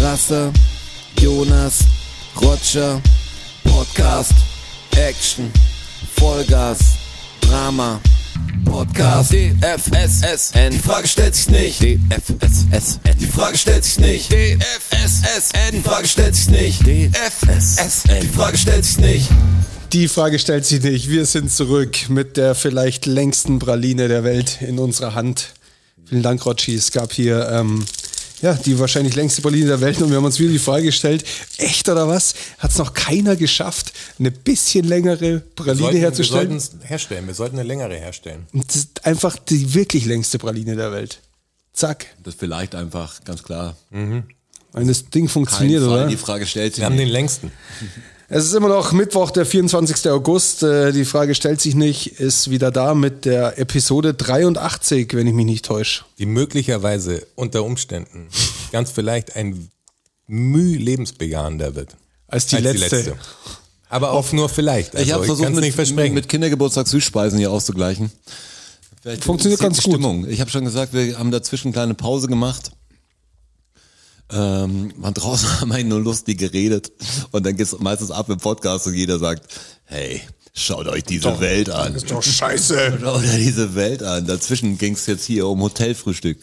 Rasse, Jonas, Roger, Podcast, Action, Vollgas, Drama, Podcast, DFSSN, die Frage stellt sich nicht, DFSSN, die Frage stellt sich nicht, DFSSN, die Frage stellt sich nicht, DFSSN, die Frage stellt sich nicht. Die Frage stellt sich nicht. Wir sind zurück mit der vielleicht längsten Praline der Welt in unserer Hand. Vielen Dank, Rotschi. Es gab hier ähm, ja, die wahrscheinlich längste Praline der Welt und wir haben uns wieder die Frage gestellt, echt oder was? Hat es noch keiner geschafft, eine bisschen längere Praline sollten, herzustellen? Wir sollten es herstellen. Wir sollten eine längere herstellen. Und das ist einfach die wirklich längste Praline der Welt. Zack. Das vielleicht einfach, ganz klar. Und das Ding Kein funktioniert, Fall, oder? Die Frage stellt sich Wir haben den nicht. längsten. Es ist immer noch Mittwoch, der 24. August. Äh, Die Frage stellt sich nicht, ist wieder da mit der Episode 83, wenn ich mich nicht täusche. Die möglicherweise unter Umständen ganz vielleicht ein Müh lebensbejahender wird. Als die letzte. Aber auch nur vielleicht. Also, Ich ich habe kann's versucht, nicht mit, versprechen. mit Kindergeburtstag Süßspeisen hier auszugleichen. Vielleicht Funktioniert interessiert ganz die gut. Stimmung. Äh, Ich habe schon gesagt, wir haben dazwischen eine kleine Pause gemacht. Ähm, waren draußen, haben einen nur lustig geredet. Und dann geht's meistens ab im Podcast und jeder sagt, hey, schaut euch diese Welt an. Doch scheiße. Schaut euch diese Welt an. Dazwischen ging's jetzt hier um Hotelfrühstück.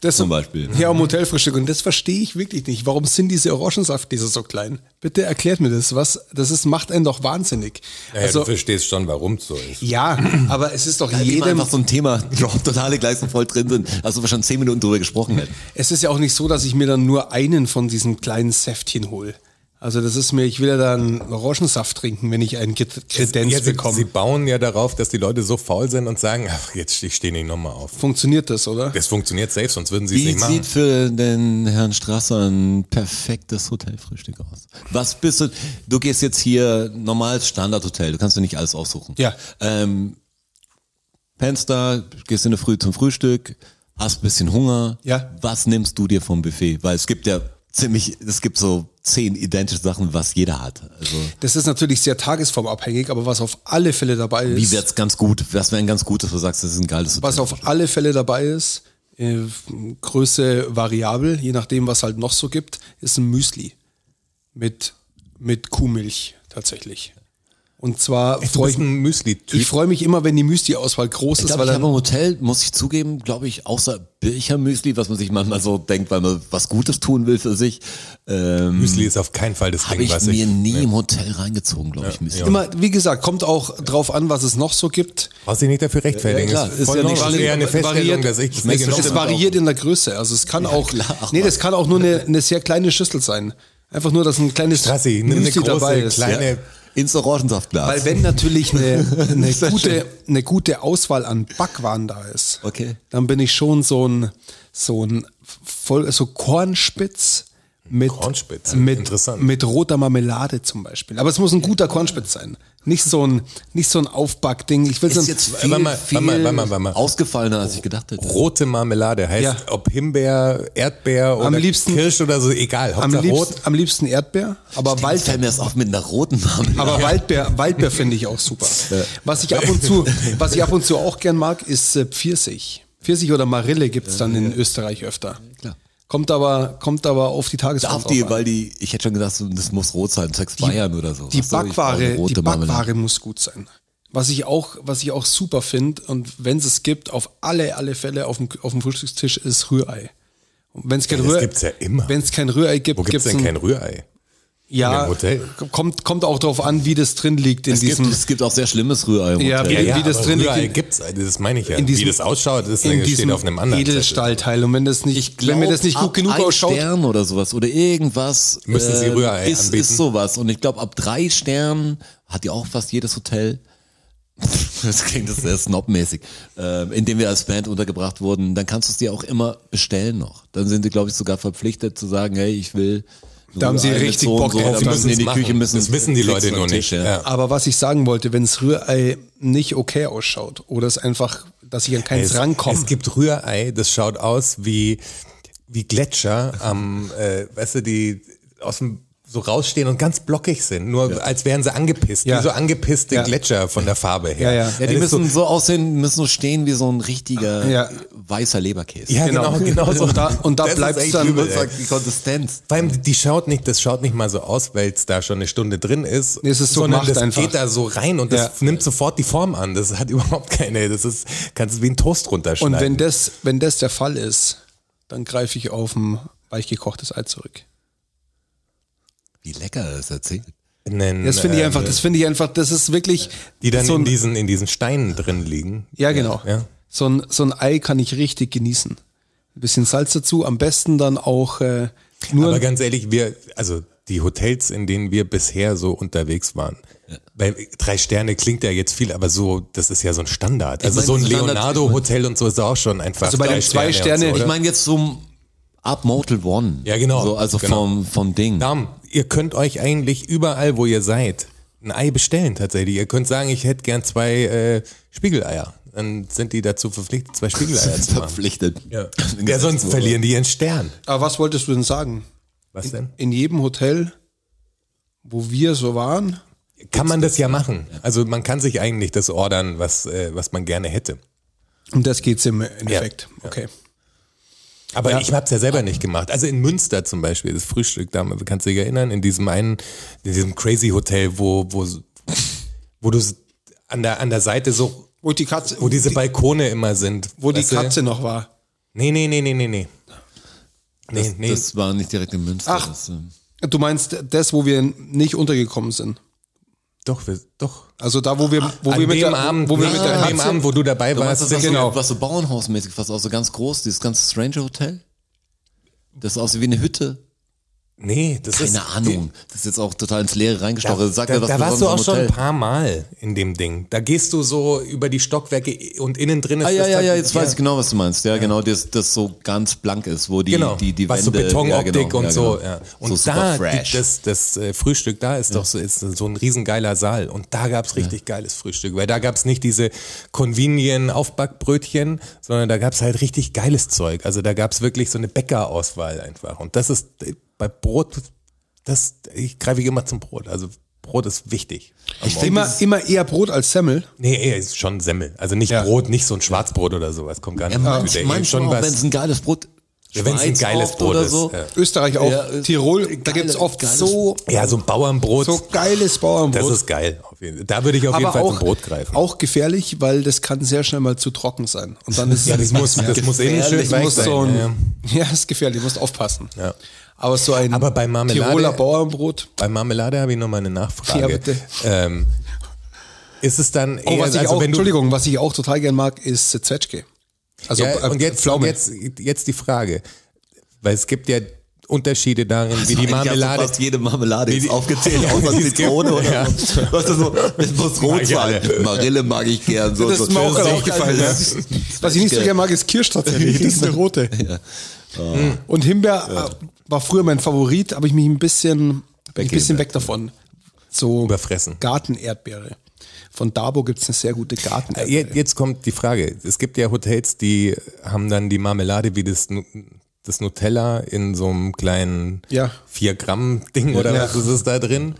Das Zum Beispiel. Ja, um Hotelfrühstück. Und das verstehe ich wirklich nicht. Warum sind diese Orangensaftlese so klein? Bitte erklärt mir das. Was, das ist, macht einen doch wahnsinnig. Naja, also, du verstehst schon, warum es so ist. ja, aber es ist doch Ja, Jedem jedem, einfach so ein Thema droppt und alle gleich so voll drin sind, als ob wir schon zehn Minuten drüber gesprochen hätten. es ist ja auch nicht so, dass ich mir dann nur einen von diesen kleinen Säftchen hole. Also, das ist mir, ich will ja dann Orangensaft trinken, wenn ich einen Kred- Kredenz Ja, sie, sie bekomme. bauen ja darauf, dass die Leute so faul sind und sagen, ach, jetzt ich stehe nicht nochmal auf. Funktioniert das, oder? Das funktioniert safe, sonst würden sie es Wie nicht machen. sieht für den Herrn Strasser ein perfektes Hotelfrühstück aus? Was bist du? Du gehst jetzt hier normales Standardhotel, du kannst dir nicht alles aussuchen. Ja. Ähm, pennst da, gehst in der Früh zum Frühstück, hast ein bisschen Hunger. Ja. Was nimmst du dir vom Buffet? Weil es gibt ja ziemlich, es gibt so zehn identische Sachen, was jeder hat. Also Das ist natürlich sehr tagesformabhängig, aber was auf alle Fälle dabei ist. wie wird's ganz gut? Was wäre ein ganz gutes, wo du sagst, das ist ein geiles Hotel? Was auf alle Fälle dabei ist, äh, Größe variabel, je nachdem, was halt noch so gibt, ist ein Müsli mit, mit Kuhmilch tatsächlich. Und zwar Du freue ich bist mich. ein Müsli-Typ. Ich freue mich immer, wenn die Müsli-Auswahl groß Ich ist, glaube, weil ich habe dann, im Hotel, muss ich zugeben, glaube ich, außer Birchermüsli, was man sich manchmal so denkt, weil man was Gutes tun will für sich, ähm, Müsli ist auf keinen Fall das habe Ding, ich was mir ich. nie im Hotel reingezogen, glaube ich, Müsli. immer, wie gesagt, kommt auch drauf an, was es noch so gibt. Brauchst dich nicht dafür rechtfertigen. Ja, klar, Es ist voll ja nicht normal. schlimm. eher eine Aber Feststellung, variiert- dass ich das nicht genommen Es habe. variiert in der Größe. Also es kann auch, klar. nee, das kann auch nur eine, eine sehr kleine Schüssel sein. Einfach nur, dass ein kleines Strassi, nimm eine Müsli große, dabei ist. kleine- ja. Ins Orangensaftglas. Weil wenn natürlich eine, eine, Sehr schön. gute, eine gute Auswahl an Backwaren da ist, Okay. dann bin ich schon so ein, so ein voll, so Kornspitz mit, Kornspitz, mit, interessant. mit roter Marmelade zum Beispiel. Aber es muss ein guter Kornspitz sein. Nicht so ein, nicht so ein Aufbackding. Ich will so ist ein, jetzt viel, Warte mal, warte mal, warte mal, warte mal. ausgefallener, als ich gedacht hätte. Rote Marmelade heißt, Ja. ob Himbeer, Erdbeer oder Am liebsten- Kirsch oder so, egal. am, Hauptsache rot. liebsten, am liebsten Erdbeer, aber Bald Wald, fällt mir das auf mit einer roten Marmelade. Aber Waldbeer, Waldbeer finde ich auch super. Was ich ab und zu, was ich ab und zu auch gern mag, ist äh, Pfirsich. Pfirsich oder Marille gibt's dann in Österreich öfter. klar. Kommt aber, kommt aber auf die Tagesform Darf drauf die, an. weil die, ich hätte schon gedacht, so, das muss rot sein, sechs Bayern oder die so. Ach so, ich brauche eine Backware, rote die Marmelade. Backware muss gut sein. Was ich auch, was ich auch super finde und wenn es es gibt, auf alle, alle Fälle auf dem, auf dem Frühstückstisch ist Rührei. Und wenn es kein Ja, das Rührei, gibt's ja immer. Wenn es kein Rührei gibt, Wo gibt's gibt's denn ein- kein Rührei? ja, dem Hotel? kommt kommt auch drauf an, wie das drin liegt in Es gibt, diesem. es gibt auch sehr schlimmes Rührei im Ja, Hotel. wie- wie das aber drin liegt Rührei in- gibt's, also das meine ich ja. in diesem, Wie das ausschaut, das in steht diesem auf einem anderen Zettel. Edelstahlteil. Und wenn das nicht, wenn mir das nicht gut ab genug ein ausschaut, Stern oder sowas oder irgendwas. äh, Müssen sie Rührei ist, anbieten? ist sowas. Und ich glaube, ab drei Sternen hat ja auch fast jedes Hotel. Das klingt jetzt sehr snobmäßig, ähm, in dem wir als Band untergebracht wurden, dann kannst du es dir auch immer bestellen noch. Dann sind sie, glaube ich, sogar verpflichtet zu sagen, hey, ich will. ein Da haben sie Rührei mit richtig und Bock drauf, dann sie müssen in die müssen's Küche machen. müssen. Das wissen die kriegst Leute du am nur Tisch, nicht. Ja. Ja. aber was ich sagen wollte, wenn das Rührei nicht okay ausschaut oder es einfach, dass ich an keins rankomme. Es gibt Rührei, das schaut aus wie, wie Gletscher am, äh, weißt du, die aus dem so rausstehen und ganz blockig sind, nur als wären sie angepisst, Ja. wie so angepisste Ja. Gletscher von der Farbe her. Ja, ja. Ja, die Das ist müssen so aussehen, müssen so stehen wie so ein richtiger Ja. weißer Leberkäse. so, ja genau, genau, so. Und da- und da Das ist bleibt's echt dann- übel, ey. Sag, die Konsistenz. Vor allem, die schaut nicht, das schaut nicht mal so aus, weil es da schon eine Stunde drin ist. Nee, es ist so sondern gemacht das einfach. geht da so rein und das Ja. nimmt sofort die Form an. Das hat überhaupt keine, das ist, kannst du wie ein Toast runterschneiden. Und wenn das, wenn das der Fall ist, dann greife ich auf ein weich gekochtes Ei zurück. Wie lecker er das erzählt. Einen, Das finde ich ähm, einfach, das finde ich einfach, das ist wirklich die dann so in ein, diesen, in diesen Steinen drin liegen. ja genau. Ja. So ein so ein Ei kann ich richtig genießen. Ein bisschen Salz dazu, am besten dann auch äh, nur Aber ganz ehrlich, wir, also die Hotels, in denen wir bisher so unterwegs waren, weil drei Sterne klingt ja jetzt viel, aber so, das ist ja so ein Standard. Also meine, so ein Standard- Leonardo-Hotel und so ist auch schon einfach. Also bei drei den zwei und Sterne- so, Ich oder? Ich meine jetzt so ab Motel One. Ja, genau. So, also Genau. vom, vom Ding. Damen, ihr könnt euch eigentlich überall, wo ihr seid, ein Ei bestellen tatsächlich. Ihr könnt sagen, ich hätte gern zwei äh, Spiegeleier. Dann sind die dazu verpflichtet, zwei Spiegeleier zu machen. verpflichtet. also, Ja. ja, sonst verlieren die ihren Stern. Aber Ah, was wolltest du denn sagen? Was denn? In jedem Hotel, wo wir so waren, Kann man das ja machen. Also man kann sich eigentlich das ordern, was, äh, was man gerne hätte. um das geht's im Endeffekt. Okay. Aber ich habe es ja selber nicht gemacht. Also in Münster zum Beispiel, das Frühstück, da kannst du dich erinnern, in diesem einen, in diesem Crazy Hotel, wo, wo, wo du s- an der, an der Seite so, Wo die Katze, wo diese Balkone immer sind. wo die Weißt du? Katze noch war. Nee, nee, nee, nee, nee, nee. Nee, Das, nee. das war nicht direkt in Münster. Ach. Das, ähm, Du meinst das, wo wir nicht untergekommen sind? doch, wir, doch. Also da, wo wir, wo Ah, An wir mit dem der, Abend, wo wir nee, mit der an dem Katze, Abend, wo du dabei Du meinst, warst, das sind was genau. so, was so Bauernhausmäßig fast auch so ganz groß, dieses ganze Stranger Hotel? Das aussieht wie eine Hütte. Nee, das ist. Keine Ahnung. Das ist jetzt auch total ins Leere Da, reingestochen. Sag da, mir, was da warst du auch Besonderes schon ein am Hotel. paar Mal in dem Ding. Da gehst du so über die Stockwerke und innen drin ist Ah, ja, das halt ja, dann- ja, jetzt weiß ich genau, was du meinst. Ja, genau, das, das so ganz blank ist, wo die, Genau, die, die was Wände... so Betonoptik ja, genau, und ja, so. genau. Ja. so Und super da, fresh. die, das, das äh, Frühstück da ist doch so, ist so ein riesengeiler Saal. Und da gab's richtig geiles Frühstück, weil da gab's nicht diese Convenien-Aufbackbrötchen, sondern da gab's halt richtig geiles Zeug. Also da gab's wirklich so eine Bäckerauswahl einfach. Und das ist äh, bei Brot, das ich greife ich immer zum Brot. Also Brot ist wichtig. am Morgen. immer, immer eher Brot als Semmel. Nee, er ist schon Semmel. Also nicht Ja. Brot, nicht so ein Schwarzbrot oder sowas. Kommt gar nicht ja, gut manch, mit. Er manchmal, ist schon auch, wenn was. es ein geiles Brot... Ja, wenn's ein Schweiz geiles oft Brot oder ist, so. ja. äh, Österreich auch. Ja, ist- Tirol, da geile- gibt's oft geiles- so, Ja, so ein Bauernbrot. so geiles Bauernbrot. das ist geil. Auf jeden Fall. Da würde ich auf jeden Fall zum Brot greifen. auch gefährlich, weil das kann sehr schnell mal zu trocken sein. Und dann ist ja, das muss, das muss innen schön das weich muss sein. so ein, ja. ja, ist gefährlich, du musst aufpassen. Ja. Aber so ein Aber bei Marmelade- Tiroler Bauernbrot, Bei Marmelade habe ich nochmal eine Nachfrage. Ja, bitte. Ähm, ist es dann oh, eher, was ich also auch, wenn du Entschuldigung, was ich auch total gern mag, ist äh, Zwetschge. Also Ja, äh, und jetzt, und Pflaume. jetzt, jetzt die Frage, weil es gibt ja Unterschiede darin, Also wie die Eigentlich hast du Marmelade. Fast jede Marmelade Wie ist die- aufgezählt, Ja, außer die es Zitrone gibt. oder Ja. so. was. ist so, das muss rot Margarine. sein. Marille mag ich gern. So, Das so. ist mir auch gerade aufgefallen. Ja. Das ist- Was ich nicht so geil. gerne mag, ist Kirsch tatsächlich. Das ist eine rote. Oh. Und Himbeer äh, war früher mein Favorit, aber ich mich ein bisschen, ein bisschen weg davon. So Überfressen. Gartenerdbeere. Von Dabo gibt es eine sehr gute Gartenerdbeere. Jetzt, jetzt kommt die Frage. Es gibt ja Hotels, die haben dann die Marmelade wie das, Nu- das Nutella in so einem kleinen Ja. 4-Gramm-Ding oder Ja. was ist es da drin?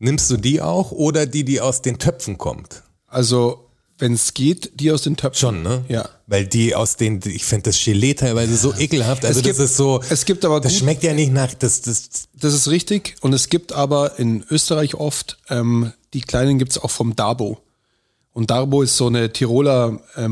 Nimmst du die auch oder die, die aus den Töpfen kommt? Also, wenn es geht, die aus den Töpfen. Schon, ne? Ja. Weil die aus den, ich finde das Gelee teilweise so ekelhaft. Also gibt- das ist so. es gibt aber Das gut- schmeckt ja nicht nach. Das, das, Das ist richtig. Und es gibt aber in Österreich oft, ähm, die kleinen gibt es auch vom Dabo. Und Darbo ist so eine Tiroler äh,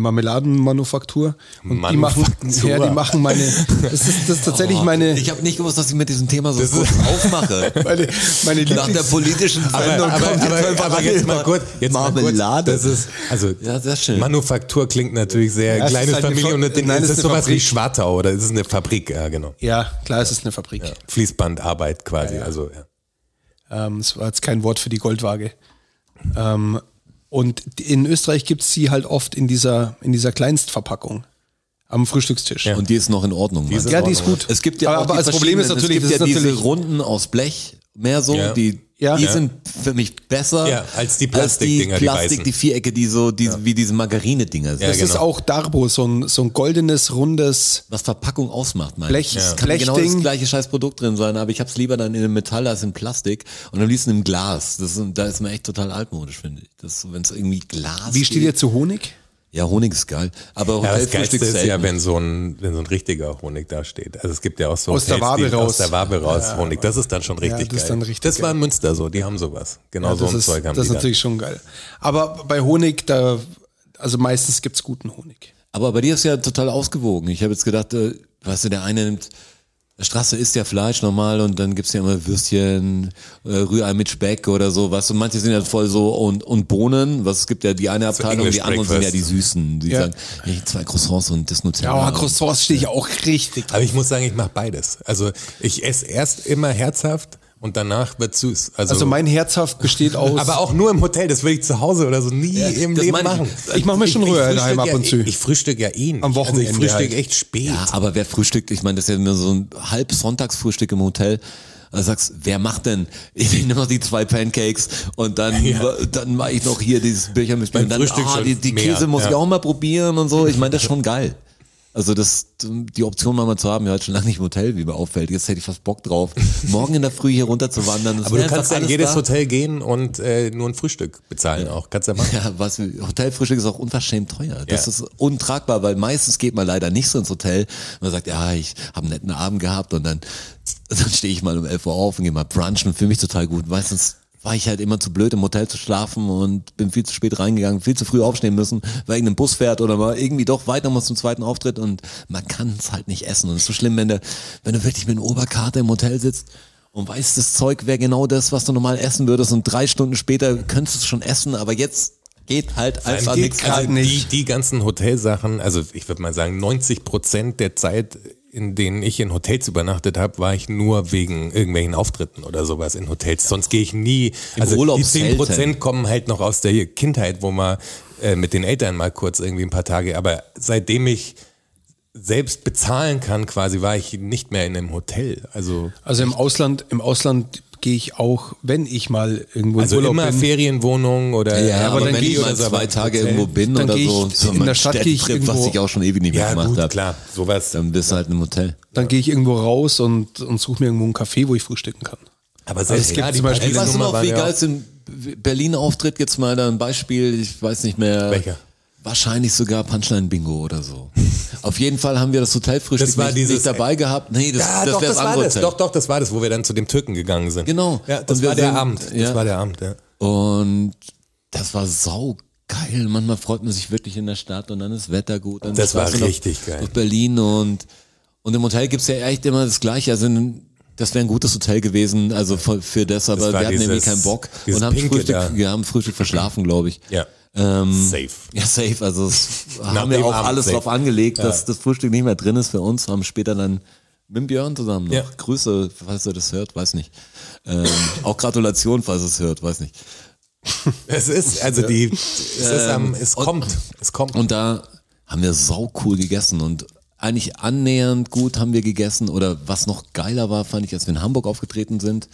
Marmeladenmanufaktur. Und die machen, Manufaktur. Oh, ja, die machen meine, das ist, das ist tatsächlich meine, Ich habe nicht gewusst, dass ich mit diesem Thema so kurz aufmache. meine, meine Nach der Lieblings politischen Sendung kommt jetzt einfach aber an jetzt über mal kurz, jetzt Mal Marmelade. kurz, das ist, also Ja, sehr schön. Manufaktur klingt natürlich sehr es kleines ist halt eine Familie Fa- und das Ding nein, ist, es ist ist eine sowas wie Fabrik. Schwartau oder ist es eine Fabrik, ja genau. Ja, klar, es ist eine Fabrik. Fließbandarbeit quasi, also ja. Ähm, das war jetzt kein Wort für die Goldwaage. Ähm, und in Österreich gibt's sie halt oft in dieser, in dieser Kleinstverpackung am Frühstückstisch. Und die ist noch in Ordnung. meinst du? Ja, die ist gut. Es gibt ja aber, auch aber die das Problem ist verschiedenen- natürlich, das es gibt ist ja diese natürlich Runden aus Blech, mehr so, Ja. die Ja. Die Ja. sind für mich besser Ja, als die als Plastikdinger, die die Plastik, weißen. die Vierecke, die so die, wie diese Margarine-Dinger sind. Ja, Das ist genau. auch Darbo, so ein, so ein goldenes, rundes Was Verpackung ausmacht, meine Blech, ich. Es ja. kann genau das Blechding. gleiche scheiß Produkt drin sein, aber ich hab's lieber dann in einem Metall als in Plastik und am liebsten im Glas. Das ist, da ist man echt total altmodisch, finde ich. Das, wenn es irgendwie Glas Wie steht geht. ihr zu Honig? Ja, Honig ist geil. Ja, Aber das Hotelfrühstück Geilste ist selten. ja, wenn so, ein, wenn so ein richtiger Honig da steht. Also es gibt ja auch so Aus der Hotels, Wabe die- raus. Aus der Wabe raus Honig. Das ist dann schon richtig das ist geil. dann richtig das war geil. in Münster so, die haben sowas. Genau so das ein ist, Zeug haben das ist die dann. natürlich schon geil. Aber bei Honig, da, also meistens gibt's guten Honig. Aber bei dir ist ja total ausgewogen. Ich habe jetzt gedacht, äh, weißt du, der eine nimmt, Straße isst ja Fleisch normal und dann gibt's ja immer Würstchen, äh, Rührei mit Speck oder so, was. Und manche sind ja voll so und, und Bohnen, was es gibt ja die eine Abteilung, English die anderen sind ja Breakfast. die Süßen. Die Ja. sagen, hey, zwei Croissants und das Nutella. Genau. Ja, und- Croissants stehe ich auch richtig. Aber ich muss sagen, ich mache beides. Also ich esse erst immer herzhaft und danach wird süß. Also, Also mein Herzhaft besteht aus. aber auch nur im Hotel, das würde ich zu Hause oder so nie im das Leben meine ich. machen. Ich mach mir schon Rührei frühstück daheim ab ja, und zu. Ich, ich frühstück ja eh nicht. Am Wochenende Also ich frühstück halt. echt spät. Ja, aber wer frühstückt? Ich meine, das ist ja immer so ein halb Sonntagsfrühstück im Hotel. Da sagst, wer macht denn? Ich nehme noch die zwei Pancakes und dann, dann mache ich noch hier dieses Bücher mit und dann, Frühstück ah, schon die, die mehr, Käse muss ja. ich auch mal probieren und so. Ich meine, das ist schon geil. Also das, die Option mal mal zu haben, ja, halt schon lange nicht im Hotel, wie mir auffällt. Jetzt hätte ich fast Bock drauf, morgen in der Früh hier runter zu wandern. Es Aber wäre du kannst einfach ja in alles jedes da. Hotel gehen und äh, nur ein Frühstück bezahlen auch. Kannst ja machen. Ja, was, Hotelfrühstück ist auch unverschämt teuer. Das Ja. ist untragbar, weil meistens geht man leider nicht so ins Hotel. Man sagt, ja, ich habe einen netten Abend gehabt und dann, dann stehe ich mal um 11 Uhr auf und gehe mal brunchen und fühle mich total gut. Meistens war ich halt immer zu blöd, im Hotel zu schlafen und bin viel zu spät reingegangen, viel zu früh aufstehen müssen, weil irgendein Bus fährt oder mal irgendwie doch weiter muss zum zweiten Auftritt und man kann es halt nicht essen. Und es ist so schlimm, wenn du, wenn du wirklich mit einer Oberkarte im Hotel sitzt und weißt, das Zeug wäre genau das, was du normal essen würdest und drei Stunden später könntest du es schon essen, aber jetzt geht halt einfach Die- nichts. also grad nicht. Die, die ganzen Hotelsachen, also ich würde mal sagen, 90 Prozent der Zeit, in denen ich in Hotels übernachtet habe, war ich nur wegen irgendwelchen Auftritten oder sowas in Hotels. Sonst gehe ich nie. also Urlaub die 10 selten. Prozent kommen halt noch aus der Kindheit, wo man äh, mit den Eltern mal kurz irgendwie ein paar Tage, aber seitdem ich selbst bezahlen kann quasi, war ich nicht mehr in einem Hotel. Also, also im Ausland, im Ausland gehe ich auch, wenn ich mal irgendwo also im Urlaub immer bin. Ferienwohnung oder Ja, aber, dann wenn geh ich ich mal oder so, zwei aber Tage halt Hotel- irgendwo bin Dann oder geh ich so, so in ein der Stadt geh ich Städtentrip, was irgendwo- ich auch schon ewig nicht mehr Ja, gemacht gut, habe, klar, sowas. dann bist du halt im Hotel. Dann gehe ich irgendwo raus und, und suche mir irgendwo einen Café, wo ich frühstücken kann. Aber selbst Also es gibt da, die zum Beispiel- Ey, Preise- weißt du Nummer noch, waren wie ja geil auch- es in Berlin auftritt? Jetzt mal da ein Beispiel, ich weiß nicht mehr. Welcher? Wahrscheinlich sogar Punchline-Bingo oder so. Auf jeden Fall haben wir das Hotelfrühstück Das war nicht, dieses- nicht dabei gehabt. Nee, das, Ja, das doch, wäre das das war andere das. Hotel. Doch, doch, das war das, wo wir dann zu dem Türken gegangen sind. Genau. Ja, das Und wir war der sind- Abend. Das ja. war der Abend, ja. Und das war sau geil. Manchmal freut man sich wirklich in der Stadt und dann ist Wetter gut. Dann Das war fährst du nach- richtig geil. Nach Berlin und, und im Hotel gibt's ja echt immer das Gleiche. Also in- das wäre ein gutes Hotel gewesen, also für, für das, war aber wir hatten irgendwie dieses- keinen Bock dieses und haben Pinke Frühstück, da. wir haben Frühstück verschlafen, glaube ich. Ja. Ähm, Safe. ja, safe. Also es Nach haben wir dem auch Abend alles safe. drauf angelegt, dass das Frühstück nicht mehr drin ist für uns. Haben später dann mit Björn zusammen noch. Ja. Grüße, falls er das hört, weiß nicht. Ähm, auch Gratulation, falls er es hört, weiß nicht. Es ist, also die, es ist am, es kommt, es kommt. Und da haben wir sau cool gegessen und eigentlich annähernd gut haben wir gegessen oder was noch geiler war, fand ich, als wir in Hamburg aufgetreten sind.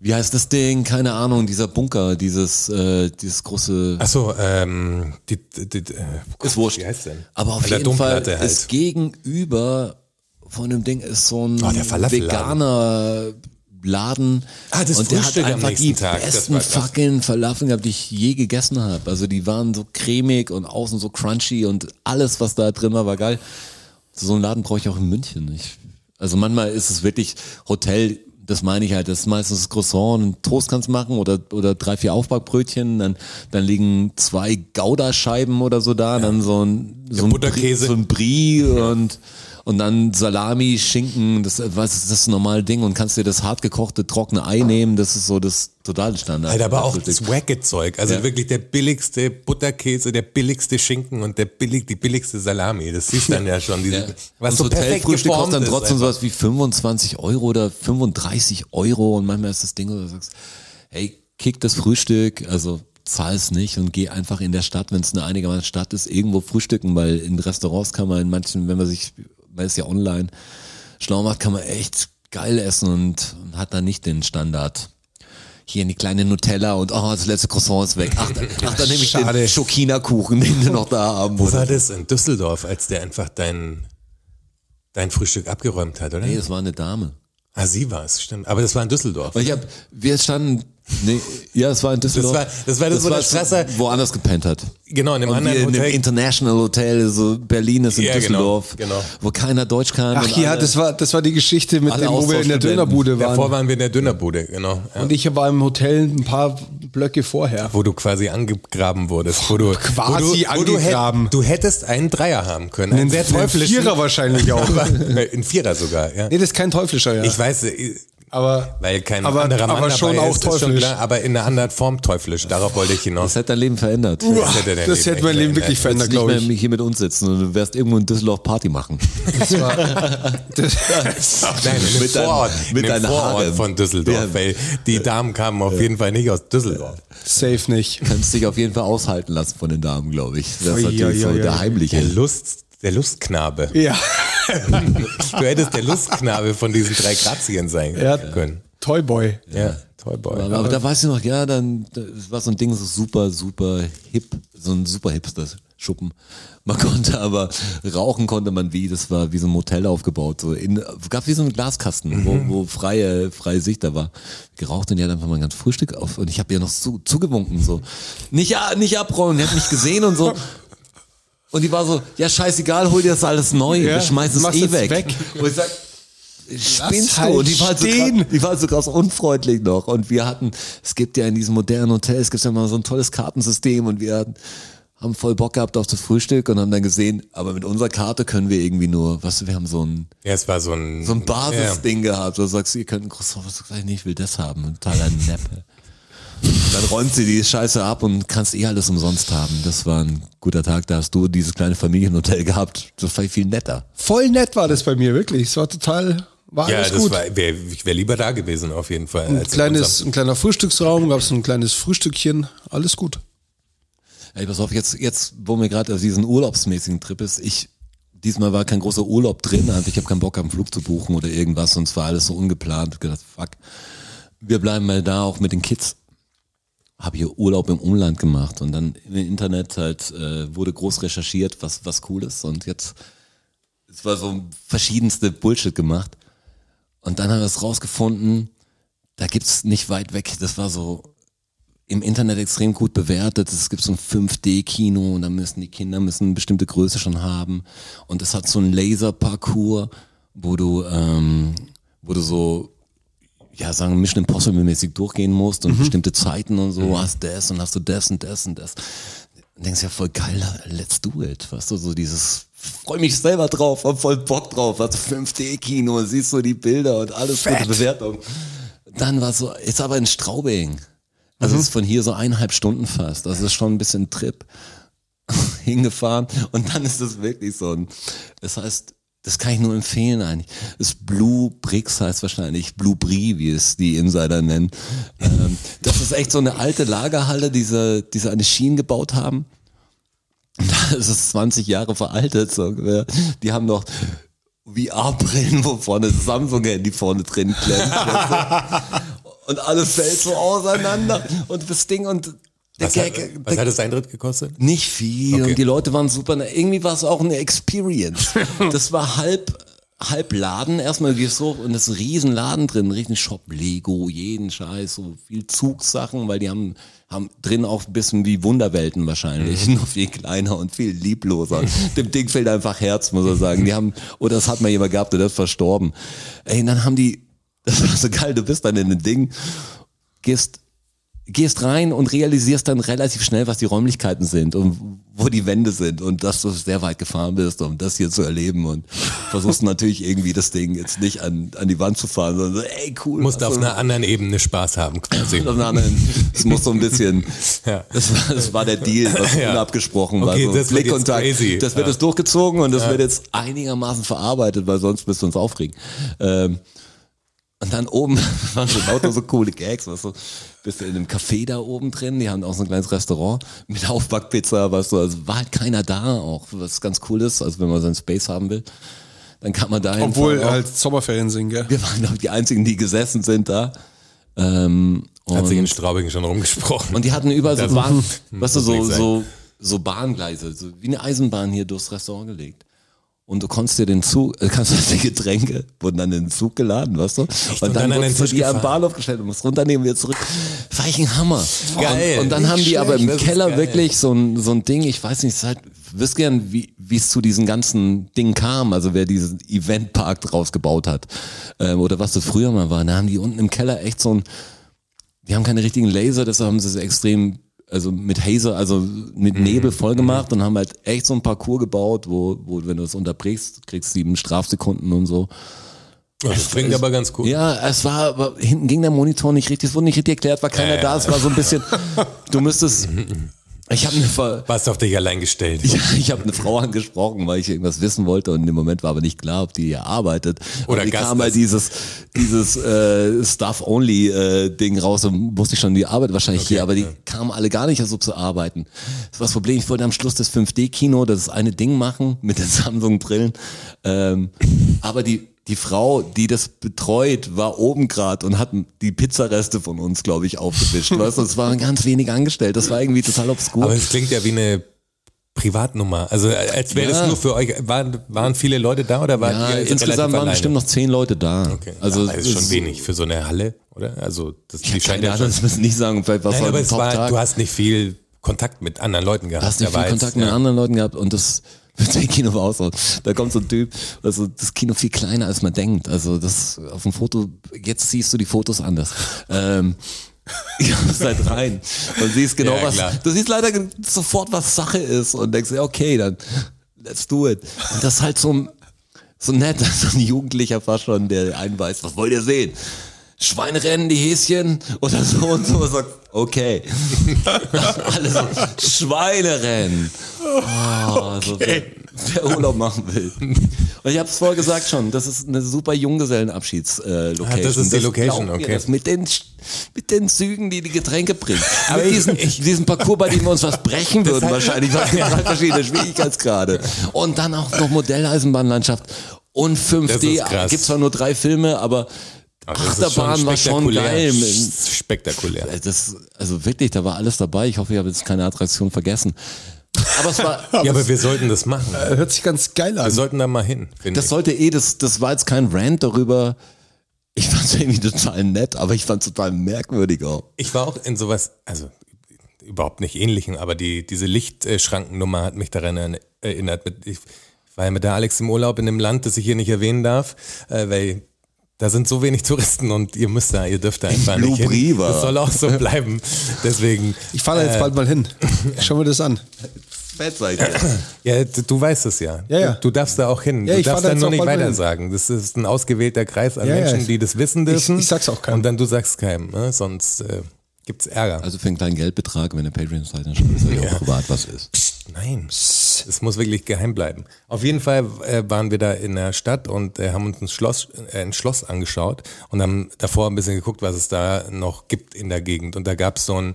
Wie heißt das Ding? Keine Ahnung, dieser Bunker, dieses, äh, dieses große. Achso, ähm, die, die, die, äh, Ist wurscht. Wie heißt denn? Aber auf An der jeden Fall Domplatte halt. ist gegenüber von dem Ding ist so ein Oh, der Falafelladen. veganer Laden. Ah, das und der hat Frühstück am einfach die nächsten Tag, das besten war krass. fucking Falafeln gehabt, die ich je gegessen habe. Also die waren so cremig und außen so crunchy und alles, was da drin war, war geil. So einen Laden brauche ich auch in München. Ich, also manchmal ist es wirklich Hotel, das meine ich halt, das ist meistens das Croissant und Toast kannst machen oder, oder drei, vier Aufbackbrötchen, dann, dann liegen zwei Gouda-Scheiben oder so da, dann so ein, so ein Butterkäse. Brie, so ein Brie und, und dann Salami, Schinken, das, was ist das normale Ding und kannst dir das hartgekochte, trockene Ei nehmen, das ist so das totale Standard. Alter, aber auch Frühstück. Swagget-Zeug. Also Ja. wirklich der billigste Butterkäse, der billigste Schinken und der billig, die billigste Salami. Das siehst dann ja schon. Diese, Ja. Was Und so perfekt Hotelfrühstück geformt kostet dann ist trotzdem einfach. sowas wie 25 Euro oder 35 Euro und manchmal ist das Ding, wo du sagst, hey, kick das Frühstück, also zahl es nicht und geh einfach in der Stadt, wenn es eine einigermaßen Stadt ist, irgendwo frühstücken, weil in Restaurants kann man in manchen, wenn man sich, man ist ja online, schlau macht, kann man echt geil essen und, und hat dann nicht den Standard. hier eine kleine Nutella und oh, das letzte Croissant ist weg. Ach, da, ach, dann nehme ich den Schade. Schokina-Kuchen, den du noch da haben Wo war wolltest. das? In Düsseldorf, als der einfach dein, dein Frühstück abgeräumt hat, oder? Nee, das war eine Dame. Ah, sie war es, stimmt. Aber das war in Düsseldorf. Weil ich hab, wir standen, nee, ja, das war in Düsseldorf. Das war- das war das, wo der Strasser- woanders gepennt hat. Genau, in dem Und wir anderen in einem Hotel. International Hotel, so Berlin ist in Ja, genau, Düsseldorf, genau. wo keiner Deutsch kann. Ach und ja, alle- das war, das war die Geschichte mit alle dem, wo wir in der Austauschstudenten. Dönerbude Davor waren. waren wir in der Dönerbude, genau. Ja. Und ich war im Hotel ein paar Blöcke vorher. wo du quasi angegraben wurdest. Wo du, Quasi wo du, wo angegraben. Du, hätt, du hättest einen Dreier haben können. Einen sehr Einen teuflischen. Vierer wahrscheinlich auch. Aber, in Vierer sogar, ja. Nee, das ist kein teuflischer, ja. Ich weiß, äh, aber weil kein aber, anderer Mann aber dabei schon auch ist, ist schon teuflisch. klar, aber in einer anderen Form teuflisch. Darauf wollte ich hinaus. Das hätte dein Leben verändert. Uah, Das hätte dein das hätte mein Leben echt Leben verändert. wirklich verändert, Jetzt nicht glaube mehr ich. hier mit uns sitzen und du wärst irgendwo in Düsseldorf Party machen. Das war, das, Nein, in einem Mit deinem- Vorort, mit mit einem deinem Vorort Harem. von Düsseldorf, Ja. weil die Damen kamen auf jeden Fall nicht aus Düsseldorf. safe nicht. Kannst dich auf jeden Fall aushalten lassen von den Damen, glaube ich. Das ist Ui, natürlich so ui, ui. der Der heimliche. Lust, der Lustknabe. Ja, Du hättest der Lustknabe von diesen drei Grazien sein Ja. können. Toyboy. Ja, toll, Boy. Aber, aber da weiß ich noch, ja, dann das war so ein Ding, so super, super hip, so ein super hipster Schuppen. Man konnte aber rauchen konnte man wie, das war wie so ein Motel aufgebaut, so in, gab wie so einen Glaskasten, Mhm. wo, wo freie, freie Sicht da war. Geraucht und die hat einfach mal ein ganz Frühstück auf und ich habe ihr noch zu, zugewunken, so, nicht, a- nicht abrollen, die hat mich gesehen und so. Und die war so, ja scheißegal, hol dir das alles neu, Ja, wir schmeißen es mach's eh jetzt weg. weg. Wo ich sag, spinnst halt du? Und die war, halt so stehen. krass, die war halt so krass unfreundlich noch. Und wir hatten, es gibt ja in diesem modernen Hotel, es gibt ja mal so ein tolles Kartensystem und wir hatten, haben voll Bock gehabt auf das Frühstück und haben dann gesehen, aber mit unserer Karte können wir irgendwie nur, weißt du, wir haben so ein, Ja, es war so ein, so ein Basisding gehabt. Du sagst, ihr könnt ein Croissant, was sag ich, nee, ich will das haben. Und totaler Neppe. Dann räumt sie die Scheiße ab und kannst eh alles umsonst haben. Das war ein guter Tag, da hast du dieses kleine Familienhotel gehabt. Das war viel netter. Voll nett war das bei mir, wirklich. Es war total, war Ja, alles das gut. war, wär, ich wäre lieber da gewesen auf jeden Fall. ein, kleines, ein kleiner Frühstücksraum, gab es ein kleines Frühstückchen, alles gut. Ey, pass auf, jetzt, jetzt wo mir gerade auf diesen urlaubsmäßigen Trip ist, ich, diesmal war kein großer Urlaub drin, also ich habe keinen Bock, einen Flug zu buchen oder irgendwas und es war alles so ungeplant. Ich hab gedacht, fuck, wir bleiben mal da, auch mit den Kids. Habe hier Urlaub im Umland gemacht und dann im Internet halt äh, wurde groß recherchiert, was, was cool ist und jetzt, es war so verschiedenste Bullshit gemacht und dann haben wir es rausgefunden, da gibt's nicht weit weg, das war so im Internet extrem gut bewertet. Es gibt so ein 5D-Kino und da müssen die Kinder müssen eine bestimmte Größe schon haben. Und es hat so einen Laser-Parcours, wo du, ähm, wo du so, ja, sagen, Mission Impossible-mäßig durchgehen musst und bestimmte Zeiten und so, hast das und hast du das und das und das. Und denkst ja voll geil, let's do it. Weißt du, so dieses, freue mich selber drauf, hab voll Bock drauf, Also was 5D-Kino, siehst du die Bilder und alles gute Bewertung. Dann war so, ist aber in Straubing. Also es ist von hier so eineinhalb Stunden fast. Also es ist schon ein bisschen Trip hingefahren. Und dann ist es wirklich so ein, das heißt, das kann ich nur empfehlen eigentlich. Das Blue Bricks heißt wahrscheinlich Blue Brie, wie es die Insider nennen. ähm, das ist echt so eine alte Lagerhalle, die sie, die sie an die Schienen gebaut haben. Das ist 20 Jahre veraltet. So. ungefähr. Die haben noch VR-Brillen, wo vorne das Samsung-Handy vorne drin klemmt. und alles fällt so auseinander. Und das Ding und der was, Gag. hat, der was hat das Eintritt gekostet? nicht viel Okay. und die Leute waren super. Na, Irgendwie war es auch eine Experience. Das war halb, halb Laden erstmal, du gehst hoch und das ist ein riesen Laden drin, ein riesen Shop, Lego, jeden Scheiß, so viel Zugsachen, weil die haben, haben drin auch ein bisschen wie Wunderwelten wahrscheinlich, nur viel kleiner und viel liebloser. Dem Ding fehlt einfach Herz, muss er sagen. Die haben, oder das hat mal jemand gehabt, der ist verstorben. Ey, und dann haben die, das war so geil, du bist dann in dem Ding, gehst gehst rein und realisierst dann relativ schnell, was die Räumlichkeiten sind und wo die Wände sind und dass du sehr weit gefahren bist, um das hier zu erleben und versuchst natürlich irgendwie das Ding jetzt nicht an, an die Wand zu fahren, sondern so, ey cool. also Musst hast auf du- einer anderen Ebene Spaß haben quasi. auf einer anderen- Es muss so ein bisschen, Ja. das, war, das war der Deal, was Ja. unabgesprochen war. Okay, so das wird jetzt crazy. Das wird Ja. jetzt durchgezogen und das wird jetzt einigermaßen verarbeitet, weil sonst müsst du uns aufregen. Ähm, und dann oben waren so lauter so coole Gags, weißt du, bist du in einem Café da oben drin, die haben auch so ein kleines Restaurant mit Aufbackpizza, weißt du, also war halt keiner da auch, was ganz cool ist, also wenn man seinen Space haben will, dann kann man da hinfahren Obwohl halt auch. halt Sommerferien sind, gell? Wir waren, glaube ich, die einzigen, die gesessen sind da. Ähm, Hat sich in Straubing schon rumgesprochen. Und die hatten überall so Das- Bahn, weißt du, muss so, nicht sein. so, so Bahngleise, so wie eine Eisenbahn hier durchs Restaurant gelegt. Und du konntest dir den Zug, äh, kannst du die Getränke, wurden dann in den Zug geladen, weißt du? Und dann an den wurdest du Tisch die am gefahren. Bahnhof gestellt und musst runternehmen, wieder zurück. War ich ein Hammer. Geil. Und, und dann Nicht haben die schlecht, aber im das ist Keller geil. wirklich so ein, so ein Ding, ich weiß nicht, es ist halt, wisst gern, wie wie es zu diesen ganzen Dingen kam, also wer diesen Eventpark draus gebaut hat, ähm, oder was das früher mal war, da haben die unten im Keller echt so ein, die haben keine richtigen Laser, deshalb haben sie es extrem, also mit Hazer, also mit Mhm. Nebel voll gemacht und haben halt echt so ein Parcours gebaut, wo, wo wenn du es unterbrichst, kriegst du sieben Strafsekunden und so. Oh, Das klingt aber ganz cool. Ja, es war, aber hinten ging der Monitor nicht richtig, es wurde nicht richtig erklärt, war keiner da, es war so ein bisschen, du müsstest, ich habe eine Ver Warst auf dich allein gestellt. ja, ich habe eine Frau angesprochen, weil ich irgendwas wissen wollte und im Moment war aber nicht klar, ob die hier arbeitet. Oder und die Gast kam mal ist. dieses dieses äh, Stuff Only äh, Ding raus und musste ich schon die Arbeit wahrscheinlich hier, aber die kamen alle gar nicht, als ob sie arbeiten. Das war das Problem. Ich wollte am Schluss das 5D Kino, das eine Ding machen mit den Samsung Brillen, ähm, aber die die Frau, die das betreut, war oben grad und hat die Pizzareste von uns, glaube ich, aufgewischt. weißt du, es waren ganz wenig angestellt. Das war irgendwie total obskur. Aber es klingt ja wie eine Privatnummer. Also als wäre Ja. das nur für euch. Waren, waren viele Leute da oder waren Ja, ihr insgesamt relativ waren alleine? bestimmt noch zehn Leute da. Okay. Also Also das ist schon es- wenig für so eine Halle, oder? Also das die Ich hab scheint keine ja Ahnung, schon. das müssen nicht sagen, vielleicht war es Nein, heute aber ein es war, Top-Tag. du Du hast nicht viel Kontakt mit anderen Leuten gehabt. hast nicht Da viel war jetzt- Kontakt mit ja. anderen Leuten gehabt und das mit dem Kino war auch so. Da kommt so ein Typ, also das Kino viel kleiner als man denkt. Also das auf dem Foto, jetzt siehst du die Fotos anders. Ähm, ja, seit rein. Und siehst genau Ja, was. klar. Du siehst leider ge- sofort, was Sache ist und denkst, ja, okay, dann let's do it. Und das ist halt so ein so nett, so ein Jugendlicher fast schon, der einen weiß, was wollt ihr sehen? Schweine rennen, die Häschen oder so und so. Und sagt, okay. Alle so, Schweine rennen. Oh, so, wer, wer Urlaub machen will. Und ich habe es vorher gesagt schon, das ist eine super Junggesellenabschieds-Location. Ah, das ist die Location, okay. Das mit, den, Sch- mit den Zügen, die die Getränke bringen. Aber mit ich- diesem, diesem Parcours, bei dem wir uns was brechen würden wahrscheinlich, weil wir drei verschiedene Schwierigkeitsgrade. Und dann auch noch Modelleisenbahnlandschaft und Das ist 5D. krass. Gibt zwar nur drei Filme, aber Aber das Also, ist Achterbahn war schon spektakulär. geil. Spektakulär. Das, also wirklich, da war alles dabei. Ich hoffe, ich habe jetzt keine Attraktion vergessen. Aber es war, Ja, aber wir sollten das machen. Wir Hört sich ganz geil an. sollten da mal hin. finde das sollte eh, das, das war jetzt kein Rant darüber. Ich fand es irgendwie total nett, aber ich fand es total merkwürdig auch. Ich war auch in sowas, also überhaupt nicht ähnlichen, aber die, diese Lichtschrankennummer hat mich daran erne- erinnert. Mit- Ich war ja mit der Alex im Urlaub in einem Land, das ich hier nicht erwähnen darf, äh, weil da sind so wenig Touristen und ihr müsst da, ihr dürft da einfach Blue nicht hin. River. Das soll auch so bleiben. Deswegen, Ich fahre Äh. da jetzt bald mal hin. Schau mir das an. Fett seid ihr. ja, d- du weißt es ja. Ja, ja. Du, du darfst da auch hin. Ja, du ich fahr darfst da da jetzt nur auch nicht bald mal weiter hin. sagen. Das ist ein ausgewählter Kreis an Ja, ja, Menschen, ich- die das wissen ich- dürfen. ich sag's auch keinem. Und dann du sagst keinem, ne? sonst äh, gibt's Ärger. Also für einen kleinen Geldbetrag, wenn ihr Patreon seid, dann schreibt es euch auch privat, was ist. Nein, es muss wirklich geheim bleiben. Auf jeden Fall äh, waren wir da in der Stadt und äh, haben uns ein Schloss, äh, ein Schloss angeschaut und haben davor ein bisschen geguckt, was es da noch gibt in der Gegend. Und da gab es so ein,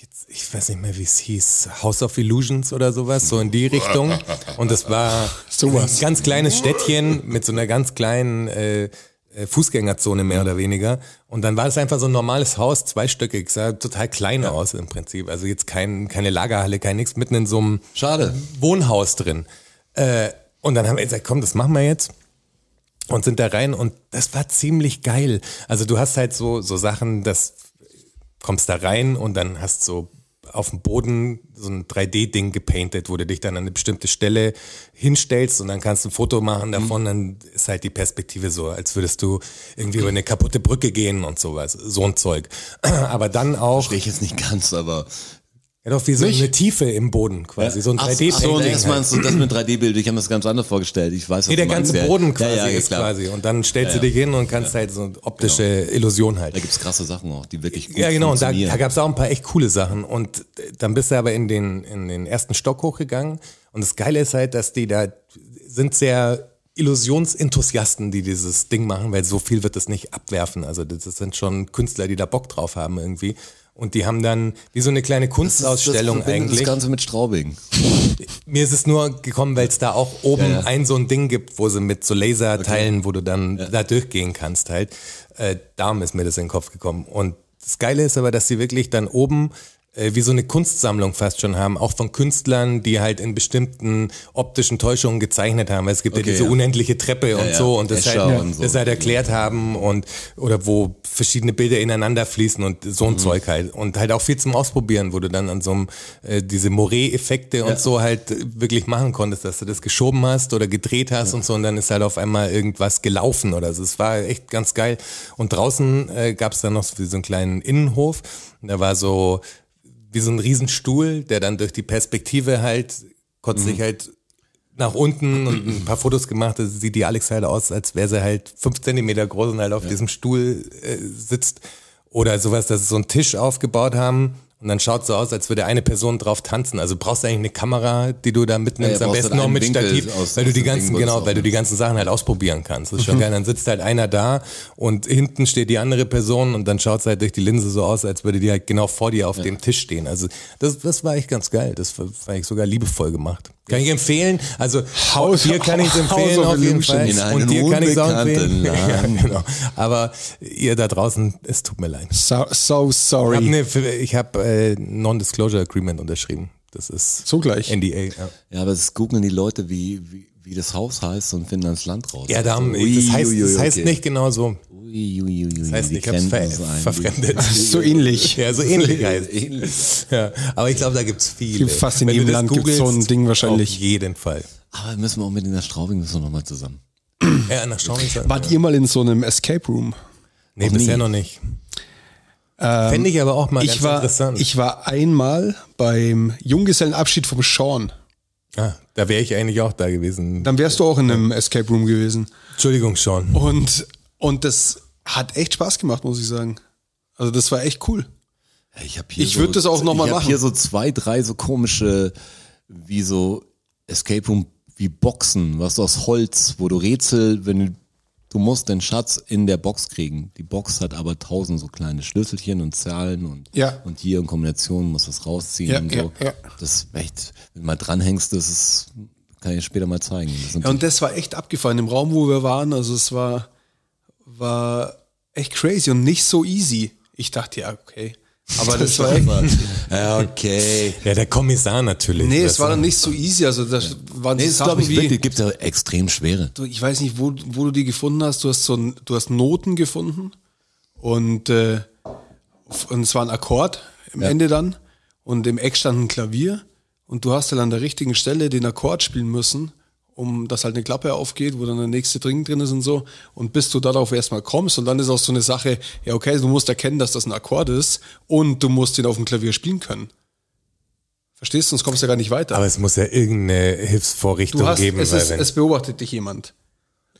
jetzt, ich weiß nicht mehr, wie es hieß, House of Illusions oder sowas, so in die Richtung. Und das war ein ganz kleines Städtchen mit so einer ganz kleinen äh, äh, Fußgängerzone mehr oder weniger. Und dann war es einfach so ein normales Haus, zweistöckig, sah total klein aus im Prinzip. Also jetzt kein, keine Lagerhalle, kein nichts, mitten in so einem Schade. Wohnhaus drin. Äh, und dann haben wir gesagt, komm, das machen wir jetzt. Und sind da rein und das war ziemlich geil. Also du hast halt so, so Sachen, das kommst da rein und dann hast so auf dem Boden so ein 3D-Ding gepainted, wo du dich dann an eine bestimmte Stelle hinstellst und dann kannst du ein Foto Mhm. machen davon, dann ist halt die Perspektive so, als würdest du irgendwie über eine kaputte Brücke gehen und sowas, so ein Zeug. Aber dann auch, Verstehe ich jetzt nicht ganz, aber. ja doch, wie so eine Tiefe im Boden quasi, so ein halt. Ach, ach so, 3D-Painting. das meinst du, das mit 3D-Bild. Ich habe mir das ganz anders vorgestellt. Ich weiß, was Nee, der du meinst, ganze ja. Boden quasi ja, ja, ist klar. quasi. Und dann stellst du dich hin und kannst halt so eine optische Illusion halt. Genau. Da gibt's krasse Sachen auch, die wirklich gut Ja, genau. Und da, funktionieren. da gab es auch ein paar echt coole Sachen. Und äh, dann bist du aber in den, in den ersten Stock hochgegangen. Und das Geile ist halt, dass die da sind sehr Illusionsenthusiasten, die dieses Ding machen, weil so viel wird das nicht abwerfen. Also das das sind schon Künstler, die da Bock drauf haben irgendwie. Und die haben dann wie so eine kleine Kunstausstellung das verbindet eigentlich. Das Ganze mit Straubing. Mir ist es nur gekommen, weil es da auch oben Ja, ja. ein so ein Ding gibt, wo sie mit so Laserteilen, wo du dann da durchgehen kannst halt. Äh, darum ist mir das in den Kopf gekommen. Und Das Geile ist aber, dass sie wirklich dann oben äh, wie so eine Kunstsammlung fast schon haben, auch von Künstlern, die halt in bestimmten optischen Täuschungen gezeichnet haben. Weil es gibt Okay, ja diese ja. unendliche Treppe und ja. so und das, Escher halt, und so. das halt erklärt haben und oder wo verschiedene Bilder ineinander fließen und so Mhm. ein Zeug halt. Und halt auch viel zum Ausprobieren, wo du dann an so einem äh, diese Moree-Effekte und so halt äh, wirklich machen konntest, dass du das geschoben hast oder gedreht hast und so und dann ist halt auf einmal irgendwas gelaufen oder so. Es war echt ganz geil. Und draußen äh, gab es dann noch so so einen kleinen Innenhof. Und Da war so wie so ein Riesenstuhl, der dann durch die Perspektive halt, konnte Mhm. sich halt nach unten und ein paar Fotos gemacht, da sieht die Alex halt aus, als wäre sie halt fünf Zentimeter groß und halt auf diesem Stuhl äh, sitzt. Oder sowas, dass sie so einen Tisch aufgebaut haben und dann schaut so aus, als würde eine Person drauf tanzen. Also brauchst du eigentlich eine Kamera, die du da mitnimmst, Ja, ja, am brauchst besten halt noch einen mit Winkel Stativ, aus- weil du aus die dem ganzen, Ding genau, auch, weil du ne? die ganzen Sachen halt ausprobieren kannst. Das ist Mhm. schon geil. Dann sitzt halt einer da und hinten steht die andere Person und dann schaut es halt durch die Linse so aus, als würde die halt genau vor dir auf dem Tisch stehen. Also das, das war echt ganz geil. Das war war echt sogar liebevoll gemacht. Kann ich empfehlen. Also House- hier kann ich es House empfehlen of auf jeden Illusion. Fall. In einem und dir kann ich es auch empfehlen. unbekannten Ja, Land. genau. Aber ihr da draußen, es tut mir leid. So, so Ich sorry. habe ne, ich hab, äh, Non-Disclosure Agreement unterschrieben. Das ist Zugleich. NDA. Ja. Ja, aber es googeln die Leute, wie, wie, wie das Haus heißt und finden ans Land raus. Ja, da haben, Ui, das heißt, ui, das ui, heißt okay. nicht genau so. Ui, ui, ui, ui, Das heißt, die ich hab's kennen ver uns ein. verfremdet. So ähnlich. Ja, so ähnlich heißt es. Ähnlich. ja. Aber ich glaube, da gibt's viele. Gibt fast in Wenn du jedem das Land gibt's googelst, so ein Ding wahrscheinlich. Auf jeden Fall. Aber müssen wir unbedingt nach Straubing müssen wir nochmal zusammen. Ja, nach Schauen Wart ihr mal in so einem Escape Room? Nee, Noch bisher nie. noch nicht. Fände ich aber auch mal Ähm, Ich ganz war, interessant. ich war einmal beim Junggesellenabschied vom Sean. ah, da wäre ich eigentlich auch da gewesen. Dann wärst du auch in einem Escape Room gewesen. Entschuldigung, Sean. Und, und das hat echt Spaß gemacht, muss ich sagen. Also das war echt cool. Ich, hab hier Ich würd das auch noch mal ich machen. Ich habe hier so zwei, drei so komische, wie so Escape Room, wie Boxen, was aus Holz, wo du Rätsel, wenn du, du musst den Schatz in der Box kriegen. Die Box hat aber tausend so kleine Schlüsselchen und Zahlen und, Ja. und hier in Kombination musst du es rausziehen Ja, und so. ja, ja. Das ist echt, wenn du mal dranhängst, das ist, kann ich später mal zeigen. Das sind Ja, und das war echt abgefahren im Raum, wo wir waren. Also es war, war echt crazy und nicht so easy. Ich dachte, ja, okay. Aber das war echt, ja, okay. Ja, der Kommissar natürlich. nee, Das- es war dann nicht so easy. Also das waren Nee, so das Sachen glaube ich wie, wirklich, gibt ja extrem schwere. du, ich weiß nicht, wo, wo du die gefunden hast. Du hast so, ein- du hast Noten gefunden und, äh, und es war ein Akkord im Ende dann und im Eck stand ein Klavier und du hast dann an der richtigen Stelle den Akkord spielen müssen, um dass halt eine Klappe aufgeht, wo dann der nächste Drink drin ist und so und bis du darauf erstmal kommst und dann ist auch so eine Sache, ja okay, du musst erkennen, dass das ein Akkord ist und du musst den auf dem Klavier spielen können. Verstehst du, sonst kommst du ja gar nicht weiter. Aber es muss ja irgendeine Hilfsvorrichtung Du hast, geben. es, weil ist, wenn- es beobachtet dich jemand.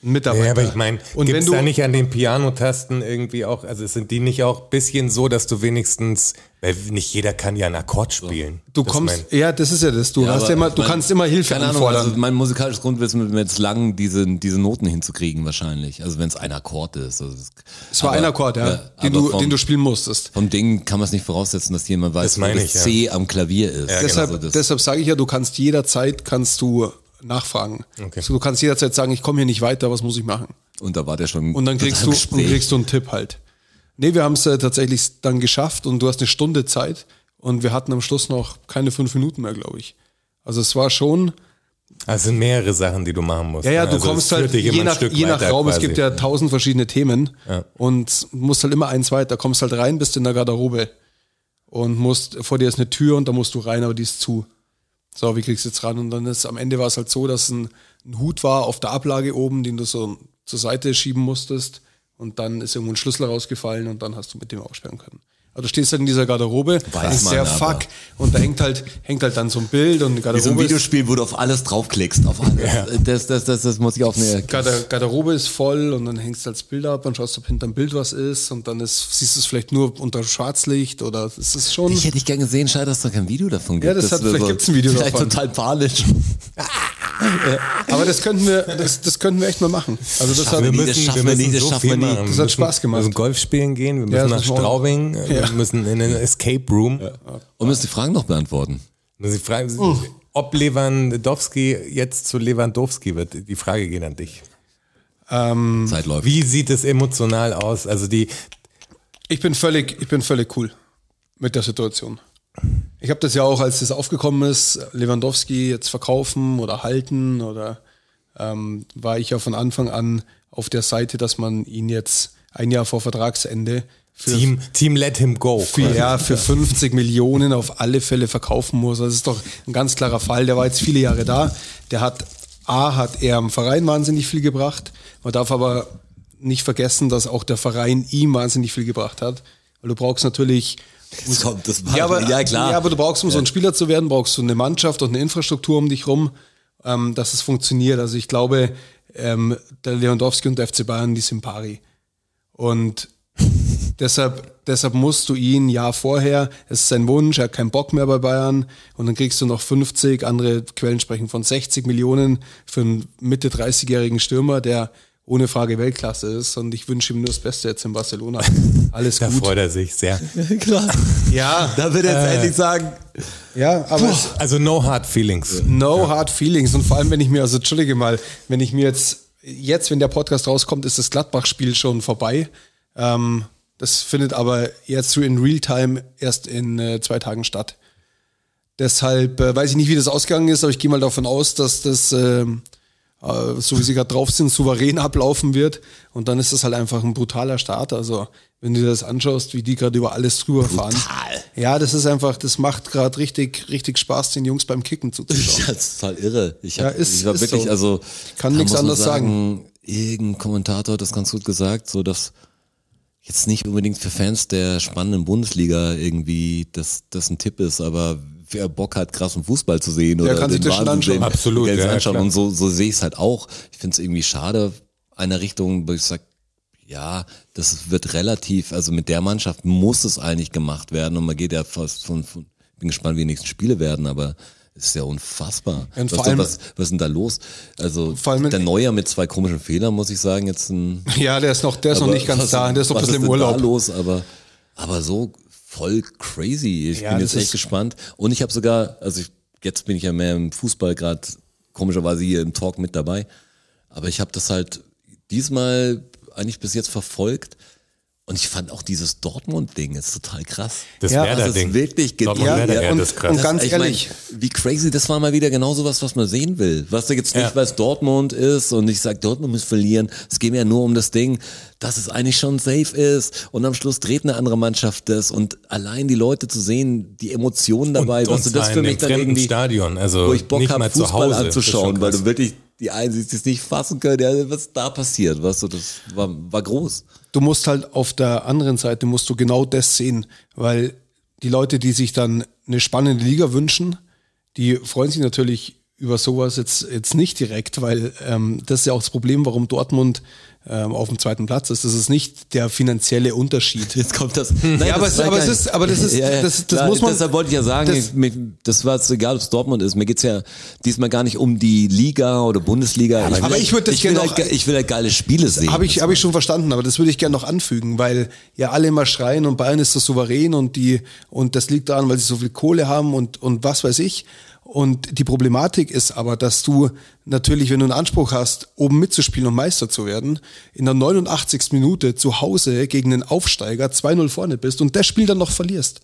Ein Mitarbeiter. Ja, aber ich meine, und gibt wenn es du, da nicht an den Pianotasten irgendwie auch, also sind die nicht auch ein bisschen so, dass du wenigstens, weil nicht jeder kann ja einen Akkord spielen. du Das kommst, mein- ja, das ist ja das. Du hast aber ja immer, ich du mein, kannst immer Hilfe Keine Ahnung, anfordern. also mein musikalisches Grundwissen wird mir jetzt lang, diese, diese Noten hinzukriegen wahrscheinlich. Also wenn es ein Akkord ist. Also es- es war aber- ein Akkord, ja, den, aber du, vom, den du spielen musstest. Vom Ding kann man es nicht voraussetzen, dass jemand weiß, Das meine wo ich, das ja. C am Klavier ist. Ja, deshalb Also das- deshalb sage ich ja, du kannst jederzeit kannst du nachfragen. Okay. Also du kannst jederzeit sagen, ich komme hier nicht weiter, was muss ich machen? und da war der schon. Und dann kriegst du, total und im Gespräch. kriegst du einen Tipp halt. Nee, wir haben es äh, tatsächlich dann geschafft und du hast eine Stunde Zeit und wir hatten am Schluss noch keine fünf Minuten mehr, glaube ich. Also es war schon, Also es sind mehrere Sachen, die du machen musst. Ja, ja, ne? du also kommst es führt halt dich immer je ein nach, Stück je nach weiter Raum, es quasi. gibt ja tausend verschiedene Themen und musst halt immer eins weiter, kommst halt rein, bist in der Garderobe und musst, vor dir ist eine Tür und da musst du rein, aber die ist zu. So, wie kriegst du jetzt ran? Und dann ist, am Ende war es halt so, dass ein, ein Hut war auf der Ablage oben, den du so zur Seite schieben musstest und dann ist irgendwo ein Schlüssel rausgefallen und dann hast du mit dem aufsperren können. Aber du stehst halt in dieser Garderobe, Weiß ist man sehr aber. fuck und da hängt halt, hängt halt dann so ein Bild und die Wie so ein Garderobe ist- Videospiel, wo du auf alles draufklickst. Auf alles. Das, das, das, das muss ich auf eine. Garder Garderobe ist voll und dann hängst du als Bild ab und schaust, ob hinterm Bild was ist und dann ist, siehst du es vielleicht nur unter Schwarzlicht oder es ist schon. Ich hätte ich gern gesehen, schade, dass es da kein Video davon gibt. Ja, das hat- wäre vielleicht gibt's ein Video Vielleicht davon. total panisch. aber das könnten wir, das, das könnten wir echt mal machen. Also das hat, wir Nee, müssen, das schaffen wir müssen nicht, das so schaffen wir viel nicht. machen. Das Wir hat müssen- Spaß gemacht. Wir müssen Golf spielen gehen, wir müssen das nach müssen wir auch- Straubing, Ja. wir müssen in den Escape Room. Und müssen die Fragen noch beantworten. Sie fragen, Sie- ob Lewandowski jetzt zu Lewandowski wird. Die Frage geht an dich. Zeit läuft. Wie sieht es emotional aus? Also die, Ich bin völlig, ich bin völlig cool mit der Situation. Ich habe das ja auch, als das aufgekommen ist, Lewandowski jetzt verkaufen oder halten oder ähm, war ich ja von Anfang an auf der Seite, dass man ihn jetzt ein Jahr vor Vertragsende für, Team, Team Let Him Go. für, ja, für 50 Millionen auf alle Fälle verkaufen muss. Das ist doch ein ganz klarer Fall. Der war jetzt viele Jahre da. Der hat, A, hat er am Verein wahnsinnig viel gebracht. Man darf aber nicht vergessen, dass auch der Verein ihm wahnsinnig viel gebracht hat. Weil du brauchst natürlich Jetzt kommt das Mal. ja, aber, ja, klar. Ja, aber du brauchst, um so ein Spieler zu werden, brauchst du eine Mannschaft und eine Infrastruktur um dich rum, ähm, dass es funktioniert. Also ich glaube, ähm, der Lewandowski und der FC Bayern, die sind pari. Und deshalb, deshalb musst du ihn ja vorher, es ist sein Wunsch, er hat keinen Bock mehr bei Bayern und dann kriegst du noch 50, andere Quellen sprechen von 60 Millionen für einen Mitte 30-jährigen Stürmer, der ohne Frage Weltklasse ist und ich wünsche ihm nur das Beste jetzt in Barcelona. Alles Da gut. freut er sich sehr. klar. Ja, Da wird jetzt endlich sagen, Äh. ja, aber es, Also no hard feelings. No hard feelings. Und vor allem, wenn ich mir, also entschuldige mal, wenn ich mir jetzt, jetzt, wenn der Podcast rauskommt, ist das Gladbach-Spiel schon vorbei. Ähm, das findet aber jetzt in Real Time erst in äh, zwei Tagen statt. Deshalb äh, weiß ich nicht, wie das ausgegangen ist, aber ich gehe mal davon aus, dass das, ähm, äh, so wie sie gerade drauf sind, souverän ablaufen wird. Und dann ist das halt einfach ein brutaler Start. Also, wenn du dir das anschaust, wie die gerade über alles drüber fahren. Brutal. Ja, das ist einfach, das macht gerade richtig, richtig Spaß, den Jungs beim Kicken zuzuschauen. Ja, das ist total irre. Ich, hab, Ja, ist- ich war ist wirklich, so. also. Kann da nix muss man anderes Irgendein Kommentator hat das ganz gut gesagt, so dass jetzt nicht unbedingt für Fans der spannenden Bundesliga irgendwie das, das ein Tipp ist, aber wer Bock hat, krassen Fußball zu sehen oder kann sich den das schon Wahnsinn anschauen. sehen, Absolut, der kann sich ja, anschauen. klar. Und so, so sehe ich es halt auch. Ich finde es irgendwie schade, einer Richtung, wo ich sage, ja, das wird relativ, also mit der Mannschaft muss es eigentlich gemacht werden und man geht ja fast von, von bin gespannt, wie die nächsten Spiele werden, aber es ist ja unfassbar. Ja, und was, vor allem- was, was ist denn da los? Also Vor allem- der Neuer mit zwei komischen Fehlern, muss ich sagen, jetzt ein, Ja, der ist noch, der ist noch aber nicht ganz was- da. Der ist noch ein was bisschen im denn Da Urlaub. los, aber, aber so voll crazy. Ich Ja, bin das jetzt echt ist- gespannt. Und ich habe sogar, also ich, jetzt bin ich ja mehr im Fußball gerade komischerweise hier im Talk mit dabei. Aber ich habe das halt diesmal eigentlich bis jetzt verfolgt. Und ich fand auch dieses Dortmund-Ding ist total krass. Das Ja, Werder Das Ding. also ist wirklich Dortmund Ja, Werder, ja, ja, und- das ist krass. und das, ganz ich mein, ehrlich. wie crazy, das war mal wieder genau sowas, was man sehen will. Was da jetzt nicht, Ja. weil es Dortmund ist und ich sag, Dortmund muss verlieren. Es geht mir ja nur um das Ding, dass es eigentlich schon safe ist und am Schluss dreht eine andere Mannschaft das und allein die Leute zu sehen, die Emotionen dabei, und, was und du das zwar für in mich einem dann fremden irgendwie, Stadion, also wo ich Bock nicht habe, mal zu Fußball Hause. Das ist schon anzuschauen, weil krass. du wirklich die einen siehst, die es nicht fassen können, ja, was da passiert, weißt du, das war, war groß. Du musst halt auf der anderen Seite musst du genau das sehen, weil die Leute, die sich dann eine spannende Liga wünschen, die freuen sich natürlich über sowas jetzt, jetzt nicht direkt, weil ähm, das ist ja auch das Problem, warum Dortmund ähm, auf dem zweiten Platz ist. Das ist nicht der finanzielle Unterschied. Jetzt kommt das. Nein, Hm. Ja, aber das es- aber war es kein- ist- aber das ist- das- das muss man- Deshalb wollte ich ja sagen, das- das, mir, das war jetzt egal, ob es Dortmund ist. Mir geht's ja diesmal gar nicht um die Liga oder Bundesliga. ich will aber halt- ich würd das will gerne halt, noch- ge- Ich will halt geile Spiele sehen. Habe ich, hab ich schon verstanden, aber das würde ich gerne noch anfügen, weil ja alle immer schreien und Bayern ist so souverän und die und das liegt daran, weil sie so viel Kohle haben und, und was weiß ich. Und die Problematik ist aber, dass du natürlich, wenn du einen Anspruch hast, oben mitzuspielen und Meister zu werden, in der 89. Minute zu Hause gegen einen Aufsteiger 2-0 vorne bist und das Spiel dann noch verlierst.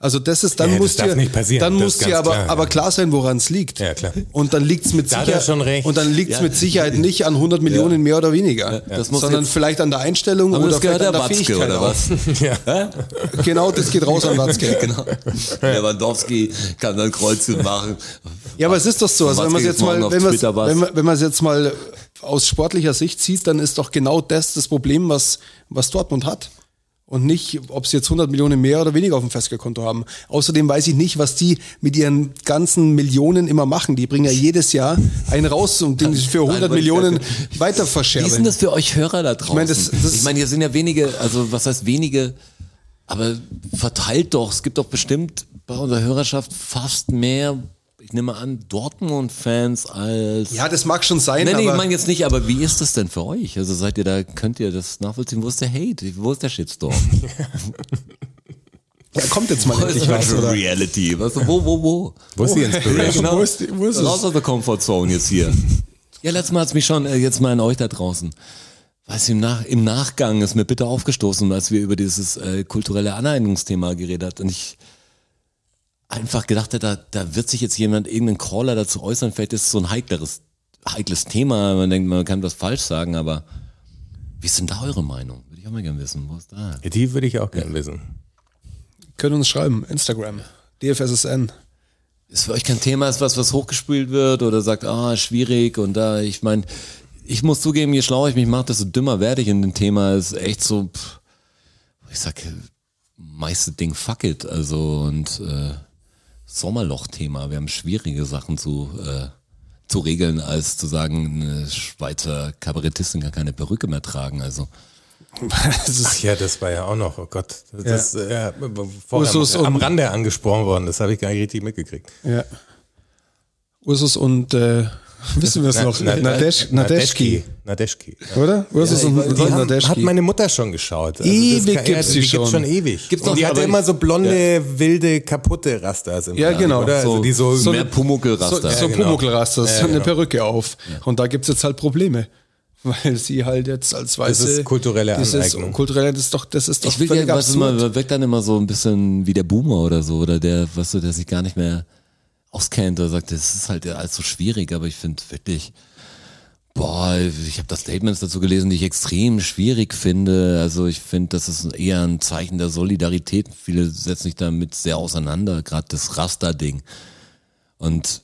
Also das ist, dann Ja, das muss darf dir, nicht passieren, dann das muss ist dir ganz aber, klar, ja. aber klar sein, woran es liegt. Ja, klar. Und dann liegt's mit Da hat er Sicherheit, schon recht. und dann liegt's Ja. mit Sicherheit nicht an 100 Millionen mehr oder weniger, Das muss sondern jetzt- vielleicht an der Einstellung aber oder das vielleicht gehört an der der Watzke Fähigkeit oder was? ja. auch. Genau, das geht raus an Watzke. genau. Lewandowski kann dann Kreuzchen machen. Ja, aber es ist doch so, also wenn man Watzke jetzt ist morgen mal, auf wenn man's- Twitter was. wenn man wenn man es jetzt mal äh, aus sportlicher Sicht sieht, dann ist doch genau das das Problem, was was Dortmund hat. Und nicht, ob sie jetzt 100 Millionen mehr oder weniger auf dem Festgeldkonto haben. Außerdem weiß ich nicht, was die mit ihren ganzen Millionen immer machen. Die bringen ja jedes Jahr einen raus und den sie für Nein, 100 wollte ich Millionen gerade- weiter Wie ist denn verscherbeln. das für euch Hörer da draußen? meine, das- das- Ich meine, hier sind ja wenige, also was heißt wenige, aber verteilt doch. Es gibt doch bestimmt bei unserer Hörerschaft fast mehr, ich nehme an, Dortmund-Fans als. Ja, das mag schon sein, Nein, nee, ich aber meine jetzt nicht, aber wie ist das denn für euch? Also seid ihr da, könnt ihr das nachvollziehen? Wo ist der Hate? Wo ist der Shitstorm? ja, kommt jetzt mal endlich das was, ist oder? Reality. Weißt du, wo, wo, wo? Wo ist die Ja, Inspiration? genau. Wo ist die- wo ist es? Raus aus der Comfortzone jetzt hier. Ja, letztes Mal hat's mich schon, äh, jetzt mal an euch da draußen. Was im, Nach im Nachgang ist mir bitter aufgestoßen, als wir über dieses äh, kulturelle Aneignungsthema geredet hat. Und ich einfach gedacht hätte, da, da wird sich jetzt jemand, irgendein Caller dazu äußern, vielleicht ist es so ein heikleres, heikles Thema. Man denkt, man kann was falsch sagen, aber wie ist denn da eure Meinung? Würde ich auch mal gerne wissen. Wo ist da? Ja, die würde ich auch gerne wissen. Können uns schreiben, Instagram, DFSSN. Ist für euch kein Thema, ist was, was hochgespielt wird oder sagt, ah, schwierig und da, ich meine, ich muss zugeben, je schlauer ich mich mache, desto dümmer werde ich in dem Thema. Ist echt so, pff, ich sag, meiste Ding fuck it. Also und äh, Sommerloch-Thema. Wir haben schwierige Sachen zu, äh, zu regeln, als zu sagen, eine Schweizer Kabarettistin kann keine Perücke mehr tragen. Also Das ist Ja, das war ja auch noch, oh Gott. Das ist ja, vorher Usus am, am und- Rande angesprochen worden, das habe ich gar nicht richtig mitgekriegt. Ja. Ursus und äh, wissen wir es noch? Na- na- Nadesh, Nadeschki, Nadeschki. ja. oder? Ursus und, Die und haben, hat Nadeschki. meine Mutter schon geschaut. Also Ewig kann- ja, gibt's die die gibt's schon. schon ewig. Gibt's und die noch, hatte aber immer so blonde, wilde, kaputte Rastas im Ja, Fernsehen, genau. Oder? also so die so, so mehr So, Pumuckelraster. so Ja, genau. Pumuckelraster, so Ja, eine genau. Perücke auf. Und da gibt's jetzt halt Probleme. Weil sie halt jetzt als Weiße... ist kulturelle dieses, Aneignung. Kulturelle, das ist doch, das ist doch ich will ja, völlig was absurd. immer, wirkt dann immer so ein bisschen wie der Boomer oder so, oder der, weißt du, der sich gar nicht mehr auskennt oder sagt, das ist halt alles so schwierig, aber ich finde wirklich, boah, ich habe da Statements dazu gelesen, die ich extrem schwierig finde. Also ich finde, das ist eher ein Zeichen der Solidarität. Viele setzen sich damit sehr auseinander, gerade das Raster-Ding. Und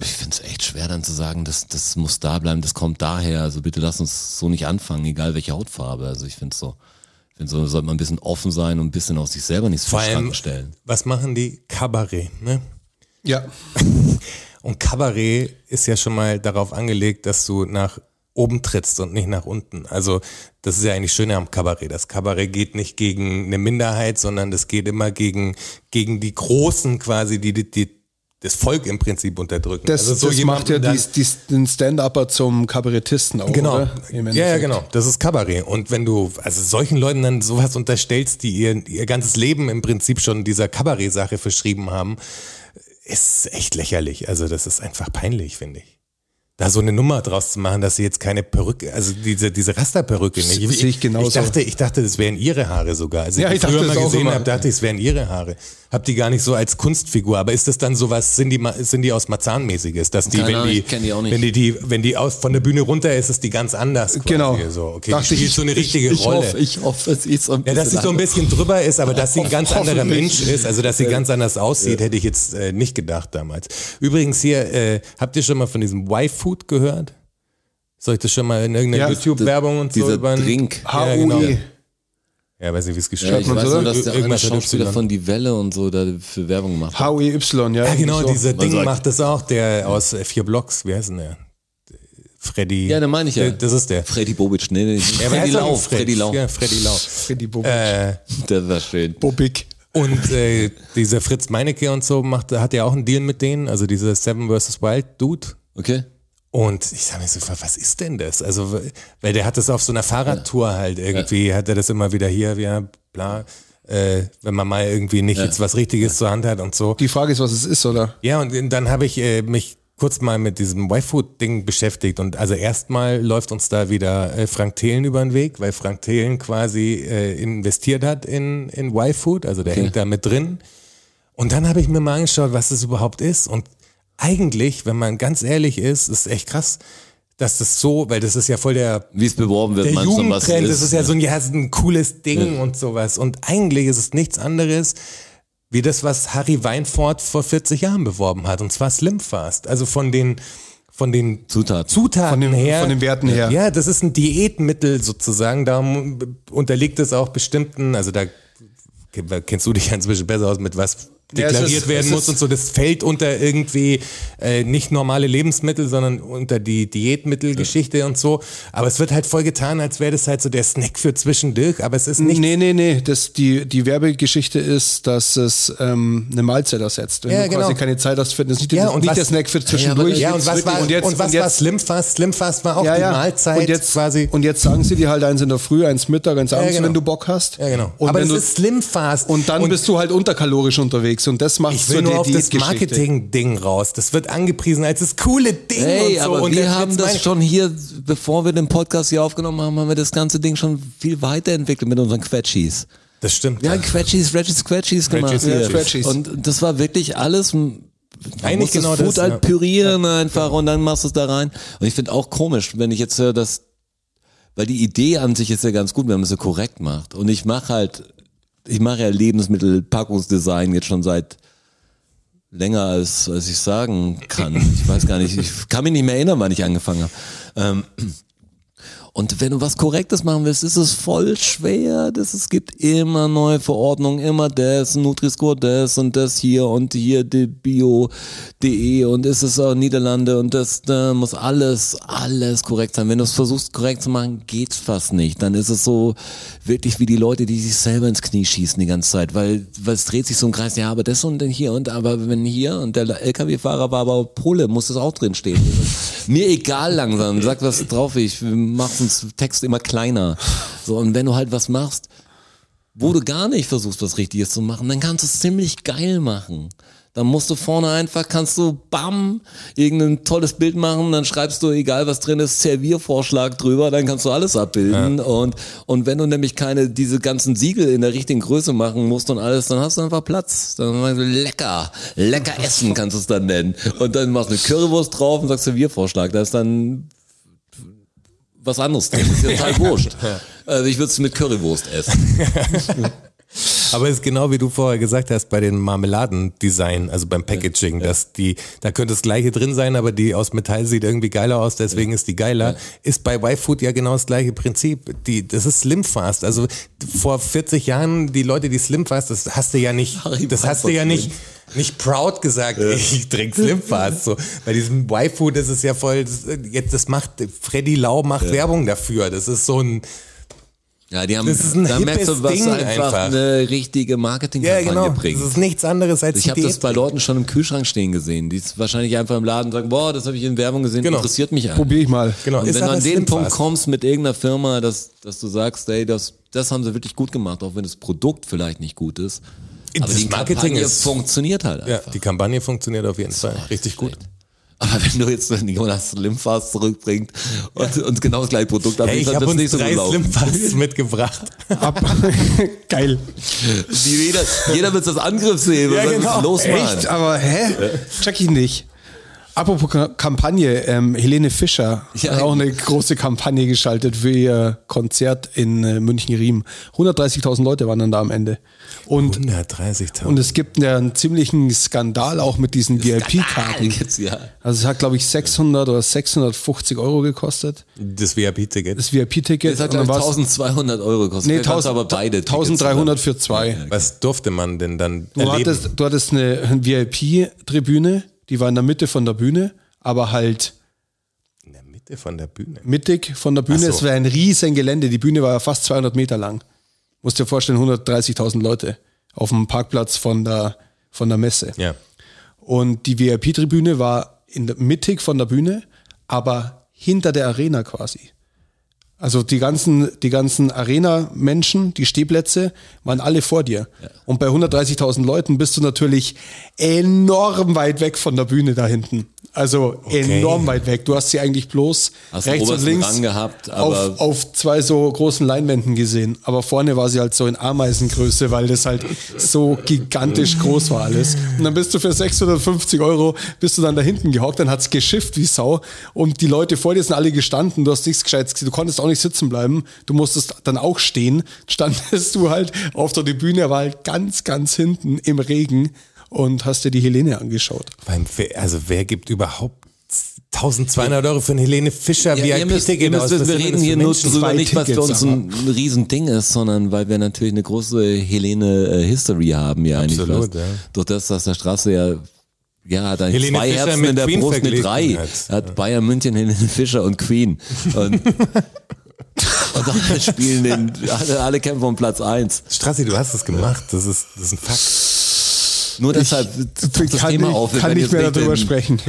ich finde es echt schwer dann zu sagen, das, das muss da bleiben, das kommt daher. Also bitte lass uns so nicht anfangen, egal welche Hautfarbe. Also ich finde so, ich finde so, sollte man ein bisschen offen sein und ein bisschen auf sich selber nicht so vor allem, stellen. was machen die? Kabarett, ne? Ja, Und Kabarett ist ja schon mal darauf angelegt, dass du nach oben trittst und nicht nach unten. Also das ist ja eigentlich schöner am Kabarett. Das Kabarett geht nicht gegen eine Minderheit, sondern das geht immer gegen, gegen die Großen quasi, die, die, die das Volk im Prinzip unterdrücken. das, also so das macht ja jemanden dann- dies, dies, den Stand-Upper zum Kabarettisten auch, Genau. oder? Im Ja, ja, Endeffekt. genau. Das ist Kabarett. Und wenn du also solchen Leuten dann sowas unterstellst, die ihr, ihr ganzes Leben im Prinzip schon dieser Kabarett-Sache verschrieben haben, ist echt lächerlich. Also das ist einfach peinlich, finde ich. Da so eine Nummer draus zu machen, dass sie jetzt keine Perücke, also diese, diese Rasterperücke nicht. Se- sehe ich genauso. Ich dachte, ich dachte, das wären ihre Haare sogar. Also Ja, ich ich dachte früher mal das auch gesehen immer. habe, dachte ich, es wären ihre Haare. Hab die gar nicht so als Kunstfigur. Aber ist das dann sowas, sind die, ma- sind die aus Marzahn-mäßiges, dass die, Keine wenn Ahnung, die, ich kenn die auch nicht. wenn die, die, wenn die aus, von der Bühne runter ist, ist die ganz anders. Quasi. Genau. So, okay, Dachte die spielt ich- so eine richtige ich Rolle. Hoffe, ich hoffe, es ist so ein ja, dass sie so ein bisschen drüber ist, aber dass sie ein ganz anderer Mensch Hoffentlich. ist, also dass sie ganz anders aussieht, hätte ich jetzt äh, nicht gedacht damals. Übrigens hier, äh, habt ihr schon mal von diesem Y-Food gehört? Soll ich das schon mal in irgendeiner Ja, YouTube-Werbung und so dieser über einen- Drink. Ja, HUE. genau. ja, weiß nicht, wie es Ja, geschrieben ich man weiß so, nur, oder? dass der eine Irgendwas hat Schauspieler Y. von Die Welle und so da für Werbung gemacht hat. HUEY, ja. Ja, genau, so. dieser Man Ding sagt- macht das auch, der aus äh, vier Blocks, wie heißt denn der? Freddy. Ja, den meine ich ja. Der- Das ist der. Freddy Bobic, nee, nee, Ja, aber Freddy er heißt auch Lau, Fred. Freddy Lau. Ja, Freddy Lau. Freddy Bobik. äh, Äh, Das war schön. Bobik. Und äh, dieser Fritz Meinecke und so macht, hat ja auch einen Deal mit denen, also dieser Seven vs. Wild Dude. Okay? Und ich sage mir so, was ist denn das? Also, weil der hat das auf so einer Fahrradtour halt irgendwie, hat er das immer wieder hier, ja, bla, äh, wenn man mal irgendwie nicht jetzt was Richtiges zur Hand hat und so. Die Frage ist, was es ist, oder? Ja, und dann habe ich äh, mich kurz mal mit diesem Y-Food-Ding beschäftigt. Und also erstmal läuft uns da wieder äh, Frank Thelen über den Weg, weil Frank Thelen quasi äh, investiert hat in, in Y-Food, also der hängt da mit drin. Und dann habe ich mir mal angeschaut, was das überhaupt ist. Und eigentlich, wenn man ganz ehrlich ist, ist echt krass, dass das so, weil das ist ja voll der Wie es beworben wird, der meinst du, was Jugendtrend, das ist ja so ein, ja, es ist ein cooles Ding Ja. und sowas. Und eigentlich ist es nichts anderes wie das, was Harry Weinfort vor 40 Jahren beworben hat. Und zwar Slimfast. Also von den, von den Zutaten. Zutaten Von den- her. von den Werten her. Ja, das ist ein Diätmittel sozusagen. Da unterliegt es auch bestimmten, also da kennst du dich ja inzwischen besser aus, mit was Ja, es deklariert ist- es werden muss ist- und so. Das fällt unter irgendwie äh, nicht normale Lebensmittel, sondern unter die Diätmittelgeschichte und so. Aber es wird halt voll getan, als wäre das halt so der Snack für zwischendurch, aber es ist nicht. Nee, nee, nee. Das, die, die Werbegeschichte ist, dass es ähm, eine Mahlzeit ersetzt. Wenn Ja, du quasi genau. keine Zeit hast, für, das ist nicht, Ja, das, und nicht was- der Snack für aber- zwischendurch. nee, Ja, und was, war, und jetzt, und was war Slimfast? Slimfast war auch ja, die ja. Mahlzeit und jetzt, quasi. Und jetzt sagen sie dir halt eins in der Früh, eins Mittag, eins abends, genau. wenn du Bock hast. ja, genau. Und aber wenn das du, ist Slimfast. und dann bist du halt unterkalorisch unterwegs. nix und das macht Ich will nur auf das Marketing-Ding raus. Das wird angepriesen als das coole Ding Hey, und so. aber und wir jetzt- haben jetzt das meine- schon hier, bevor wir den Podcast hier aufgenommen haben, haben wir das ganze Ding schon viel weiterentwickelt mit unseren Quetschis. Das stimmt. Wir haben Quetschis, Regis Quetschis gemacht. Quetschis, hier. Quetschis. Und das war wirklich alles. Man Eigentlich muss genau das Food das, halt ja. pürieren einfach und dann machst du es da rein. Und ich finde auch komisch, wenn ich jetzt höre, dass, weil die Idee an sich ist ja ganz gut, wenn man es so korrekt macht. Und ich mache halt, ich mache ja Lebensmittelpackungsdesign jetzt schon seit länger als, als ich sagen kann. Ich weiß gar nicht, ich kann mich nicht mehr erinnern, wann ich angefangen habe. Und wenn du was Korrektes machen willst, ist es voll schwer. Das, es gibt immer neue Verordnungen, immer das, Nutri-Score das und das hier und hier, die Bio.de und ist es auch Niederlande und das da muss alles, alles korrekt sein. Wenn du es versuchst korrekt zu machen, geht's fast nicht. Dann ist es so wirklich wie die Leute, die sich selber ins Knie schießen die ganze Zeit, weil, weil es dreht sich so ein Kreis, ja, aber das und dann hier und aber wenn hier und der LKW-Fahrer war aber Pole, muss das auch drin stehen. Mir egal langsam, sag was drauf, ich mach uns Text immer kleiner. So, und wenn du halt was machst, wo du gar nicht versuchst, was Richtiges zu machen, dann kannst du es ziemlich geil machen. Dann musst du vorne einfach, kannst du bam, irgendein tolles Bild machen, dann schreibst du, egal was drin ist, Serviervorschlag drüber, dann kannst du alles abbilden. Und, und wenn du nämlich keine, diese ganzen Siegel in der richtigen Größe machen musst und alles, dann hast du einfach Platz. Dann sagst du, lecker, lecker essen kannst du es dann nennen. Und dann machst du eine Currywurst drauf und sagst Serviervorschlag. Da ist dann was anderes drin. Ist jetzt halt wurscht. Also ich würde es mit Currywurst essen. Aber es ist genau wie du vorher gesagt hast, bei den Marmeladendesign, also beim Packaging, dass die, da könnte das gleiche drin sein, aber die aus Metall sieht irgendwie geiler aus, deswegen ist die geiler. Ist bei Y-Food ja genau das gleiche Prinzip. Die, das ist Slimfast. Also vor 40 Jahren, die Leute, die Slimfast, das hast du ja nicht, Harry das hast du ja Weinfurt nicht, nicht proud gesagt, ich trinke Slimfast. So, bei diesem Y-Food ist es ja voll, das, jetzt, das macht, Freddy Lau macht Werbung dafür. Das ist so ein, Ja, die haben, Das ist ein da merkst hippes du, was Ding einfach, einfach. eine richtige ja Marketingkampagne genau, das bringt. ist nichts anderes als Ich habe Diät. das bei Leuten schon im Kühlschrank stehen gesehen, die es wahrscheinlich einfach im Laden sagen, boah, das habe ich in Werbung gesehen, Genau. interessiert mich an. Probier ich mal. Genau, Und wenn du aber an den Slimfast. Punkt kommst mit irgendeiner Firma, dass, dass du sagst, ey, das, das haben sie wirklich gut gemacht, auch wenn das Produkt vielleicht nicht gut ist. Aber Das die Marketing Kampagne ist- funktioniert halt Ja, einfach. die Kampagne funktioniert auf jeden Fall. Ach, Richtig gut. schlecht. Aber wenn du jetzt Jonas Slimfast zurückbringst und, und genau das gleiche Produkt Hey, ich anbietest, habe wird's uns nicht so gut drei laufen. Slimfasts mitgebracht. Ab. Geil. Die jeder, jeder wird das Angriffshebel. Ja, Ja, genau. genau. Los, Mann. Echt? Aber hä? Check ich nicht. Apropos Ka- Kampagne, ähm, Helene Fischer Ja. hat auch eine große Kampagne geschaltet für ihr Konzert in äh, München-Riem. 130.000 Leute waren dann da am Ende. Und, 130.000. und es gibt ja einen ziemlichen Skandal auch mit diesen VIP-Karten. Jetzt, ja. Also es hat, glaube ich, 600 oder 650 Euro gekostet, das VIP-Ticket. das VIP-Ticket. Das hat Und dann glaub ich, war's- 1200 Euro gekostet. nee, Vielleicht waren es 1000, aber beide. Tickets 1300 für zwei. Was durfte man denn dann Du erleben? hattest, du hattest eine VIP-Tribüne, die war in der Mitte von der Bühne, aber halt In der Mitte von der Bühne. mittig von der Bühne. Ach so. Es war ein riesen Gelände. Die Bühne war ja fast 200 Meter lang. Musst dir vorstellen, 130.000 Leute auf dem Parkplatz von der, von der Messe. Ja. Und die VIP-Tribüne war in der, mittig von der Bühne, aber hinter der Arena quasi. Also die ganzen, die ganzen Arena-Menschen, die Stehplätze, waren alle vor dir. Und bei 130.000 Leuten bist du natürlich enorm weit weg von der Bühne da hinten. Also enorm weit weg. Du hast sie eigentlich bloß Hast den rechts und obersten links Rang gehabt, aber- auf, auf zwei so großen Leinwänden gesehen. Aber vorne war sie halt so in Ameisengröße, weil das halt so gigantisch groß war alles. Und dann bist du für 650 Euro, bist du dann da hinten gehockt, dann hat's geschifft wie Sau. Und die Leute vor dir sind alle gestanden, du hast nichts Gescheites gesehen, du konntest auch nicht sitzen bleiben, du musstest dann auch stehen. Standest du halt auf der Bühne, war halt ganz, ganz hinten im Regen und hast dir die Helene angeschaut. Beim, Fe- also wer gibt überhaupt 1200 Euro für ein Helene Fischer Ja, ihr müsst, ihr VIP-Ticket müsst, aus? Was wir sind denn reden das für hier nur Menschen? drüber, Zwei nicht was für Tickets, uns ein Riesending ist, sondern weil wir natürlich eine große Helene äh, History haben, ja eigentlich. Absolut, was. ja. Durch das, dass der Straße ja ja, da Helene zwei Fischer Herzen mit in der Queen Brust mit verglichen drei. hat. Er hat Bayern München, Helene Fischer und Queen. Und, und alle spielen den, alle, alle kämpfen um Platz eins. Strassi, du hast es gemacht. Das ist, das ist ein Fakt. Nur deshalb taucht das kann Thema nicht, auf. wir kann werden nicht jetzt mehr darüber in- sprechen.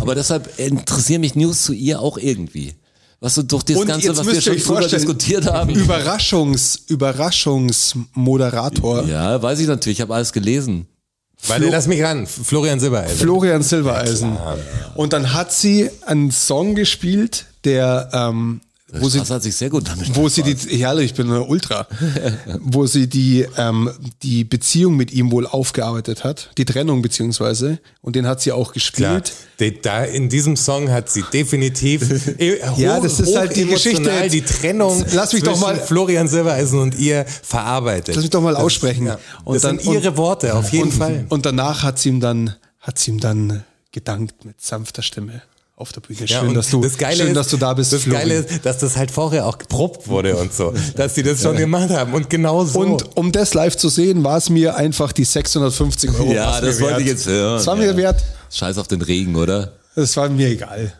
Aber deshalb interessieren mich News zu ihr auch irgendwie. Was du durch das Und Ganze, jetzt was müsst wir ihr schon euch drüber vorstellen, diskutiert haben. Überraschungs, Überraschungsmoderator. Ja, weiß ich natürlich, ich habe alles gelesen. Warte, lass mich ran. Florian Silbereisen. Florian Silbereisen. Und dann hat sie einen Song gespielt, der, ähm, wo sie das hat sich sehr gut damit wo sie die, herrlich, ich bin eine Ultra, wo sie die, ähm, die Beziehung mit ihm wohl aufgearbeitet hat, die Trennung beziehungsweise, und den hat sie auch Klar. gespielt. De- Da in diesem Song hat sie definitiv eh, Ja, hoch- das ist halt die hochemotional Geschichte. die Trennung Lass mich doch zwischen mal- Florian Silbereisen und ihr verarbeitet. Lass mich doch mal Das- aussprechen. Ja. Und das dann- sind ihre Worte, auf jeden und, Fall. und danach hat sie ihm dann, hat sie ihm dann gedankt mit sanfter Stimme auf der Bühne. Ja, schön, und dass du, das Geile schön, ist, dass du da bist. Das Florian. Geile ist, dass das halt vorher auch geprobt wurde und so, dass sie das schon gemacht haben und genau so. Und um das live zu sehen, war es mir einfach die 650 Euro. Ja, war's mir das wollte wert. ich jetzt hören, Das war ja. mir wert. Scheiß auf den Regen, oder? Das war mir egal.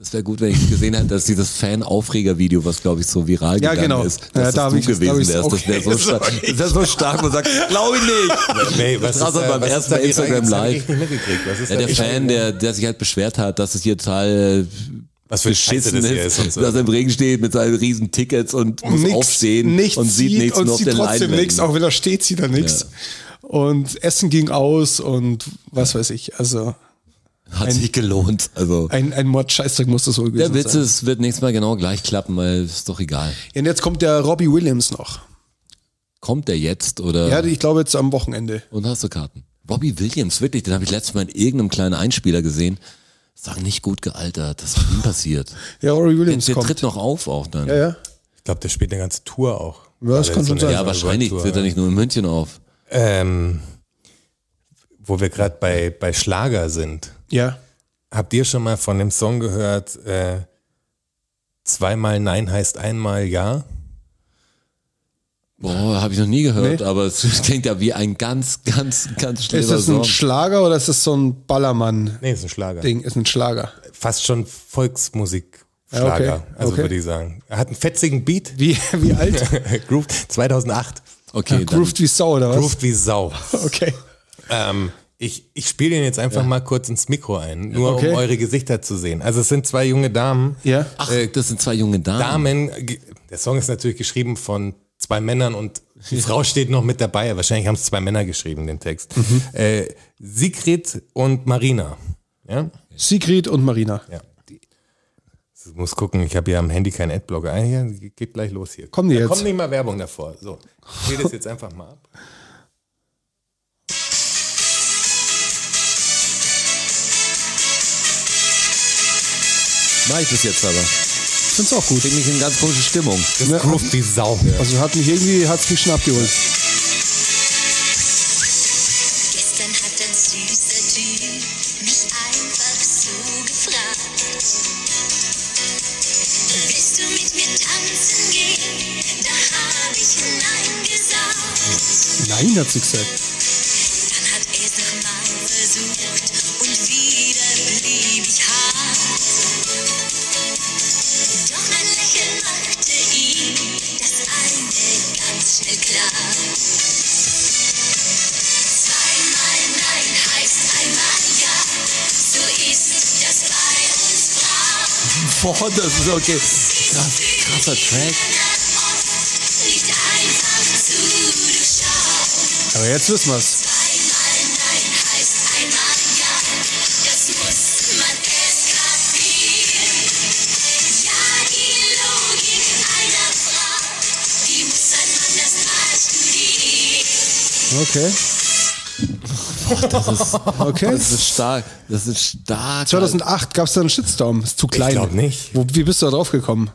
Das wäre gut, wenn ich gesehen hätte, dass dieses Fan-Aufreger-Video, was glaube ich so viral Ja, gegangen genau. ist, dass Ja, das da hab du ich- da gewesen hab ich's- wärst. Das wäre so, okay, stark- das wär so stark und sagt, glaube ich nicht. nee, Das war so beim was ersten da viral? Instagram Das hab ich Live. echt nicht mitgekriegt. Was ist Ja, da der viral? Fan, der, der sich halt beschwert hat, dass es hier total äh, Was für Scheiße das hier ist und so. dass er im Regen steht mit seinen riesen Tickets und muss Nix- aufstehen nichts und sieht nichts und nur auf sieht den trotzdem Leinwänden. nichts, auch wenn da steht, sieht er nichts. Und Essen ging aus und was weiß ich. Also Hat sich gelohnt. Also ein, ein Mordscheißdreck muss das wohl gewesen der Witz sein. ist, wird nächstes Mal genau gleich klappen, weil ist doch egal. Ja, und jetzt kommt der Robbie Williams noch. Kommt der jetzt oder Ja, ich glaube jetzt am Wochenende. und hast du Karten? Robbie Williams, wirklich, den habe ich letztes Mal in irgendeinem kleinen Einspieler gesehen. Sag nicht gut gealtert, das ist ihm passiert. Ja, Robbie Der, Williams der kommt. tritt noch auf auch dann. Ja, ja. Ich glaube, der spielt eine ganze Tour auch. Ja, das Gerade kann so schon eine sein. Ja, Tour- wahrscheinlich Tour. tritt er nicht nur in München auf. Ähm, wo wir gerade bei, bei Schlager sind. Ja. Habt ihr schon mal von dem Song gehört, äh, zweimal Nein heißt einmal Ja? Boah, habe ich noch nie gehört, Nee. aber es klingt ja wie ein ganz, ganz, ganz schlimmer Ist das ein Song. Schlager oder ist das so ein Ballermann-Ding? Nee, ist ein Schlager. Ist ein Schlager. Fast schon Volksmusik. Ja, Ah, okay, Schlager, also okay. würde ich sagen. Er hat einen fetzigen Beat. Wie, wie alt? Groove 2008. okay, dann, Grooved wie Sau oder was? Grooved wie Sau. Okay. Ähm, ich ich spiele den jetzt einfach mal kurz ins Mikro ein, nur Okay. um eure Gesichter zu sehen. Also es sind zwei junge Damen. Ja. ach, Äh, das sind zwei junge Damen. Damen, ge- der Song ist natürlich geschrieben von zwei Männern und die Frau steht noch mit dabei. Wahrscheinlich haben es zwei Männer geschrieben, den Text. Äh, Sigrid und Marina. Ja? Sigrid und Marina. ja. Ich muss gucken, ich habe hier am Handy keinen Adblocker. Ah, hier, geht gleich los hier. Kommen die da jetzt? Kommt nicht mal Werbung davor. So, ich spiele das jetzt einfach mal ab. Mach ich das jetzt aber. Find's auch gut. Bringt mich in ganz komische Stimmung. Das groovt wie Sau. Also hat mich irgendwie, hat's mich schon abgeholt. Gestern hat ein süßer Typ mich einfach so gefragt. Willst du mit mir tanzen gehen? Da hab ich Nein gesagt. Nein, hat sie gesagt. Dann hat er's nochmal versucht und wieder blieb ich hart. Doch mein Lächeln machte ihm das eine ganz schnell klar. Zweimal Nein heißt einmal Ja, so ist das bei uns Frauen. Boah, das ist okay. Krass, krasser Track. Oft nicht einfach zu durchschauen. Aber jetzt wissen wir's. Einmal Nein heißt einmal Ja, das muss man erst kapieren. Ja, die Logik einer Frau, die muss ein Mann erst mal studieren. Okay. Okay. Das ist stark. Das ist stark. 2008 gab's da einen Shitstorm. Ist zu klein. glaub nicht. Wo, wie bist du da drauf gekommen?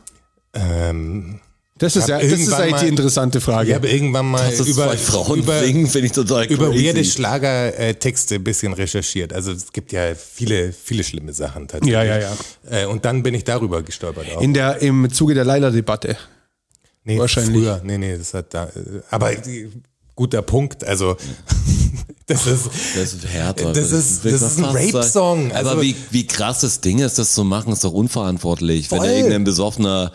Ähm, Das ist, hab ja, das ist irgendwann eigentlich die mal- interessante Frage. ich habe irgendwann mal dass das über, zwei Frauen über, singen, finde ich total über crazy. weirde Schlagertexte ein bisschen recherchiert. Also es gibt ja viele, viele schlimme Sachen tatsächlich. Ja, ja, ja. Äh, und dann bin ich darüber gestolpert auch. In der, Im Zuge der Leila-Debatte. nee, wahrscheinlich. Früher, nee, nee, das hat da, äh, aber äh, guter Punkt, also das ist, Das ist härter. Das ist- würde das ist man ein fast sagen. Rape-Song. Aber Also- wie, wie krass das Ding ist, das zu machen, ist doch unverantwortlich. Wenn Voll. da irgendein Besoffener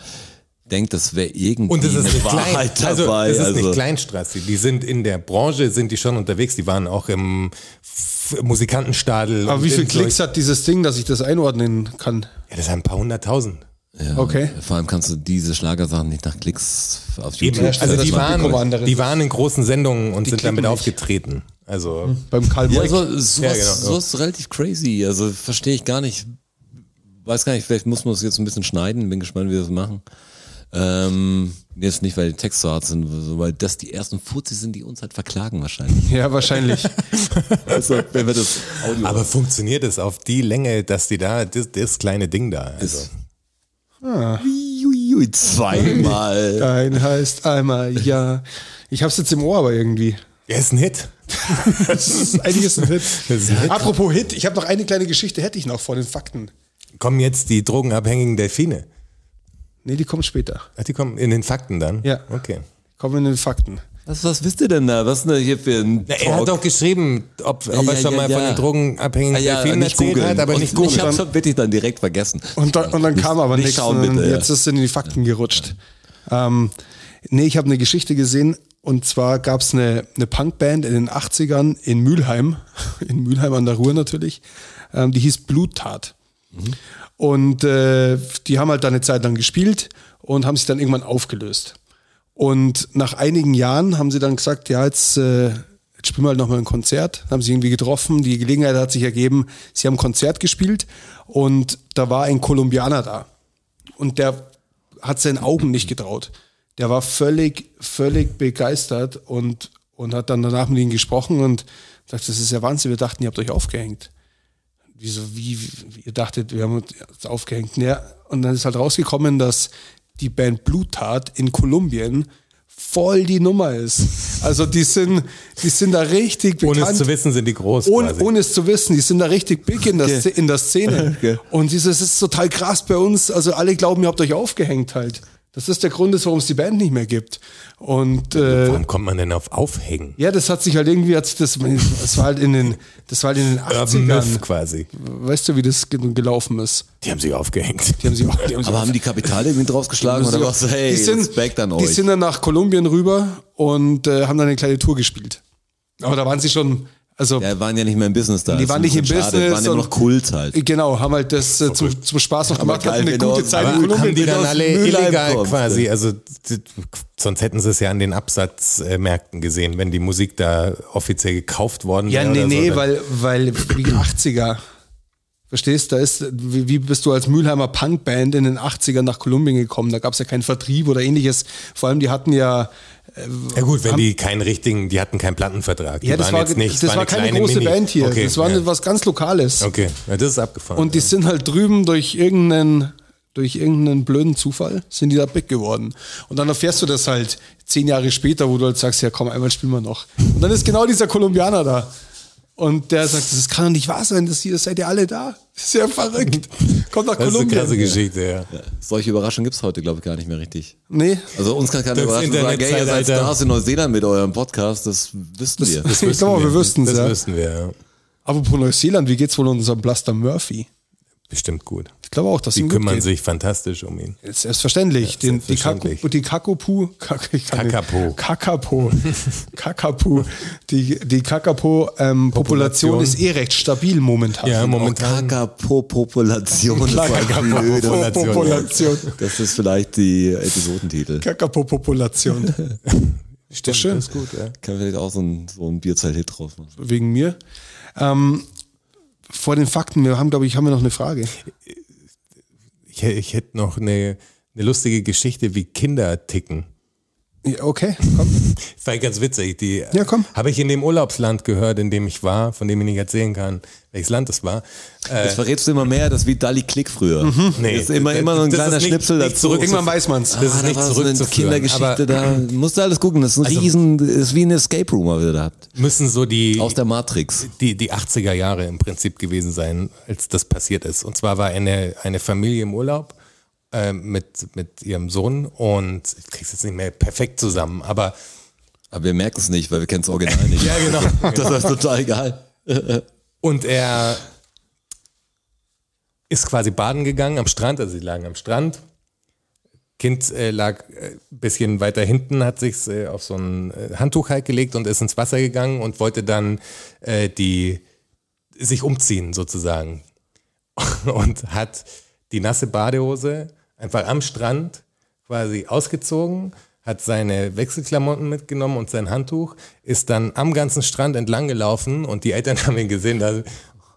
denkt, das wäre irgendwie und das ist eine nicht klein, Wahrheit also dabei. das ist nicht also. Kleinstraße. Die sind in der Branche, sind die schon unterwegs, die waren auch im F- Musikantenstadel. Aber und wie viele in Klicks hat dieses Ding, dass ich das einordnen kann? Ja, das haben ein paar hunderttausend. Ja, Okay. Vor allem kannst du diese Schlagersachen nicht nach Klicks auf YouTube. Eben, also das die Publikum waren, anderes. die waren in großen Sendungen und sind klicken damit nicht. Hm. aufgetreten. Also Beim Karl Ja, Moik. also sowas, Ja, genau, sowas ist relativ crazy. Also verstehe ich gar nicht. Weiß gar nicht, vielleicht muss man es jetzt ein bisschen schneiden. Bin gespannt, wie wir das machen. Ähm, jetzt nicht, weil die Texte so hart sind, so- weil das die ersten Fuzis sind, die uns halt verklagen wahrscheinlich. Ja, wahrscheinlich. Also, wenn wir das Audio Aber funktioniert es auf die Länge, dass die da, das, das kleine Ding da, also. Uiuiui, zweimal. Dein heißt einmal ja. Ich hab's jetzt im Ohr, aber irgendwie. Er ist ein Hit. Das ist einiges ein Hit. Das ist ein Hit. Apropos Hit, ich habe noch eine kleine Geschichte, hätte ich noch vor den Fakten. Kommen jetzt die drogenabhängigen Delfine. Nee, die kommt später. Ach, die kommen in den Fakten dann? Ja. Okay. Kommen wir in den Fakten. Was, was wisst ihr denn da? Was ist denn hier für ein Na, er hat Talk? doch geschrieben, ob, ob Ja, er schon ja, mal ja. von den drogenabhängigen Ah ja, Delfinen nicht erzählt googeln. hat, aber Und nicht Ich googeln. hab's dann wirklich dann direkt vergessen. Und dann, und dann kam aber nicht nichts. schauen, und dann- bitte, ja. jetzt ist in die Fakten gerutscht. Ähm, nee, ich habe eine Geschichte gesehen und zwar gab es eine, eine Punkband in den 80ern in Mülheim, in Mülheim an der Ruhr natürlich, ähm, die hieß Bluttat. Mhm. Und äh, die haben halt dann eine Zeit lang gespielt und haben sich dann irgendwann aufgelöst. Und nach einigen Jahren haben sie dann gesagt, ja, jetzt, äh, jetzt spielen wir halt nochmal ein Konzert. Dann haben sie irgendwie getroffen, die Gelegenheit hat sich ergeben, sie haben ein Konzert gespielt und da war ein Kolumbianer da. Und der hat seinen Augen nicht getraut. Der war völlig, völlig begeistert und, und hat dann danach mit ihnen gesprochen und sagt, das ist ja Wahnsinn, wir dachten, ihr habt euch aufgehängt. Wieso, wie, wie ihr dachtet, wir haben uns aufgehängt. Ja, und dann ist halt rausgekommen, dass die Band Bluttat in Kolumbien voll die Nummer ist. Also die sind, die sind da richtig bekannt. Ohne es zu wissen, sind die groß. Ohne, quasi. ohne es zu wissen, die sind da richtig big in der, Szene- in der Szene. Und dieses ist total krass bei uns. Also alle glauben, ihr habt euch aufgehängt halt. Das ist der Grund, ist, warum es die Band nicht mehr gibt. Und äh, Warum kommt man denn auf Aufhängen? ja, das hat sich halt irgendwie, hat sich das, das war halt in den, das war halt in den Urban Myth 80ern. quasi. Weißt du, wie das ge- gelaufen ist? Die haben sich aufgehängt. Die haben sie auch, die haben sie Aber haben die Kapital irgendwie draufgeschlagen oder was? Hey, die sind, Respekt an euch. Die sind dann nach Kolumbien rüber und äh, haben dann eine kleine Tour gespielt. Aber da waren sie schon, also Ja, waren ja nicht mehr im Business da. Die waren nicht im Business waren immer noch und- Kult halt. Genau, haben halt das äh, zum, zum Spaß noch gemacht, geil, hatten eine wenn gute du- Zeit aber in Kolumbien. haben die wenn dann du aus alle Mülheim illegal kommst, quasi. Also d- sonst hätten sie es ja an den Absatzmärkten gesehen, wenn die Musik da offiziell gekauft worden ja, wäre. nee, oder so, nee, dann- weil, weil wie 80er. Verstehst, da ist, wie, wie bist du als Mülheimer Punkband in den 80ern nach Kolumbien gekommen? Da gab es ja keinen Vertrieb oder ähnliches. Vor allem, die hatten ja, Ja gut, wenn die keinen richtigen, die hatten keinen Plattenvertrag. Die ja, das waren war, jetzt nicht, das war, eine keine kleine große Mini. Band hier. Okay, das war ja. was ganz Lokales. okay. Ja, das ist abgefahren. Und die sind halt drüben durch irgendeinen, durch irgendeinen blöden Zufall, sind die da big geworden. Und dann erfährst du das halt zehn Jahre später, wo du halt sagst, ja komm, einmal spielen wir noch. Und dann ist genau dieser Kolumbianer da. Und der sagt, das kann doch nicht wahr sein, dass ihr seid ihr alle da. Das ist ja verrückt. Kommt nach das ist eine Kolumbien. krasse Geschichte, ja. Solche Überraschungen gibt's heute, glaube ich, gar nicht mehr richtig. Nee, Also uns kann keiner Das überraschen sagen, hey, ihr seid Internetzeitalter. Stars in Neuseeland mit eurem Podcast, das wissen wir. das ich glaube, wir wüssten es Das ja. wüssten wir, ja. Apropos Neuseeland, wie geht's wohl unserem Blaster Murphy? Bestimmt gut. Ich glaube auch, dass Die ihm gut kümmern geht. sich fantastisch um ihn. Selbstverständlich. Ja, Den, selbstverständlich. Die Kakapu, Kak, ich kann nicht- Kakapo. Kakapo. Kakapu. Die, die Kakapo-Population ähm, Population ist eh recht stabil momentan. Ja, momentan. Kakapo-Population. das war blöd. Population. Das ist vielleicht die Episodentitel. Kakapo-Population. Stimmt, schön. Das ist gut, ja. Kann vielleicht auch so ein, so ein Bierzeit-Hit draus machen. Wegen mir. Ähm, vor den Fakten, wir haben, glaube ich, haben wir noch eine Frage. Ich, hä- ich hätte noch eine, eine lustige Geschichte, wie Kinder ticken. Ja, okay, komm. Das fand ich ganz witzig. Die Ja, komm. habe ich in dem Urlaubsland gehört, in dem ich war, von dem ich nicht erzählen kann, welches Land es war. Jetzt verrätst du immer mehr, das ist wie Dalli Klick früher. Nee, das ist immer, das- immer so ein das kleiner ist nicht- Schnipsel nicht dazu. zurück- Irgendwann weiß man's. Mhm. Das Ah, ist da nicht war so eine zurückzuführen. Kindergeschichte, aber da musst du alles gucken. Das ist ein Also- riesen, das ist wie ein Escape Room, was ihr da habt. müssen so die, Aus der Matrix. die, die 80er Jahre im Prinzip gewesen sein, als das passiert ist. Und zwar war eine, eine Familie im Urlaub äh, mit, mit ihrem Sohn und ich krieg's jetzt nicht mehr perfekt zusammen, aber Aber wir merken es nicht, weil wir kennen das Original nicht. ja, genau. Das ist halt total egal. Und er ist quasi baden gegangen am Strand, also sie lagen am Strand. Kind äh, lag ein äh, bisschen weiter hinten, hat sich äh, auf so ein äh, Handtuch halt gelegt und ist ins Wasser gegangen und wollte dann äh, die sich umziehen sozusagen. Und hat die nasse Badehose einfach am Strand quasi ausgezogen, hat seine Wechselklamotten mitgenommen und sein Handtuch, ist dann am ganzen Strand entlang gelaufen und die Eltern haben ihn gesehen. Da,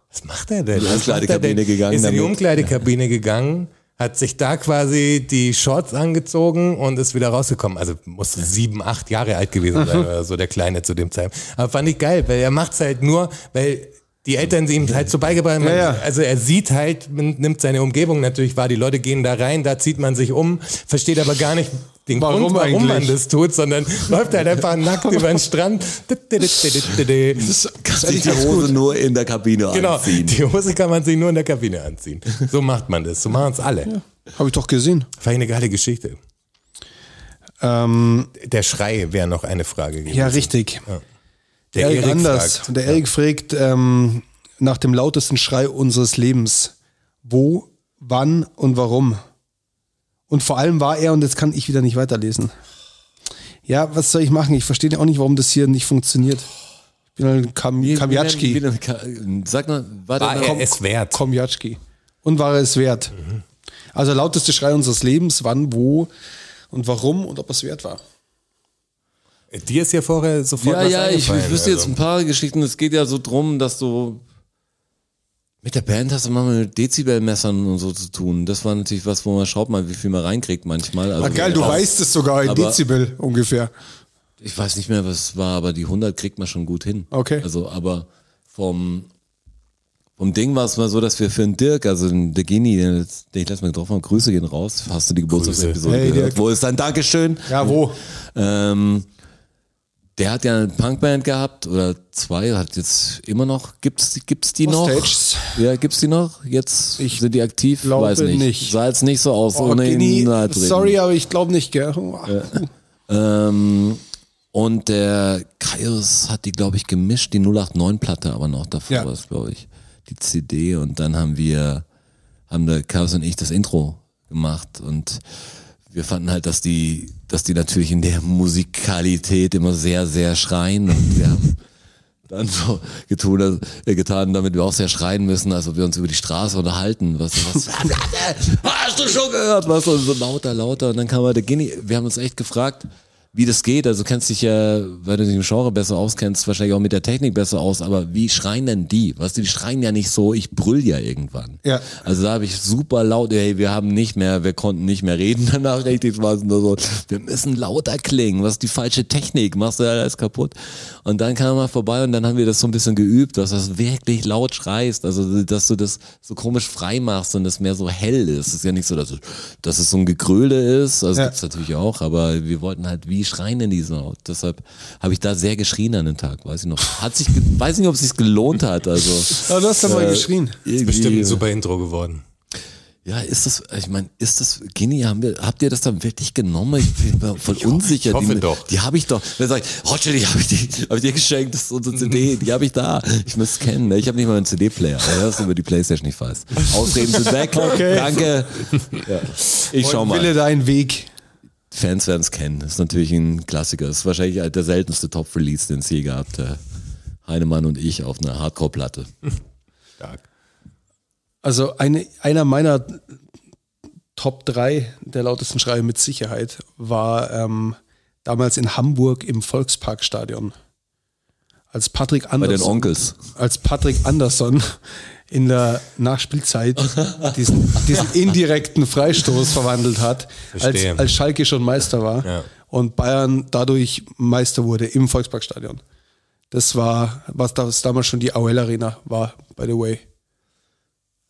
was macht er denn? In die Was macht er Umkleidekabine denn? gegangen Ist in die damit. Umkleidekabine gegangen, hat sich da quasi die Shorts angezogen und ist wieder rausgekommen. Also muss sieben, acht Jahre alt gewesen sein oder so, der Kleine zu dem Zeitpunkt. Aber fand ich geil, weil er macht's halt nur, weil die Eltern sie ihm halt so beigebracht haben. Ja, ja. Also er sieht halt, man nimmt seine Umgebung natürlich wahr, die Leute gehen da rein, da zieht man sich um, versteht aber gar nicht den Warum Grund, warum man eigentlich? das tut, sondern läuft halt einfach nackt über den Strand. Das ist ganz Sich ehrlich die ganz gut. Hose nur in der Kabine Genau, anziehen. die Hose kann man sich nur in der Kabine anziehen. So macht man das, so machen's alle. Habe ich doch gesehen. Fand ich eine geile Geschichte. Ähm, Der Schrei wäre noch eine Frage gewesen. ja, richtig. der Erik anders. fragt. Und der Erik fragt ähm, nach dem lautesten Schrei unseres Lebens. Wo, wann und warum? Und vor allem war er, und jetzt kann ich wieder nicht weiterlesen. Ja, was soll ich machen? Ich verstehe auch nicht, warum das hier nicht funktioniert. Ich bin ein Kam Wie- wie- wie- Kamjatschki. wie- Ka- Sag mal, warte Ah, War mal. er es wert? Komjatschki. Und war er es wert? Mhm. Also lauteste Schrei unseres Lebens, wann, wo und warum und ob es wert war. Dir ist ja vorher sofort Ja, was ja, ich, ich eingefallen, wüsste jetzt also. ein paar Geschichten. Es geht ja so drum, dass du mit der Band hast du manchmal mit Dezibelmessern und so zu tun. Das war natürlich was, wo man schaut mal, wie viel man reinkriegt manchmal. Also Ah, geil, du auch- weißt es sogar in aber- Dezibel ungefähr. Ich weiß nicht mehr, was es war, aber die 100 kriegt man schon gut hin. Okay. Also, aber vom, vom Ding war es mal so, dass wir für den Dirk, also den Degini, den den ich letztes Mal getroffen habe, Grüße gehen raus. Hast du die Geburtstagsepisode Hey, gehört? Dirk. Wo ist dein Dankeschön? Ja, wo? Ähm, der hat ja eine Punkband gehabt oder zwei, hat jetzt immer noch. Gibt's, gibt's die noch? Mustaches. Ja, gibt's die noch? Jetzt Ich sind die aktiv? glaube Weiß nicht. nicht. Sah jetzt nicht so aus, Oh, ohne Guinea, ihn nahe treten. sorry, aber ich glaube nicht, gell? Uah. Ähm, und der Kaius hat die, glaube ich, gemischt, die 089-Platte aber noch davor Ja. war es, glaube ich. Die CD und dann haben wir, haben der Kaius und ich das Intro gemacht und wir fanden halt, dass die, dass die natürlich in der Musikalität immer sehr, sehr schreien und wir haben dann so getun, dass- äh, getan, damit wir auch sehr schreien müssen, also wir uns über die Straße unterhalten. Was, was hast du schon gehört? Was und so lauter, lauter. Und dann kam halt der Guinea. Wir haben uns echt gefragt, wie das geht. Also du kennst dich ja, weil du dich im Genre besser auskennst, wahrscheinlich auch mit der Technik besser aus, aber wie schreien denn die? Weißt du, die schreien ja nicht so, ich brüll ja irgendwann. Ja. Also da habe ich super laut, hey, wir haben nicht mehr, wir konnten nicht mehr reden danach richtig, es war nur so, wir müssen lauter klingen, was ist die falsche Technik, machst du ja alles kaputt. Und dann kam er mal vorbei und dann haben wir das so ein bisschen geübt, dass du das wirklich laut schreist, also dass du das so komisch frei machst und das mehr so hell ist. Es ist ja nicht so, dass, du, dass es so ein Gegröle ist, also Ja. gibt's natürlich auch, aber wir wollten halt, wie schreien in diesem Haut. Deshalb habe ich da sehr geschrien an den Tag, weiß ich noch. Hat sich, ge- weiß nicht, ob es sich gelohnt hat, also. Aber du hast ja mal geschrien. irgendwie- Bestimmt ein super Intro geworden. ja, ist das, ich meine, ist das, Gini, haben wir, habt ihr das dann wirklich genommen? Ich bin mir voll unsicher. ich hoffe die, doch. Die habe ich doch. Wer sagt, Roger, die habe ich, die, hab ich dir geschenkt, das ist unsere CD, die habe ich da. Ich muss es kennen. ne? Ich habe nicht mal einen CD-Player, weil das über die Playstation nicht weiß. Ausreden sind weg. Okay. Danke. Ja. Ich schau mal. Wille deinen Weg. Fans werden es kennen. Das ist natürlich ein Klassiker. Das ist wahrscheinlich halt der seltenste Top-Release, den es je gehabt hat. Heinemann und ich auf einer Hardcore-Platte. Stark. Also eine, einer meiner Top 3 der lautesten Schreie mit Sicherheit war ähm, damals in Hamburg im Volksparkstadion. Als Patrick Bei den Andersson, Onkels. als Patrick Andersson in der Nachspielzeit diesen, diesen indirekten Freistoß verwandelt hat, als, Verstehe. als Schalke schon Meister war Ja. und Bayern dadurch Meister wurde im Volksparkstadion. Das war, was das damals schon die AOL Arena war, by the way.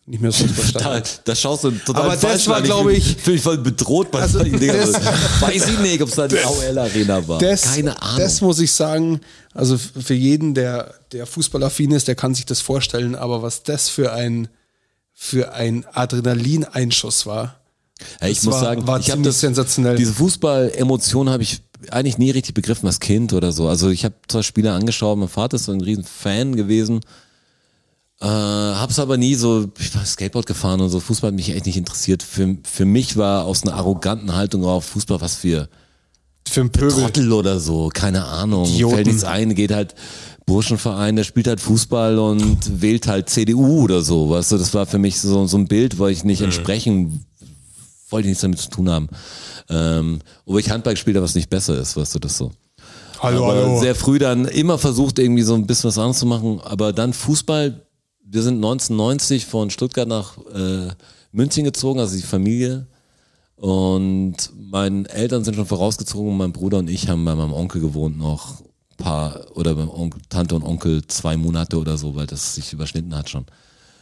Nicht mehr so Da, verstanden. da schaust du total Aber das falsch war, an. glaub ich- Bin, bin ich voll bedroht bei also, solchen Dingen. das- Weiß ich nicht, ob es da die AOL-Arena war. Das, Keine Ahnung. das muss ich sagen, also f- für jeden, der, der fußballaffin ist, der kann sich das vorstellen, aber was das für ein, für ein Adrenalineinschuss war. ja, ich das muss war- sagen, war ich habe ziemlich das sensationell. Diese Fußball-Emotion habe ich eigentlich nie richtig begriffen als Kind oder so. Also ich habe zwar Spiele angeschaut, mein Vater ist so ein riesen Fan gewesen. Äh, hab's aber nie so, ich war Skateboard gefahren und so, Fußball hat mich echt nicht interessiert. Für, für mich war aus einer arroganten Haltung auf Fußball was für Für einen Pöbel. Trottel oder so, keine Ahnung. Idioten. Fällt nichts ein, geht halt Burschenverein, der spielt halt Fußball und Mhm. wählt halt CDU oder so. Weißt du, das war für mich so, so ein Bild, weil ich nicht entsprechen wollte nichts damit zu tun haben. Ähm, obwohl ich Handball gespielt habe, was nicht besser ist, weißt du das so. Hallo, aber hallo. sehr früh dann immer versucht, irgendwie so ein bisschen was anderes zu machen. Aber dann Fußball, wir sind 1990 von Stuttgart nach äh, München gezogen, also die Familie. Und meine Eltern sind schon vorausgezogen, mein Bruder und ich haben bei meinem Onkel gewohnt noch ein paar, oder beim Onkel, Tante und Onkel zwei Monate oder so, weil das sich überschnitten hat schon.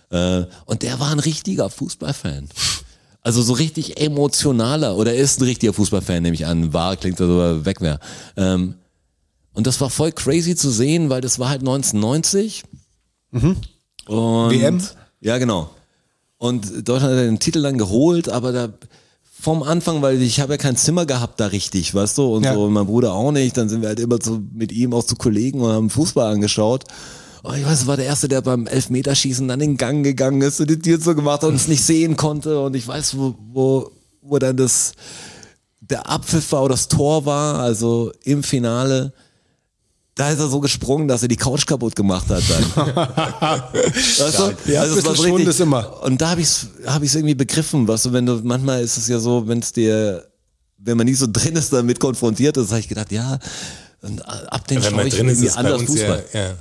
Äh, und der war ein richtiger Fußballfan. Also so richtig emotionaler, oder ist ein richtiger Fußballfan, nehme ich an. War, klingt so, aber weg wäre. Ähm, und das war voll crazy zu sehen, weil das war halt 1990. Und, WM? Ja, genau. Und Deutschland hat den Titel dann geholt, aber da vom Anfang, weil ich habe ja kein Zimmer gehabt da richtig, weißt du, und Ja. so und mein Bruder auch nicht, dann sind wir halt immer zu, mit ihm auch zu Kollegen und haben Fußball angeschaut. Oh, ich weiß, es war der Erste, der beim Elfmeterschießen dann in den Gang gegangen ist und die Tür so gemacht hat und es nicht sehen konnte und ich weiß, wo, wo, wo dann das, der Abpfiff war oder das Tor war, also im Finale. Da ist er so gesprungen, dass er die Couch kaputt gemacht hat dann. weißt du? Also Ja, ein es war bisschen schwund ist immer. Und da habe ich es hab ich's irgendwie begriffen, weißt du, wenn du, manchmal ist es ja so, wenn es dir, wenn man nicht so drin ist, damit konfrontiert ist, habe ich gedacht, ja, und äh, ab den Wenn schaue man ich drin ist, irgendwie ist bei anders uns ja, Fußball. ja.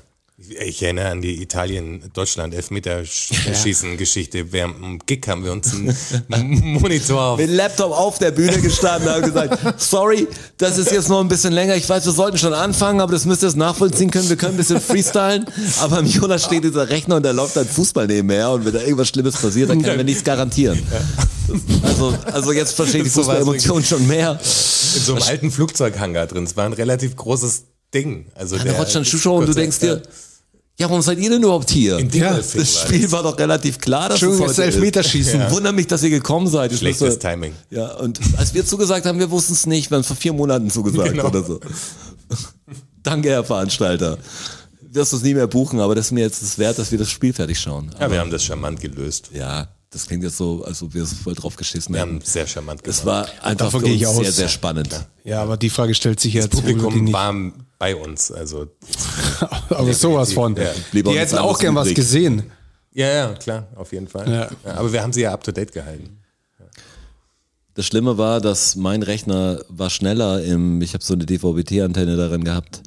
Ich erinnere an die Italien-Deutschland-Elfmeterschießen-Geschichte. Während dem Gig haben wir uns einen Monitor auf. Mit Laptop auf der Bühne gestanden und haben gesagt, sorry, das ist jetzt noch ein bisschen länger. Ich weiß, wir sollten schon anfangen, aber das müsst ihr jetzt nachvollziehen können. Wir können ein bisschen freestylen. Aber am Jonas steht dieser Rechner und da läuft dann Fußball nebenher und wenn da irgendwas Schlimmes passiert, dann können wir nichts garantieren. Also, also jetzt verstehe ich So war's Fußball-Emotionen schon mehr. in so einem alten Flugzeughangar drin. Es war ein relativ großes Ding. Also Dann rutscht dann Schuhschuh und du denkst dir, ja, warum seid ihr denn überhaupt hier? In Ja, Dieterfing Das äh, war Spiel war doch relativ klar, dass es Entschuldigung, heute das ist. Elfmeterschießen. Ja. Wundert mich, dass ihr gekommen seid. Ich Schlechtes wusste- Timing. Ja, und als wir zugesagt haben, wir wussten es nicht, wir haben es vor vier Monaten zugesagt Genau. oder so. Danke, Herr Veranstalter. Du wirst es nie mehr buchen, aber das ist mir jetzt das wert, dass wir das Spiel fertig schauen. Ja, wir haben das charmant gelöst. Ja, das klingt jetzt so, als ob wir es voll drauf geschissen Wir hätten. haben es sehr charmant gemacht. Es war einfach für davon gehe uns ich sehr, aus. sehr spannend. Ja, aber die Frage stellt sich ja jetzt das wirklich Publikum nicht. war bei uns. Also, Aber sowas von. Ja. Die Lieber uns hätten alles auch gern was übrig. gesehen. ja, ja, klar, auf jeden Fall. Ja. Ja, aber wir haben sie ja up to date gehalten. Das Schlimme war, dass mein Rechner war schneller im, ich habe so eine DVB-T-Antenne daran gehabt,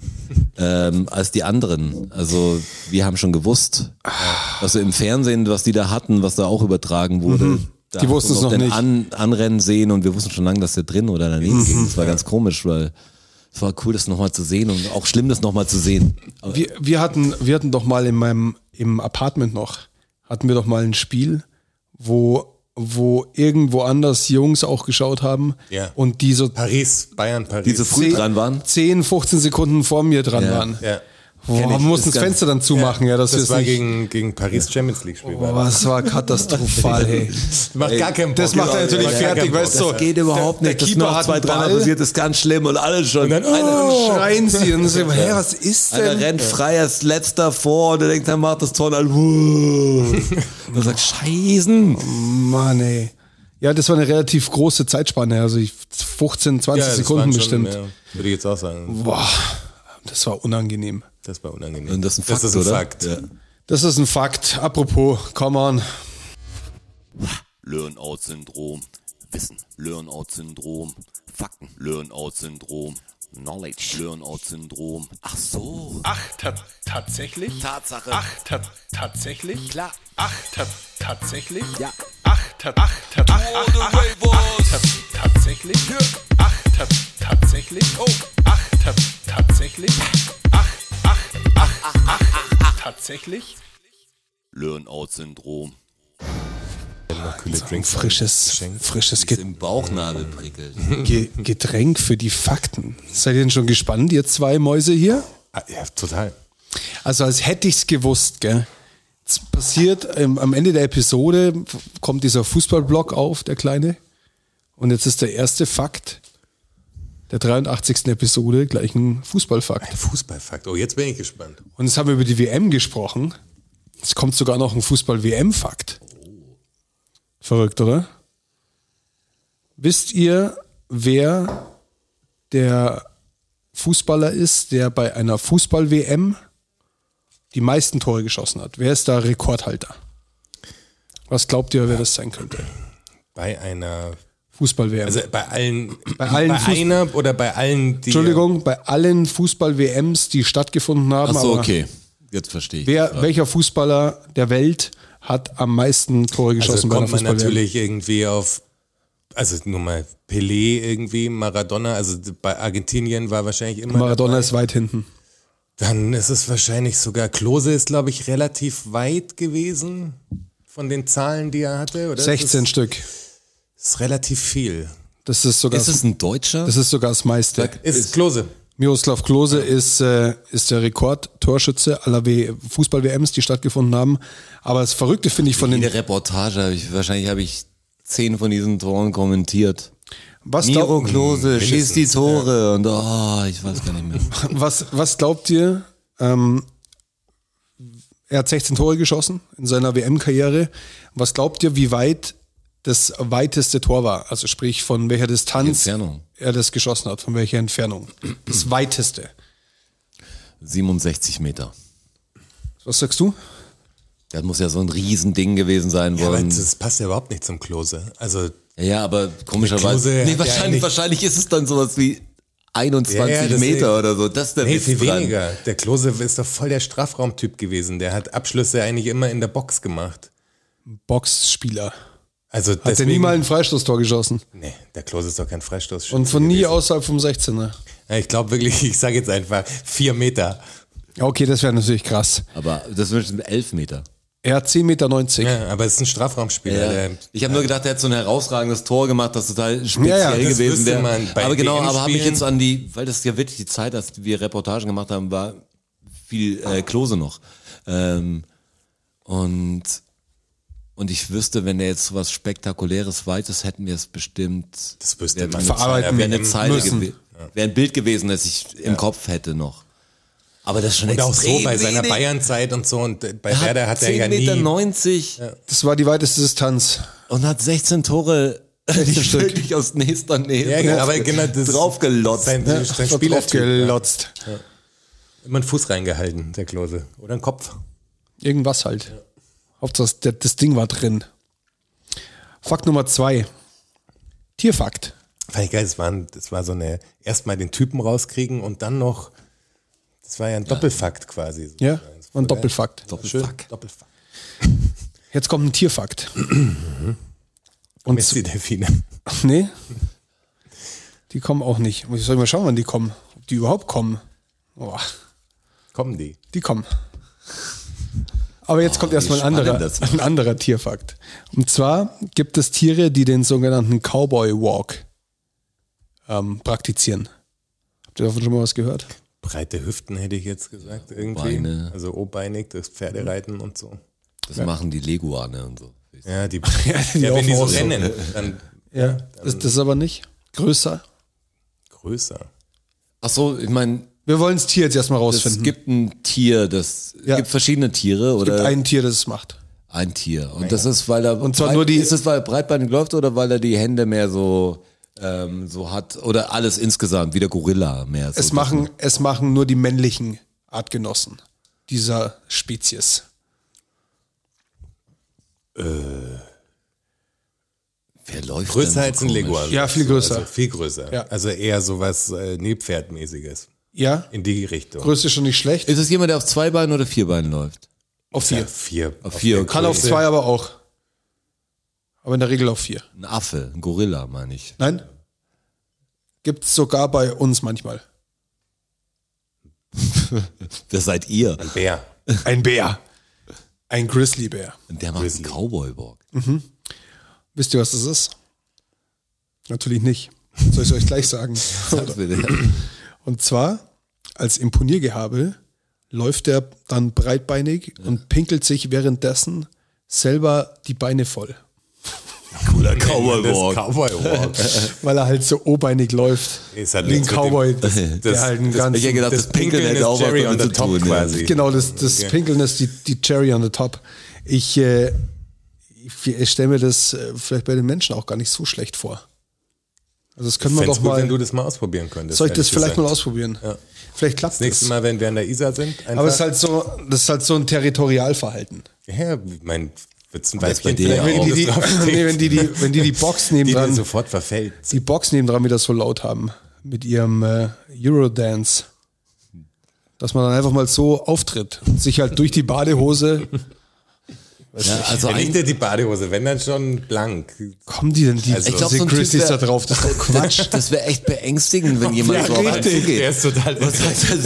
ähm, als die anderen. Also wir haben schon gewusst, also im Fernsehen, was die da hatten, was da auch übertragen wurde. da Mhm. Die hast du wussten es noch den nicht. Mhm. An, Anrennen sehen und wir wussten schon lange, dass der drin oder daneben ging. Das war ganz komisch, weil es war cool, das nochmal zu sehen und auch schlimm, das nochmal zu sehen. Aber Wir, wir, hatten, wir hatten doch mal in meinem im Apartment noch, hatten wir doch mal ein Spiel, wo, wo irgendwo anders Jungs auch geschaut haben Ja. und die so Paris, Bayern, Paris. Diese Früh zehn- dran waren. 10, 15 Sekunden vor mir dran Ja. waren. ja. Boah, Kenn ich. man musste das ganz- Fenster dann zumachen, ja, dass das das war nicht, gegen, gegen Paris Champions League Spiel. war Boah, es war katastrophal, hey. das. Macht gar keinen Bock. das macht er natürlich Macht gar fertig, keinen weißt Bock. du. das geht überhaupt der- nicht. der das Keeper noch hat zwei, einen dreimal Ball. passiert, das ist ganz schlimm und alle schon. dann, Alle- oh. Schreien sie und sie, hä, was ist Einer denn? rennt frei als letzter vor und er denkt, er macht das Tor und dann, wuh. und er sagt, Scheißen. Mann, ey. Ja, das war eine relativ große Zeitspanne, also ich- 15, 20 Ja, das Sekunden waren schon, bestimmt. ja, würde ich jetzt auch sagen. Boah, das war unangenehm. Das war unangenehm. Und das ist ein Fakt, das ist ein oder? Fakt. Ja. Das ist ein Fakt. Apropos, come on. Learn-out-Syndrom. Wissen. Learn-out-Syndrom. Fakten. Learn-out-Syndrom. Knowledge. Learn-out-Syndrom. Ach so. Ach, ta tatsächlich? Tatsache. Ach, ta tatsächlich? Klar. Ach, ta tatsächlich? Ja. Ach, ta ach, ta ach, ach, ach, ach, ta tatsächlich? Ach, ta tatsächlich? Oh. Ach, ta tatsächlich? Ach, ach, ach, ach, ach, ach, tatsächlich? Learn-out-Syndrom. Kühle Drinks. Frisches, frisches Ge Im Bauchnabel prickelt. Ge Getränk für die Fakten. Seid ihr denn schon gespannt, ihr zwei Mäuse hier? Ah, ja, total. Also als hätte ich's gewusst, gell? Es passiert, ähm, am Ende der Episode f- kommt dieser Fußballblock auf, der kleine. Und jetzt ist der erste Fakt der 83. Episode gleich ein Fußballfakt. Fußballfakt. Oh, jetzt bin ich gespannt. Und jetzt haben wir über die WM gesprochen. Jetzt kommt sogar noch ein Fußball-WM-Fakt. Verrückt, oder? Wisst ihr, wer der Fußballer ist, der bei einer Fußball-WM die meisten Tore geschossen hat? Wer ist da Rekordhalter? Was glaubt ihr, wer das sein könnte? Bei einer Fußball-WM. Also bei allen, Bei allen bei Fuß- einer oder bei allen, die. Entschuldigung, bei allen Fußball-WMs, die stattgefunden haben. Ach so, aber okay. Jetzt verstehe ich. Wer, welcher Fußballer der Welt hat am meisten Tore Also geschossen bei einer kommt man Fußball-WM? natürlich irgendwie auf, also nur mal Pelé irgendwie, Maradona, also bei Argentinien war wahrscheinlich immer. Maradona ist weit hinten. Dann ist es wahrscheinlich sogar, Klose ist glaube ich relativ weit gewesen von den Zahlen, die er hatte. Oder? 16 Das ist, Stück. ist relativ viel. Das ist sogar ist es ein Deutscher? das, ist sogar das meiste. Ist, Klose. Miroslav Klose ist, äh, ist der Rekordtorschütze aller W- Fußball-WMs, die stattgefunden haben. Aber das Verrückte finde ich von In den... der Reportage habe ich, wahrscheinlich habe ich zehn von diesen Toren kommentiert. Was, Miro glaub, Klose schießt die Tore und oh, ich weiß gar nicht mehr. was, was glaubt ihr? Ähm, er hat 16 Tore geschossen in seiner WM-Karriere. Was glaubt ihr, wie weit das weiteste Tor war? Also sprich, von welcher Distanz Entfernung. er das geschossen hat, von welcher Entfernung. Das weiteste. 67 Meter. Was sagst du? Das muss ja so ein Riesending gewesen sein Ja, aber wollen. das passt ja überhaupt nicht zum Klose. Also Ja, ja, aber komischerweise. Klose Nee, hat ja wahrscheinlich, eigentlich- wahrscheinlich ist es dann sowas wie 21 Ja, ja, deswegen- Meter oder so. Das ist der nee, Witz viel dran. weniger. Der Klose ist doch voll der Strafraumtyp gewesen. Der hat Abschlüsse eigentlich immer in der Box gemacht. Boxspieler. Also Hat er nie mal ein Freistoßtor geschossen. Nee, der Klose ist doch kein Freistoß. Und von nie außerhalb vom 16er. Ja, ich glaube wirklich, ich sage jetzt einfach vier Meter. Ja, Okay, das wäre natürlich krass. Aber das sind 11 Meter. Er hat 10,90 Meter. Ja, aber es ist ein Strafraumspieler. Ja. Der, Ich habe nur gedacht, er hat so ein herausragendes Tor gemacht, das total speziell Ja, ja, das gewesen wüsste wäre. man bei Aber genau, WM aber habe ich Spielen. jetzt an die, weil das ist ja wirklich die Zeit, als wir Reportagen gemacht haben, war viel äh, Klose noch. Ähm, und, und ich wüsste, wenn er jetzt so was Spektakuläres Weites, hätten wir es bestimmt das wüsste wäre man. verarbeiten Ja, eine WM. Zeile müssen. gewe- wäre ein Bild gewesen, das ich im Kopf hätte noch. Aber das ist schon Und auch so bei seiner wenig. Bayernzeit und so. Und bei Werder hat er 10,90 ja nie. Meter 90 Das war die weiteste Distanz. und hat 16 Tore äh, wirklich aus nächster Nähe Ja, genau, aber genau das draufgelotzt. Sein, Ja, sein ne? hat Spielertyp. draufgelotzt. Immer einen Fuß reingehalten, der Klose. Oder einen Kopf. Irgendwas halt. Hauptsache, das, das Ding war drin. Fakt Nummer zwei. Tierfakt. Fand ich geil, es war, ein- das war so eine, erstmal den Typen rauskriegen und dann noch, das war ja ein Doppelfakt quasi. Ja? Das Und war Doppelfakt. der- Schön, Doppelfakt. Jetzt kommt ein Tierfakt. Und Messi Delfine. z- nee, die kommen auch nicht. Ich soll mal schauen, wann die kommen. Ob die überhaupt kommen. Boah, Kommen die. die kommen. Aber jetzt kommt erstmal ein Oh, spannend anderer, das ein anderer Tierfakt. Und zwar gibt es Tiere, die den sogenannten Cowboy Walk ähm, praktizieren. Habt ihr davon schon mal was gehört? Breite Hüften hätte ich jetzt gesagt, irgendwie. Beine. Also obeinig, das Pferdereiten und so. Das machen die Leguane und so. Ja, die, die ja, wenn die so laufen auch so. rennen, dann Ja, das, das ist aber nicht. Größer. größer. Ach so, ich meine, Wir wollen das Tier jetzt erstmal es rausfinden. gibt ein Tier, das es Ja. gibt verschiedene Tiere Es gibt oder ein Tier, das es macht. ein Tier und das ist, weil er Und zwar nur die- ist es, weil er breitbeinig läuft oder weil er die Hände mehr so ähm, so hat oder alles insgesamt wie der Gorilla mehr. So Es machen, es machen nur die männlichen Artgenossen dieser Spezies. wer läuft Größer denn als ein komisch? Leguan. Ja, viel Also größer. viel größer. Ja. Also eher sowas äh, Nebpferdmäßiges. Ja, In die Richtung. Größe ist schon nicht schlecht. Ist es jemand, der auf zwei Beinen oder vier Beinen läuft? Auf vier. Vier. Auf vier, der okay. Kann auf Größe. zwei aber auch. Aber in der Regel auf vier. Ein Affe, ein Gorilla, meine ich. Nein? Gibt es sogar bei uns manchmal. Das seid ihr. Bär. Ein Bär. Ein Grizzlybär. Und der macht einen Cowboy-Walk. Wisst ihr, was das ist? Natürlich nicht. Soll ich euch gleich sagen? Sag bitte. Und zwar als Imponiergehabe läuft er dann breitbeinig und pinkelt sich währenddessen selber die Beine voll, Cooler Das Cowboy-Walk. Cowboy Walk. weil er halt so obeinig läuft. Ist halt wie ein nichts mit dem- Cowboy, das, der halt einen ganzen, Ich hätte gedacht, das, das Pinkeln Pinkeln hätte ist auch Cherry was on the damit zu top tun. quasi. Ja. genau, das, das Okay. Pinkeln ist die, die Cherry on the top. Ich, äh, ich, ich stelle mir das äh, vielleicht bei den Menschen auch gar nicht so schlecht vor. Also das können wir Fänd's doch gut, wenn du mal. das mal ausprobieren könntest. Soll ich das ehrlich vielleicht mal gesagt. ausprobieren? Vielleicht klappt Das nächste das. Mal, wenn wir an der Isar sind, einfach. Aber es ist halt so, das ist halt so ein Territorialverhalten. ja, ich mein, Willst du ein Weiß bei Weibchen dir vielleicht, ja wenn auch. die, die, Also nee, wenn die die, wenn die, die Box nehmen die dir dran, sofort verfällt. die Box nehmen dran wieder so laut haben mit ihrem äh, Eurodance. Dass man dann einfach mal so auftritt und sich halt durch die Badehose. Ja, also wenn ich ein, dir die Badehose, wenn dann schon blank. Kommen die denn die Also- also, Ich glaub, so ein Typ Christies da wär- drauf? Das ist doch Quatsch. das wäre echt beängstigend, wenn jemand so auf Der einen zugeht. ist total.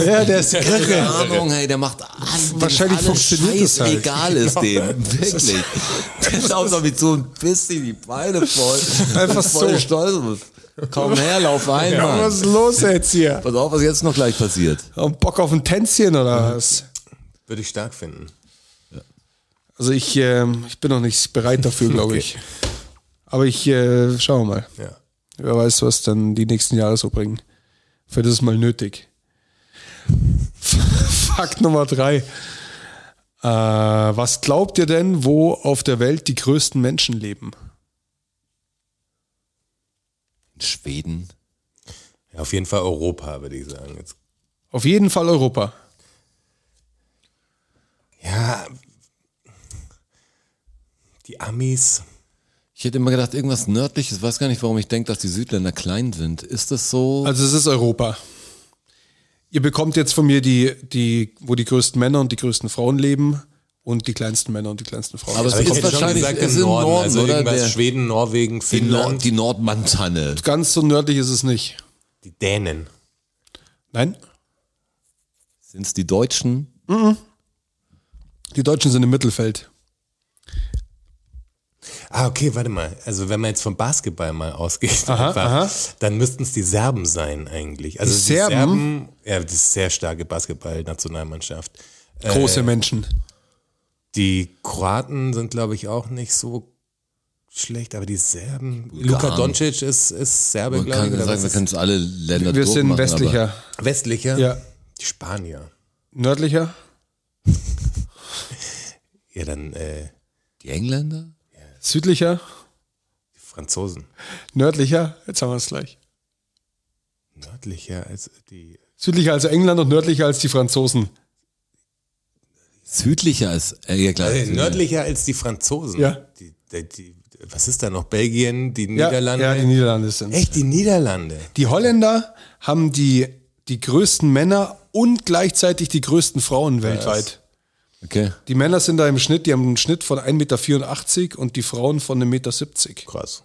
ja, der ist Keine irre. Ahnung, hey, der macht alles, Wahrscheinlich alles funktioniert das halt. Egal ist dem, wirklich. Der lauft doch mit so ein bisschen die Beine voll. Einfach voll so. stolz. Komm her, lauf ein, Was Mann. ist los jetzt hier? Pass auf, was jetzt noch gleich passiert. Und Bock auf ein Tänzchen oder was? Würde ich stark finden. Also ich, ähm, ich bin noch nicht bereit dafür, glaube Okay. ich. Aber ich äh, schauen wir mal. Ja. Wer weiß, was dann die nächsten Jahre so bringen. Vielleicht ist es mal nötig. Fakt Nummer drei. Äh, was glaubt ihr denn, wo auf der Welt die größten Menschen leben? In Schweden. ja. Auf jeden Fall Europa, würde ich sagen. Jetzt, Auf jeden Fall Europa. ja. Die Amis. Ich hätte immer gedacht, irgendwas Nördliches. Weiß gar nicht, warum ich denke, dass die Südländer klein sind. Ist das so? Also es ist Europa. Ihr bekommt jetzt von mir die, die, wo die größten Männer und die größten Frauen leben und die kleinsten Männer und die kleinsten Frauen. Also Aber es Aber ich ist hätte schon wahrscheinlich gesagt es im ist im Norden. Norden, also oder? irgendwas Der- Schweden, Norwegen, die, Nord Finnland, die Nordmantanne. ganz so nördlich ist es nicht. die Dänen. Nein? Sind es die Deutschen? Die Deutschen sind im Mittelfeld. Ah, okay, warte mal. Also wenn man jetzt vom Basketball mal ausgeht, etwa, dann müssten es die Serben sein eigentlich. Also die, Serben? Serben ja, die sehr starke Basketball-Nationalmannschaft. Äh, Große Menschen. Die Kroaten sind, glaube ich, auch nicht so schlecht, aber die Serben. Luka Doncic ist, ist Serbe, Man glaube kann ich. oder sagen, was wir ist- können es alle Länder Wir sind durchmachen, aber- westlicher. Westlicher? Ja. Die Spanier. Nördlicher? Ja, dann äh, Die Engländer? Südlicher? die Franzosen. Nördlicher? Jetzt haben wir es gleich. Nördlicher als die. Südlicher als England und nördlicher als die Franzosen. Südlicher als, äh, ja klar. Äh, Südlicher. nörtlicher als die Franzosen. Ja. Die, die, die, was ist da noch? Belgien, die Ja, Niederlande. Ja, die Niederlande sind Echt, die Niederlande? Die Holländer haben die, die größten Männer und gleichzeitig die größten Frauen weltweit. Okay. Die Männer sind da im Schnitt, die haben einen Schnitt von 1,84 Meter und die Frauen von 1,70 Meter. Krass.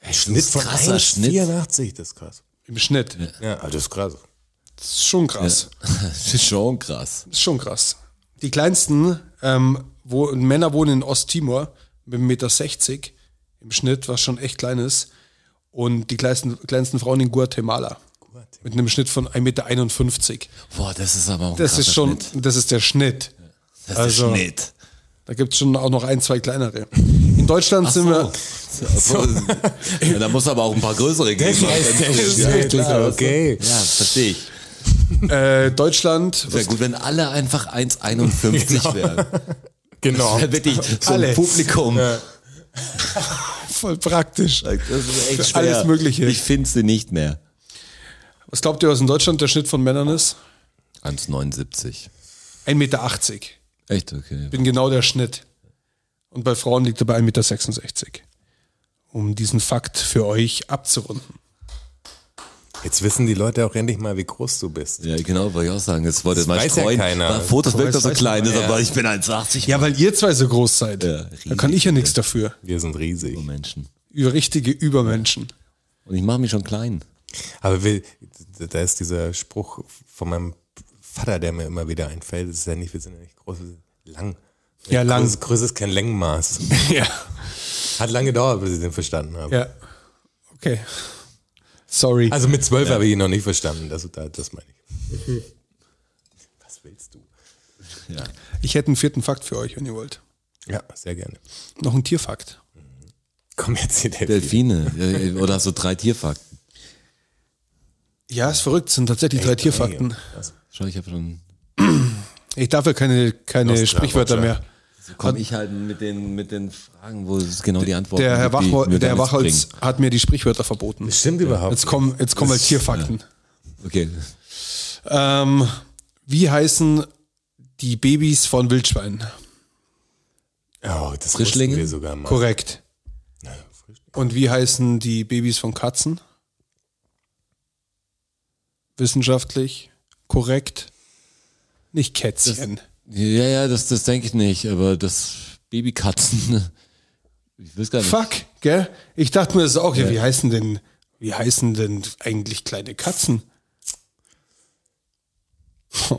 Ein Schnitt von krasser 1,84, Schnitt. das ist krass. Im Schnitt. Ja, aber das ist krass. Das ist schon krass. Das ist schon krass. Das ist schon krass. Die kleinsten ähm, wo, Männer wohnen in Osttimor mit 1,60 Meter im Schnitt, was schon echt klein ist. Und die kleinsten, kleinsten Frauen in Guatemala mit einem Schnitt von 1,51 Meter. Boah, das ist aber auch ein Das ist krasser schon, Schnitt. das ist der Schnitt. Das also- ist Schnitt. Da gibt es schon auch noch ein, zwei kleinere. In Deutschland sind wir. So. Ja, da muss aber auch ein paar größere geben. Ja, klar, okay. Ja, verstehe ich. Äh, Deutschland, Wäre gut, wenn alle einfach 1,51 wären. Genau. Wär wirklich so Alle. ein Publikum. voll praktisch. Das ist echt Für schwer. alles Mögliche. Ich finde sie nicht mehr. Was glaubt ihr, was in Deutschland der Schnitt von Männern ist? 1,79. 1,80 Meter. Echt, okay. Bin genau der Schnitt. Und bei Frauen liegt er bei 1,66 Meter. Um diesen Fakt für euch abzurunden. Jetzt wissen die Leute auch endlich mal, wie groß du bist. Ja, genau, wollte ich auch sagen. Das wollte Das mein weiß ja Freund. keiner. Weil Fotos wirkt weiß- er so weiß klein, ist, ja. aber ich bin halt 1,80. Ja, weil ihr zwei so groß seid. Ja, da kann ich ja nichts dafür. Wir sind riesig. Menschen. Über richtige Übermenschen. Und ich mache mich schon klein. Aber wir, da ist dieser Spruch von meinem Vater, der mir immer wieder einfällt. Das ist ja nicht, wir sind ja nicht groß, wir sind lang. Ja, lang. Größe, Größe ist kein Längenmaß. Ja. Hat lange gedauert, bis ich den verstanden habe. Ja. Okay. Sorry. Also mit zwölf habe ich ihn noch nicht verstanden. Das, da- das meine ich. Was willst du? ich hätte einen vierten Fakt für euch, wenn ihr wollt. Ja, sehr gerne. Noch ein Tierfakt. Komm jetzt hier, Delphi. Delfine. Ja, Oder hast du drei Tierfakten? Ja, ist verrückt. Sind tatsächlich drei Tierfakten. Schau, ich habe schon. Ich darf ja keine, keine Nostra, Sprichwörter Roger. mehr. Komm ich halt mit den, mit den Fragen, wo es genau die Antworten Der Herr, gibt, die Wachhol mir der Herr gar nichts Wachholz bringen. hat mir die Sprichwörter verboten. Stimmt überhaupt. Jetzt kommen, jetzt kommen halt Tierfakten. Okay. Ähm, wie heißen die Babys von Wildschweinen? Oh, das Frischlinge? wussten wir sogar mal. Korrekt. Und wie heißen die Babys von Katzen? Wissenschaftlich korrekt. Nicht Kätzchen. Ja, ja, das, das denke ich nicht, aber das Babykatzen, ich weiß gar nicht. Fuck, gell? Ich dachte mir das auch, ja. wie heißen denn, wie heißen denn eigentlich kleine Katzen? Hm.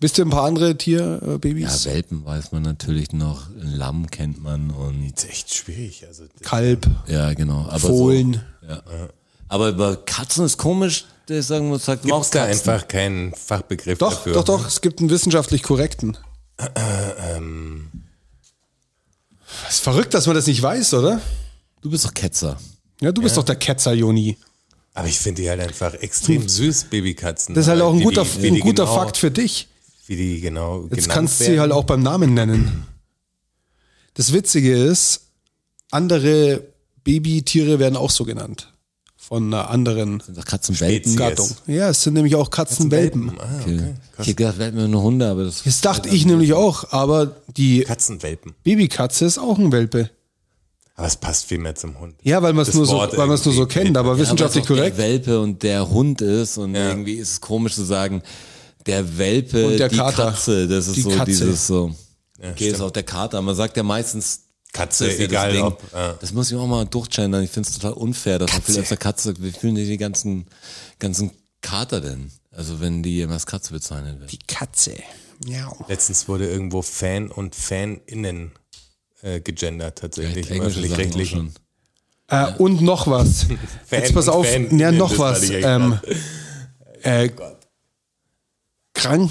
Wisst ihr ein paar andere Ja, Tierbabys? Welpen weiß man natürlich noch, ein Lamm kennt man und Das ist echt schwierig. Also, das- Kalb, ja, genau. Aber Fohlen. So, aber über Katzen ist komisch, der sagen wir, sagt Gibt's da Mauskatzen. einfach keinen Fachbegriff Doch, dafür? doch, doch, es gibt einen wissenschaftlich korrekten. Es ist verrückt, dass man das nicht weiß, oder? Du bist doch Ketzer. Ja, du bist doch der Ketzer, Joni. Aber ich finde die halt einfach extrem süß, Babykatzen. Das ist halt auch ein Wie guter, die- wie ein die guter genau- Fakt für dich. Wie die genau Jetzt genannt kannst du werden. sie halt auch beim Namen nennen. Das Witzige ist, andere Babytiere werden auch so genannt. Von einer anderen Sind doch Katzenwelpen. Spezies. Gattung. Ja, es sind nämlich auch Katzenwelpen. Ah, Okay. okay. Ich hätte gedacht, Welpen sind nur Hunde, aber das Das dachte ich nämlich auch, aber die Katzenwelpen. Babykatze ist auch ein Welpe. Aber es passt viel mehr zum Hund. Ja, weil man es Das nur, so, Wort weil man es nur so irgendwie. kennt, aber Ja, aber es ist wissenschaftlich auch korrekt. Der Welpe und der Hund ist und Ja. irgendwie ist es komisch zu sagen, der Welpe, Und der die Kater. Katze, das ist Die so Katze. dieses so. Ja, okay, ist auch der Kater. Man sagt ja meistens Katze, ist ja das egal Ding. ob, äh, ja. Das muss ich auch mal durchscheinen. Ich finde es total unfair, dass man viel als der Katze, wir fühlen die ganzen, ganzen Kater denn. Also wenn die jemals Katze bezeichnet wird. Katze. Miau. Letztens wurde irgendwo Fan und FanInnen äh, gegendert tatsächlich. Vielleicht Im englische Sachen auch öffentlich-rechtlichen. schon. Äh, und noch was. Jetzt pass und auf, Fan, ja, noch das fand was. ich echt Oh Ähm, äh,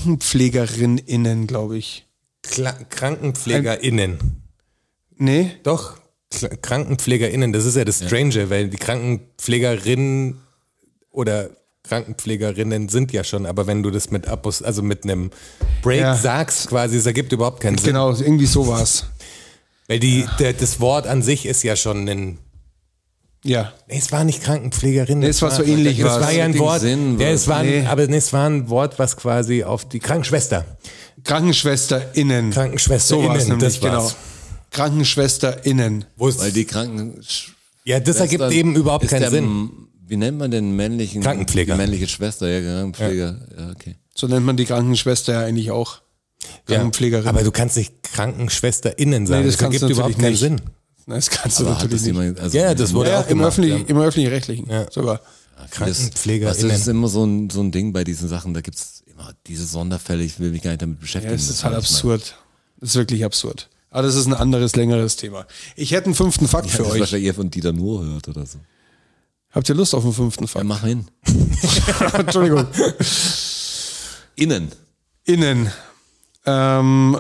KrankenpflegerInnen, glaube ich. Kla KrankenpflegerInnen. Nee? Doch, Kla KrankenpflegerInnen, das ist ja das Strange, weil die Krankenpflegerinnen oder Krankenpflegerinnen sind ja schon, aber wenn du das mit Abus, also mit einem Break Ja. sagst, quasi, es ergibt überhaupt keinen Sinn. Genau, irgendwie sowas. Genau. Weil die, der, das Wort an sich ist ja schon ein. Ja. Nee, es war nicht Krankenpflegerin. Nee, es war so ähnlich Das was. war ja ein Richtigen Wort. Sinn, ja, was. es war ein, Nee. Aber nee, es war ein Wort, was quasi auf die KrankenschwesterInnen. KrankenschwesterInnen. Krankenschwester sowas innen, nämlich, das war's. genau. KrankenschwesterInnen. Wo es- Weil die Kranken. Sch- Ja, das ergibt Schwestern eben überhaupt ist keinen der, Sinn. m- Wie nennt man den männlichen Krankenpfleger. Die männliche Schwester, ja, Krankenpfleger. Ja, okay. So nennt man die Krankenschwester ja eigentlich auch. Krankenpflegerin. Aber du kannst nicht Krankenschwesterinnen sagen. Nee, das, ergibt natürlich überhaupt keinen nicht. Sinn. Nein, das kannst du Aber hat natürlich das nicht. jemand, also Ja, das wurde Ja, auch im, gemacht. öffentlich, im öffentlichen-rechtlichen Ja. sogar. Krankenpfleger Das ist immer so ein, so ein Ding bei diesen Sachen. Da gibt's immer diese Sonderfälle. Ich will mich gar nicht damit Ja, beschäftigen. das ist halt weiß ich absurd. Das ist wirklich absurd. Aber das ist ein anderes, längeres Thema. Ich hätte einen fünften Fakt mal. für das ist euch. wahrscheinlich eher von Dieter Nuhr hört oder so. Habt ihr Lust auf einen fünften Ja, Fakt? mach hin. Entschuldigung. Innen. Innen. Ähm,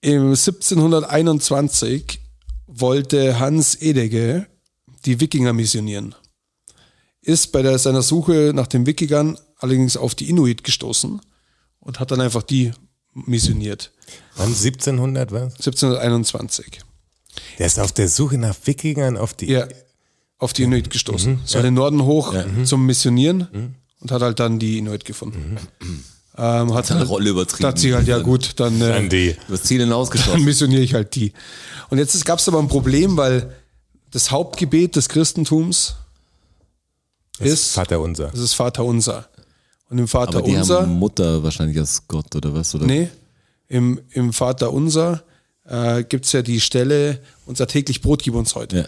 im 1721 wollte Hans Edege die Wikinger missionieren. Ist bei der, seiner Suche nach den Wikingern allerdings auf die Inuit gestoßen und hat dann einfach die missioniert. Wann 1700 was? 1721. Der ist auf der Suche nach Wikingern auf die. Ja, auf die Inuit gestoßen. Mhm. so den Norden hoch zum Missionieren und hat halt dann die Inuit gefunden. Ähm, hat, Eine halt, Mhm. Rolle übertrieben. hat sich halt, ja gut, dann äh, An die. Übers Ziel dann hinausgeschossen. missioniere ich halt die. Und jetzt gab es aber ein Problem, weil das Hauptgebet des Christentums Das ist, Vater unser. das ist Vater unser. Und im Vater Aber die unser, haben Mutter wahrscheinlich als Gott oder was? Oder? nee, im, im Vater unser äh, gibt es ja die Stelle, unser täglich Brot gib uns heute. Ja.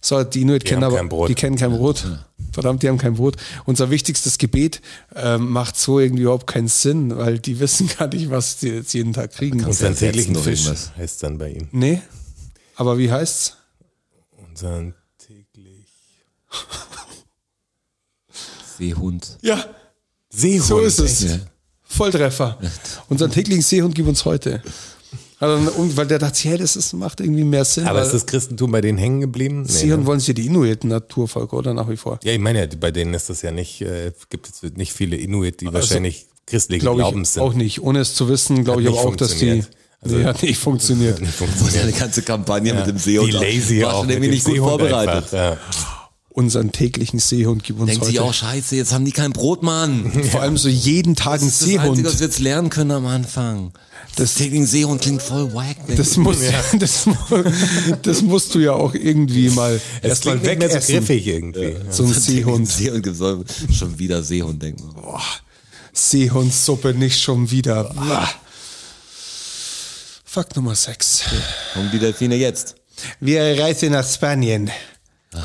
So, die Inuit kennen haben aber, kein Brot. die kennen kein Brot. Verdammt, die haben kein Brot. Unser wichtigstes Gebet ähm, macht so irgendwie überhaupt keinen Sinn, weil die wissen gar nicht, was sie jetzt jeden Tag kriegen. Unseren ersetzen täglichen durch Fisch irgendwas. heißt dann bei ihm. Nee, aber wie heißt's? Unseren täglich. Seehund. Ja, Seehund. so ist es. Ja. Volltreffer. Unseren täglichen Seehund gib uns heute. Hat er dann um- weil der dachte, hey, das ist, macht irgendwie mehr Sinn. Aber weil ist das Christentum bei denen hängen geblieben? Nee, Seehund ne? wollen sie die Inuiten Naturvölker, oder? Nach wie vor. Ja, ich meine, ja, bei denen ist das ja nicht, äh, gibt es nicht viele Inuit, die wahrscheinlich christlichen Glaube Glaubens ich sind. auch nicht. Ohne es zu wissen, glaube ich nicht aber auch, dass die. funktioniert. Also- nee, hat nicht funktioniert. Funktioniert. Eine ganze Kampagne mit dem Seehund. Die Lazy War auch. schon mit irgendwie dem nicht gut Seehund vorbereitet. einfach, ja. unseren täglichen Seehund gib uns Denken heute. sich auch, scheiße, jetzt haben die kein Brot, Mann. Vor allem so jeden Tag ein Das ist das Einzige, was Seehund. wir jetzt lernen können am Anfang. Das Taking Seehund klingt voll wack. ne? Das, muss, das, mu- das musst du ja auch irgendwie mal Es erstmal klingt nicht mehr so wegessen. griffig irgendwie. so ein Seehund. Seehund. Seehund gibt's auch- schon wieder Seehund, denkt man. Seehundssuppe nicht schon wieder. Fakt Nummer 6. Kommen die Delfine jetzt? Wir reisen nach Spanien.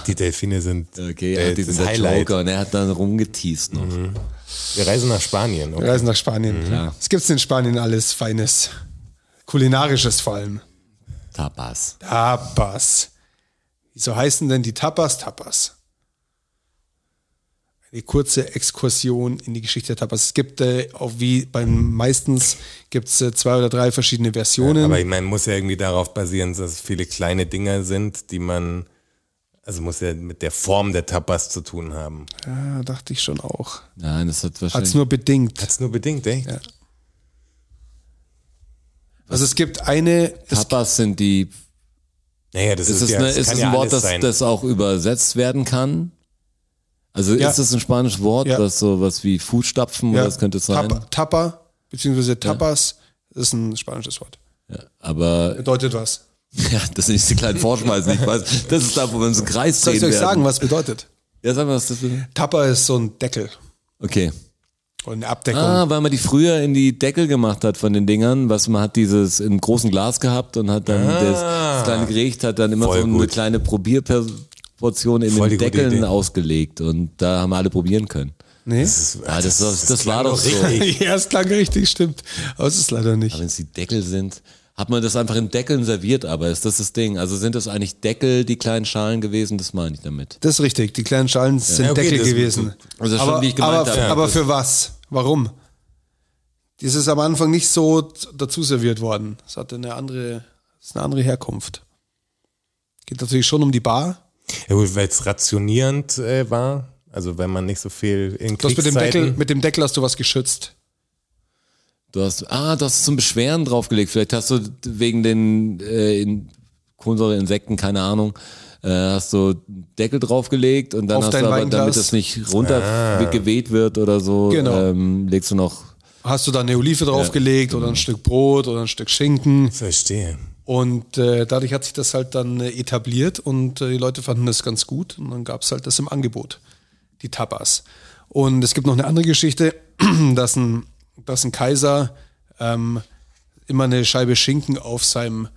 Die Delfine sind Okay, äh, er hat das diesen der Highlight. Joker und er hat dann rumgeteased noch. Wir reisen nach Spanien. Wir Okay. reisen nach Spanien. Was gibt's in Spanien alles Feines? Kulinarisches vor allem. Tapas. Tapas. Wieso heißen denn die Tapas Tapas? Eine kurze Exkursion in die Geschichte der Tapas. Es gibt, äh, auch wie beim meistens, gibt's äh, zwei oder drei verschiedene Versionen. Aber ich meine, muss ja irgendwie darauf basieren, dass es viele kleine Dinger sind, die man, also muss ja mit der Form der Tapas zu tun haben. ja, dachte ich schon auch. Nein, das hat Hat's wahrscheinlich. nur bedingt. Das nur bedingt, echt? Also es gibt eine, es, Tapas sind die. Naja, das Ist ist, es, ja, eine, das ist kann es ja ein Wort, alles das, sein. das auch übersetzt werden kann? Also Ja. ist es ein spanisches Wort, Ja. was so was wie Fußstapfen ja, oder das könnte es sein? Tapa, Tapa beziehungsweise Tapas ist ein spanisches Wort. Aber Bedeutet was? ja, das sind nicht die kleinen Vorspeisen, ich weiß. Das ist da, wo wir uns im Kreis Soll drehen ich euch werden. sagen, was bedeutet? Ja, sag mal, was das ist. Tapa ist so ein Deckel Okay. und eine Abdeckung. Ah, weil man die früher in die Deckel gemacht hat von den Dingern, was man hat dieses im großen Glas gehabt und hat dann das, das kleine Gericht hat dann immer Ah. Voll so eine gut. kleine Probierportion in Voll die gute den Deckeln Idee. ausgelegt und da haben alle probieren können. nee? Ja, ah, das, das, das, war doch so. Aber ja, es klang richtig, stimmt. Aber es ist leider nicht. wenn es die Deckel sind, hat man das einfach in Deckeln serviert, aber ist das das Ding? Also sind das eigentlich Deckel, die kleinen Schalen gewesen? Das meine ich damit. Das ist richtig. Die kleinen Schalen sind Ja, okay, Deckel das- gewesen. Also schon, aber, wie ich gemeint aber, habe. Ja, aber das- für was? Warum? Das ist am Anfang nicht so t- dazu serviert worden. Es hatte eine andere, es ist eine andere Herkunft. Geht natürlich schon um die Bar. Ja gut, weil es rationierend äh, war, also wenn man nicht so viel in Du hast mit dem Deckel, Kriegszeiten... mit dem Deckel hast du was geschützt. Du hast, ah, du hast zum Beschweren draufgelegt. Vielleicht hast du wegen den äh, in Kohlensäure, Insekten, keine Ahnung, äh, hast du Deckel draufgelegt und dann Auf hast dein du aber, Weinglas. Ah. damit das nicht runtergeweht wird oder so, Genau. ähm, legst du noch. Hast du da eine Olive draufgelegt oder ein Stück Brot oder ein Stück Schinken. Verstehe. Und äh, dadurch hat sich das halt dann äh, etabliert und äh, die Leute fanden das ganz gut und dann gab es halt das im Angebot, die Tapas. Und es gibt noch eine andere Geschichte, dass ein, dass ein Kaiser ähm, immer eine Scheibe Schinken auf seinem,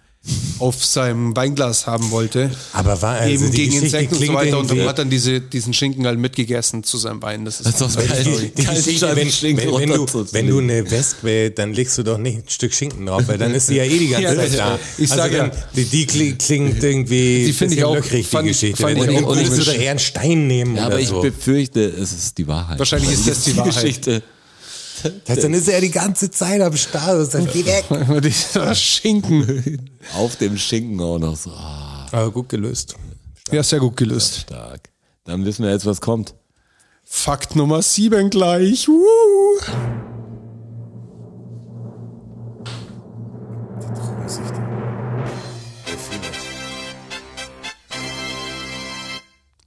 auf seinem Weinglas haben wollte. Aber war also eben die gegen Geschichte Insekten und so klingt weiter und irgendwie- hat dann diese, diesen Schinken halt mitgegessen zu seinem Wein. Das ist, Das ist doch geil. Die, die Keine Geschichte, Scheibe wenn, Schinken wenn, wenn, du, runterzulegen. wenn du eine Wespe, dann legst du doch nicht ein Stück Schinken drauf, weil dann ist sie ja eh die ganze Ja, Zeit da. ich sag also dann, ja. die, die kli- klingt irgendwie Die find ich bisschen auch- löchrig, fand die ich- Geschichte. fand wenn ich du auch würdest du da komisch. eher einen Stein nehmen Ja, oder aber ich so. befürchte, es ist die Wahrheit. wahrscheinlich ist das die Wahrheit. Geschichte. Das heißt, dann ist er ja die ganze Zeit am Start und sagt, geh weg. Dieser Schinken. Auf dem Schinken auch noch so. Ah, Aber gut gelöst. Ja, sehr gut gelöst. stark. Dann wissen wir jetzt, was kommt. Fakt Nummer 7 gleich. Woo.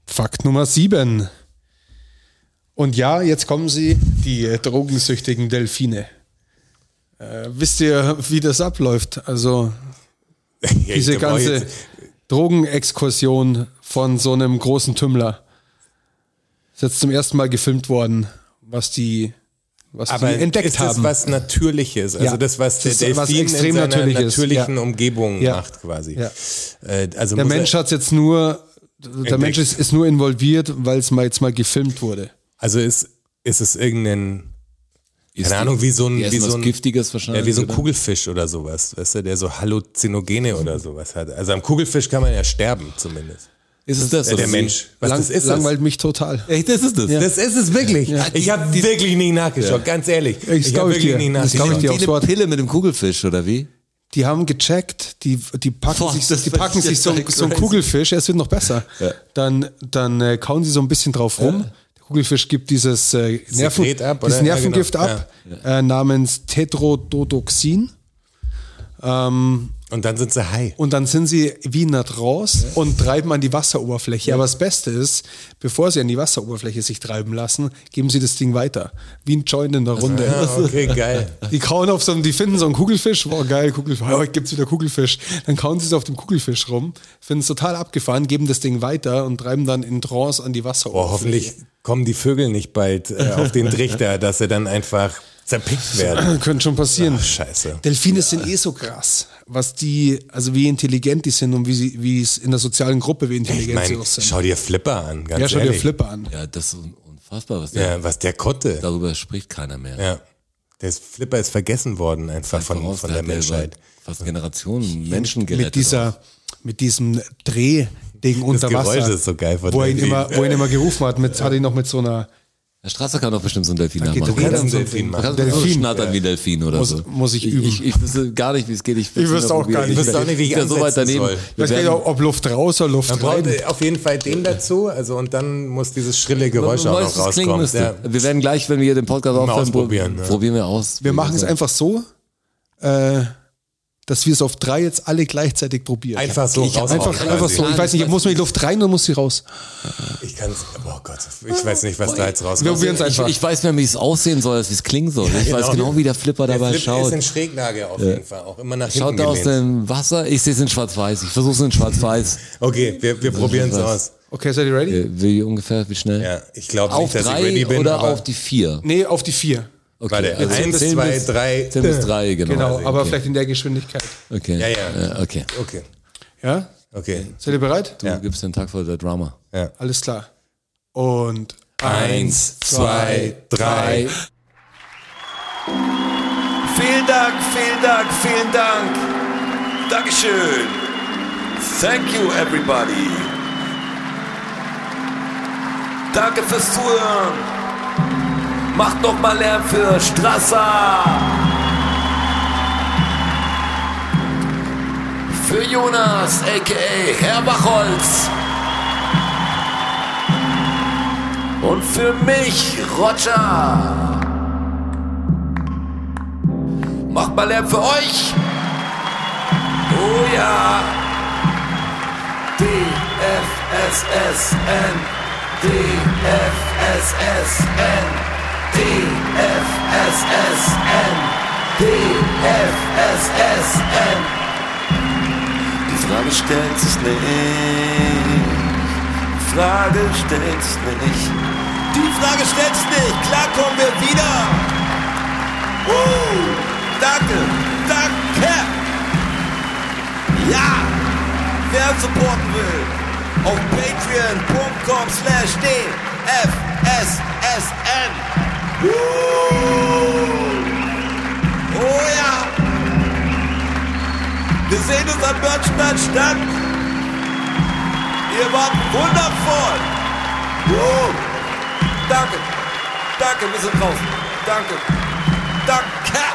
Fakt Nummer 7. Und ja, jetzt kommen sie, die äh, drogensüchtigen Delfine. Äh, wisst ihr, wie das abläuft? Also Ja, diese da brauch ich ganze jetzt- Drogenexkursion von so einem großen Tümmler. Ist jetzt zum ersten Mal gefilmt worden, was die, was Aber die entdeckt ist das haben. was Natürliches? Also Ja. das, was der Das ist Delfin was extrem in seiner Natürliches. natürlichen Ja. Umgebung Ja. macht quasi. Ja. Äh, also der muss er- Mensch hat jetzt nur, der Entdeckt. Mensch ist, ist nur involviert, weil es mal jetzt mal gefilmt wurde. also ist, ist es irgendein, keine Ahnung, wie so ein, Die wie essen so was ein Giftiges wahrscheinlich. Ja, wie so ein oder? Kugelfisch oder sowas, weißt du, der so Halluzinogene oder sowas hat. Also am Kugelfisch kann man ja sterben zumindest. Ist es das? Äh, oder der wie? Mensch. Was das ist langweilt mich total. Echt, das ist das. das? Das ist es wirklich. Ich habe wirklich nicht nachgeschaut, ganz ehrlich. Ich hab glaub ich wirklich dir. nicht Das glaub ich nachgeschaut. dir Wie aufs eine Wort. Pille mit dem Kugelfisch, oder wie? Die haben gecheckt, die, die packen Boah, sich, das die fand packen ich sich jetzt so, halt so einen crazy. Kugelfisch, ja, es wird noch besser. Dann, dann äh, kauen sie so ein bisschen drauf rum. Der Kugelfisch gibt dieses, äh, Nerven, Sekret ab, dieses oder? Ja, Nervengift genau. ab, äh, namens Tetrodotoxin. Ähm, Und dann sind sie high. Und dann sind sie wie in der Trance und treiben an die Wasseroberfläche. Aber das Beste ist, bevor sie an die Wasseroberfläche sich treiben lassen, geben sie das Ding weiter. Wie ein Joint in der Runde. Ja, okay, geil. Die kauen auf so einen, die finden so einen Kugelfisch, boah geil, Kugelfisch, oh, heute gibt's wieder Kugelfisch. Dann kauen sie es auf dem Kugelfisch rum, finden es total abgefahren, geben das Ding weiter und treiben dann in Trance an die Boah, Wasseroberfläche. hoffentlich kommen die Vögel nicht bald äh, auf den Trichter, dass sie dann einfach zerpickt werden. Könnte schon passieren. Ach, scheiße. Delfine sind eh so krass, was die, also wie intelligent die sind und wie sie, wie es in der sozialen Gruppe, wie Ich intelligent sie meine, auch sind. schau dir Flipper an, ganz ja, schau dir ehrlich. Flipper an. Ja, das ist un- unfassbar, was der, Ja, was der konnte. darüber spricht keiner mehr. Ja. Der ist- Flipper ist vergessen worden einfach von, Voraus, von da der hat er über Menschheit. Fast Generationen Menschen gerettet. mit dieser, mit diesem Dreh Ding unter Wasser. Geräusch ist so geil von wo er ihn Delfinen. immer, wo er ihn immer gerufen hat, mit, hat ihn noch mit so einer Herr Strasser kann doch bestimmt so einen Delfin geht nachmachen. doch jeder Kannst Einen so ein Delfin Ding. machen. du Delfin. so schnattern wie ein Delfin oder Muss- so. muss ich üben. Ich, ich, ich wüsste gar nicht, wie es geht. Ich, würd's wüsste mal auch gar probieren. nicht. Ich Ich wüsste auch nicht, wie ich bin da so weit ansetzen daneben. soll. Ich Wir weiß gar nicht, werden, ob ob Luft raus oder Luft Man braucht rein. äh, auf jeden Fall den dazu, also und dann muss dieses schrille Geräusch auch noch Neues, was klingen rauskommen. müsste. Ja. wir werden gleich, wenn wir den Podcast aufhören, pro- ausprobieren, ja. probieren wir aus. Wir machen es einfach so, äh, dass wir es auf drei jetzt alle gleichzeitig probieren. Einfach so Ich hab raushauen Einfach, quasi. einfach so. Ich weiß nicht, muss man die Luft rein oder muss sie raus? Ich kann's, oh Gott, ich weiß nicht, was da jetzt Wir rauskommt. probieren es Ich, einfach. ich weiß mehr, wie es aussehen soll, als wie es klingen soll. ich weiß genau. genau, wie der Flipper Der dabei Flip ist schaut. in Schräglage auf jeden Fall, auch immer nach hinten Schaut er aus gelehnt. dem Wasser? Ich sehe es in schwarz-weiß. Ich versuche es in schwarz-weiß. Okay, wir, wir probieren es was. aus. okay, seid ihr ready? Äh, Wie ungefähr, wie schnell? Ja, ich glaube Auf nicht, dass ich drei ready bin, oder aber auf die vier? Nee, auf die vier. Okay, warte, eins, zehn zwei, bis- drei. Zehn bis drei, genau. Genau, aber okay. vielleicht in der Geschwindigkeit. Okay. Ja, ja. Äh, okay. Okay, Ja? okay. Seid ihr bereit? Du gibst den Tag vor der Drama. Alles klar. Und Eins, zwei, drei. Vielen Dank, vielen Dank, vielen Dank. Dankeschön. Thank you, everybody. Danke fürs Zuhören. Macht noch mal Lärm für Strasser. Für Jonas, a.k.a. Herr Bachholz. Und für mich, Roger. Macht mal Lärm für euch. Oh ja. DFSSN. DFSSN. DFSSN. DFSSN. Die Frage stellt sich nicht. Die Frage stellt sich nicht. Die Frage stellt sich nicht. Klar kommen wir wieder. Uh, danke, danke. Ja, wer uns supporten will, auf patreon.com slash dfssn. Uh, oh ja. Wir sehen uns am Börnstein statt. Ihr wart wundervoll. Uh, danke, danke, wir sind draußen. Danke. Danke!